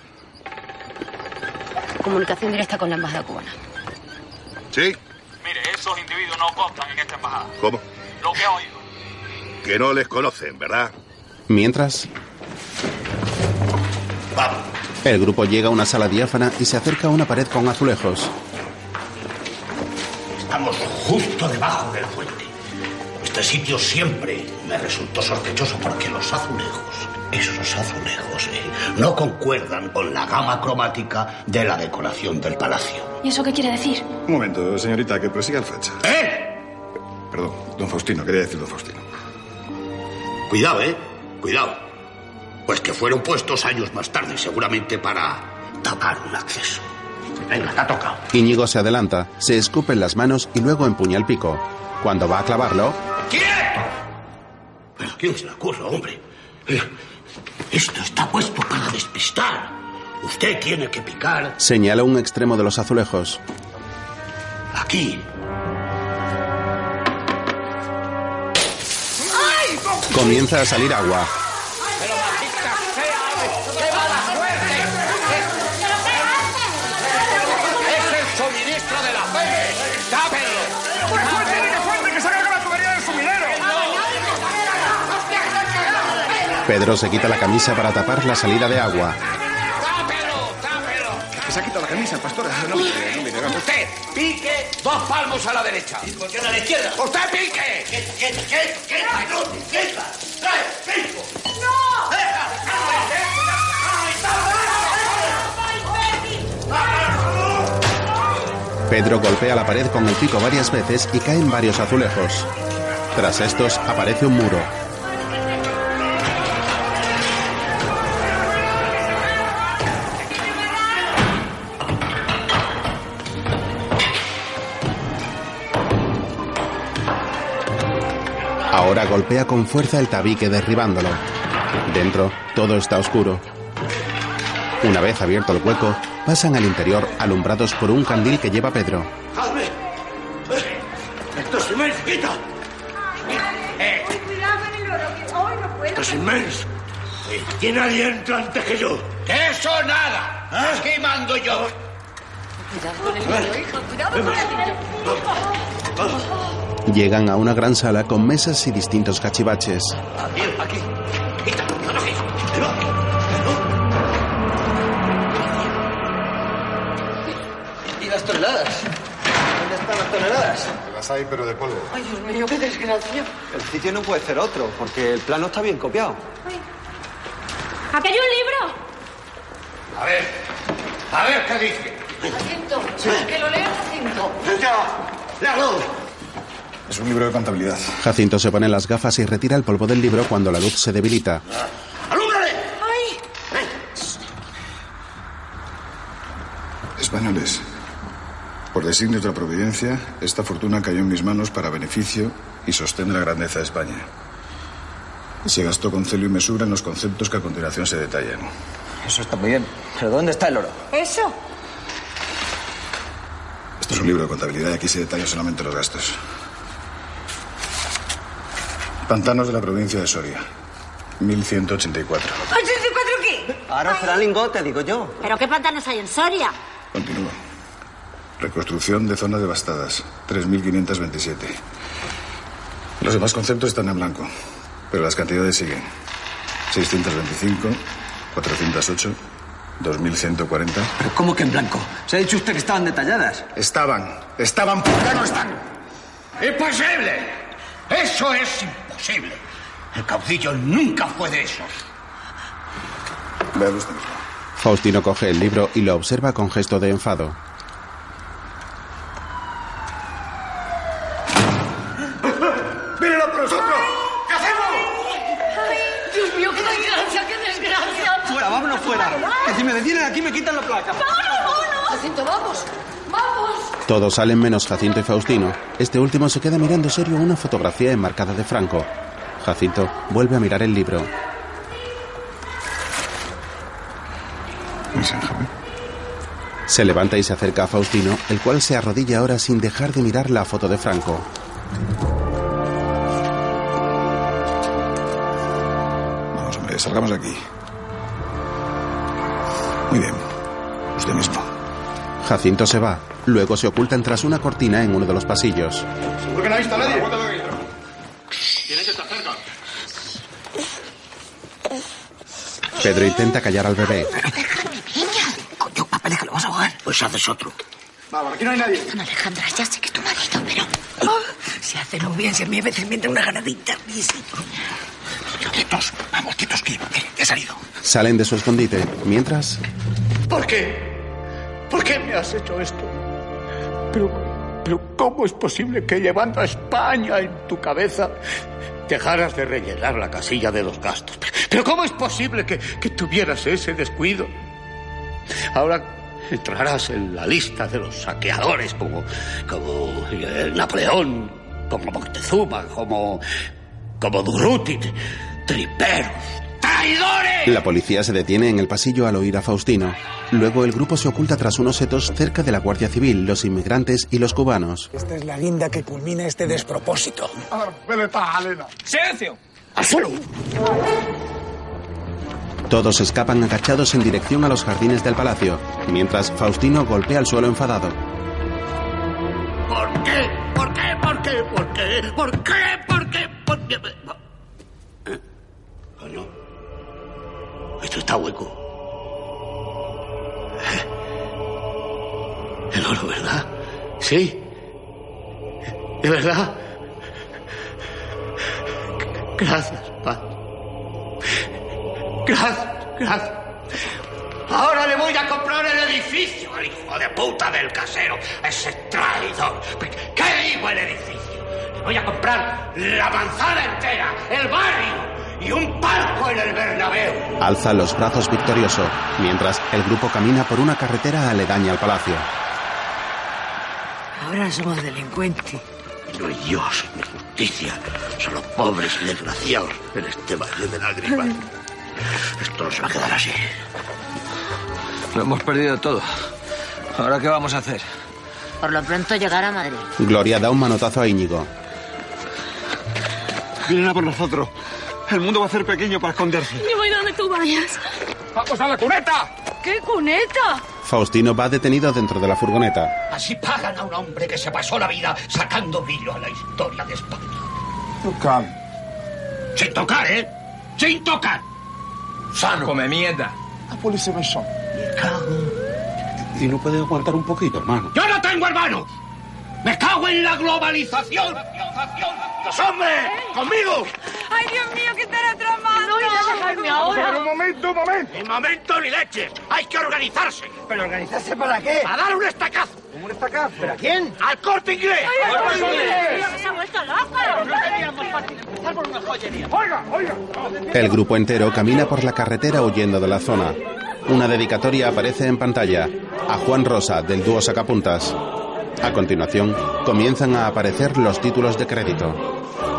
Speaker 3: Comunicación directa con la embajada cubana.
Speaker 21: ¿Sí?
Speaker 48: Mire, esos individuos no compran en esta embajada.
Speaker 21: ¿Cómo?
Speaker 48: Lo que he oído.
Speaker 21: Que no les conocen, ¿verdad?
Speaker 1: Mientras,
Speaker 5: Vamos.
Speaker 1: El grupo llega a una sala diáfana y se acerca a una pared con azulejos.
Speaker 5: Estamos justo debajo del puente. Este sitio siempre me resultó sospechoso porque los azulejos, esos azulejos, eh, no concuerdan con la gama cromática de la decoración del palacio.
Speaker 17: ¿Y eso qué quiere decir?
Speaker 21: Un momento, señorita, que prosiga el facha.
Speaker 5: ¿Eh?
Speaker 21: Perdón, don Faustino, quería decir don Faustino.
Speaker 5: Cuidado, ¿eh? Cuidado. Pues que fueron puestos años más tarde, seguramente para tapar un acceso. Venga, la toca.
Speaker 1: Íñigo se adelanta, se escupe en las manos y luego empuña el pico. Cuando va a clavarlo,
Speaker 5: Pero ¿a quién se le ocurre, hombre? Eh, Esto está puesto para despistar. Usted tiene que picar
Speaker 1: señala un extremo de los azulejos.
Speaker 5: aquí.
Speaker 7: ¡Ay!
Speaker 1: Comienza a salir agua.
Speaker 7: ¡Es el suministro de la fe! ¡Tápenlo! ¡Muy fuerte, muy fuerte! ¡Que se haga la tubería del sumidero!
Speaker 1: Pedro se quita la camisa para tapar la salida de agua.
Speaker 21: Se ha quitado la camisa, pastora. No mire, no mire, vamos.
Speaker 7: Usted pique dos palmos a la derecha. Y a la izquierda. ¡Usted pique! ¿Qué, qué, qué, qué,
Speaker 1: Pedro golpea la pared con el pico varias veces y caen varios azulejos. Tras estos aparece un muro. Ahora golpea con fuerza el tabique derribándolo. Dentro, todo está oscuro. Una vez abierto el hueco, pasan al interior alumbrados por un candil que lleva Pedro.
Speaker 7: ¡Hazme! ¡Esto es inmenso, quita! Eh, ¡Esto es inmenso! Aquí nadie entra antes que yo. ¿Eh?
Speaker 5: ¡Eso nada! Aquí mando yo.
Speaker 1: Llegan a una gran sala con mesas y distintos cachivaches.
Speaker 5: Aquí, aquí. Quita,
Speaker 14: ¿Y las toneladas? ¿Dónde están las toneladas?
Speaker 21: Las hay, pero de polvo.
Speaker 3: Ay, Dios mío, qué desgracia.
Speaker 14: El sitio no puede ser otro, porque el plano está bien copiado.
Speaker 17: ¡Aquí hay un libro!
Speaker 5: A ver, a ver qué dice.
Speaker 3: Jacinto, que lo lea Jacinto.
Speaker 21: Es un libro de contabilidad.
Speaker 1: Jacinto se pone las gafas y retira el polvo del libro cuando la luz se debilita.
Speaker 3: ¡Ay!
Speaker 21: Españoles, por designio de la providencia, esta fortuna cayó en mis manos para beneficio y sostén de la grandeza de España. Y se gastó con celo y mesura en los conceptos que a continuación se detallan.
Speaker 14: Eso está muy bien. ¿Pero dónde está el oro?
Speaker 3: ¿Eso?
Speaker 21: Esto es un libro de contabilidad y aquí se detallan solamente los gastos. Pantanos de la provincia de Soria, 1184.
Speaker 3: ¿84 qué?
Speaker 14: Ahora será lingote, digo yo.
Speaker 8: ¿Pero qué pantanos hay en Soria?
Speaker 21: Continúo. Reconstrucción de zonas devastadas, 3.527. Los demás conceptos están en blanco, pero las cantidades siguen. 625, 408, 2.140.
Speaker 14: ¿Pero cómo que en blanco? Se ha dicho usted que estaban detalladas.
Speaker 21: Estaban, estaban, ¿por qué no están?
Speaker 5: ¡Imposible! Eso es imposible. El caudillo nunca fue de esos.
Speaker 21: Vean ustedes.
Speaker 1: Faustino coge el libro y lo observa con gesto de enfado.
Speaker 7: ¡Mírenlo por nosotros! ¿Qué
Speaker 3: ¡Ay! Dios mío, qué desgracia, qué desgracia.
Speaker 14: Fuera, vámonos fuera. Que si me detienen aquí me quitan la placa.
Speaker 17: Oh,
Speaker 3: Jacinto, vamos. Vamos.
Speaker 1: Todos salen menos Jacinto y Faustino. Este último se queda mirando serio una fotografía enmarcada de Franco. Jacinto vuelve a mirar el libro. Se levanta y se acerca a Faustino, el cual se arrodilla ahora sin dejar de mirar la foto de Franco.
Speaker 21: Vamos, hombre, salgamos de aquí. Muy bien, usted mismo.
Speaker 1: Jacinto se va, luego se ocultan tras una cortina en uno de los pasillos.
Speaker 21: ¿Por qué no ha visto a nadie?
Speaker 7: Tiene que estar cerca.
Speaker 1: Pedro intenta callar al bebé.
Speaker 5: pues haces otro.
Speaker 49: Vamos, aquí no hay nadie.
Speaker 8: Alejandra, ya sé que tu marido, pero.
Speaker 17: Ah, Se hacen un bien, se me veces miente una ganadita.
Speaker 7: Quietos, vamos, quietos, que que he salido.
Speaker 1: Salen de su escondite, mientras
Speaker 7: ¿Por qué? ¿Por qué me has hecho esto? Pero, pero ¿cómo es posible que llevando a España en tu cabeza dejaras de rellenar la casilla de los gastos? ¿Pero cómo es posible que, que tuvieras ese descuido? Ahora entrarás en la lista de los saqueadores como, como eh, Napoleón, como Moctezuma, como, como Durruti, triperos, traidores.
Speaker 1: la policía se detiene en el pasillo al oír a Faustino. Luego el grupo se oculta tras unos setos cerca de la Guardia Civil, los inmigrantes y los cubanos.
Speaker 21: Esta es la guinda que culmina este despropósito.
Speaker 7: Ah, ¡Silencio!
Speaker 21: ¡Al suelo!
Speaker 1: Todos escapan agachados en dirección a los jardines del palacio, mientras Faustino golpea el suelo enfadado.
Speaker 7: ¿Por qué? ¿Por qué? ¿Por qué? ¿Por qué? ¿Por qué? ¿Por qué? ¿Por qué?
Speaker 5: Coño. Esto está hueco. ¿Eh?
Speaker 7: El oro, ¿verdad? Sí. ¿De verdad? Gracias, padre. Gracias, gracias.
Speaker 5: Ahora le voy a comprar el edificio al hijo de puta del casero, ese traidor. ¿Qué digo el edificio? Le voy a comprar la manzana entera, el barrio y un palco en el Bernabéu.
Speaker 1: Alza los brazos victorioso, mientras el grupo camina por una carretera aledaña al palacio.
Speaker 17: Ahora somos delincuentes.
Speaker 5: No hay Dios ni justicia. Son los pobres y desgraciados en este valle de lágrimas. Esto no se va a quedar así.
Speaker 9: Lo hemos perdido todo. ¿Ahora qué vamos a hacer?
Speaker 8: Por lo pronto llegar a Madrid.
Speaker 1: Gloria da un manotazo a Íñigo.
Speaker 14: Vienen a por nosotros. El mundo va a ser pequeño para esconderse.
Speaker 3: Yo voy donde tú vayas.
Speaker 14: ¡Vamos a la cuneta!
Speaker 3: ¿Qué cuneta?
Speaker 1: Faustino va detenido dentro de la furgoneta.
Speaker 5: Así pagan a un hombre que se pasó la vida sacando brillo a la historia de España. Sin tocar, ¿eh? Sin tocar. Sano.
Speaker 9: Come mierda.
Speaker 14: La policía me son.
Speaker 5: Y no puede aguantar un poquito, hermano. ¡Yo no tengo hermanos! ¡Me cago en la globalización! ¡Los hombres! ¡Conmigo!
Speaker 7: ¡Ay, Dios mío, que estará tramando!
Speaker 3: No irás a dejarme ahora.
Speaker 5: Pero un momento, un momento. Ni momento ni leche. Hay que organizarse. ¿Pero organizarse para qué? Para dar un estacazo. ¿Un estacazo? ¿Pero a quién? ¡Al corte inglés!
Speaker 7: ¡Ay, al Corte Inglés!
Speaker 3: ¡Se ha vuelto loco!
Speaker 7: No sería más fácil empezar por una joyería.
Speaker 5: ¡Oiga, oiga!
Speaker 1: El grupo entero camina por la carretera huyendo de la zona. Una dedicatoria aparece en pantalla a Juan Rosa del dúo Sacapuntas. A continuación, comienzan a aparecer los títulos de crédito.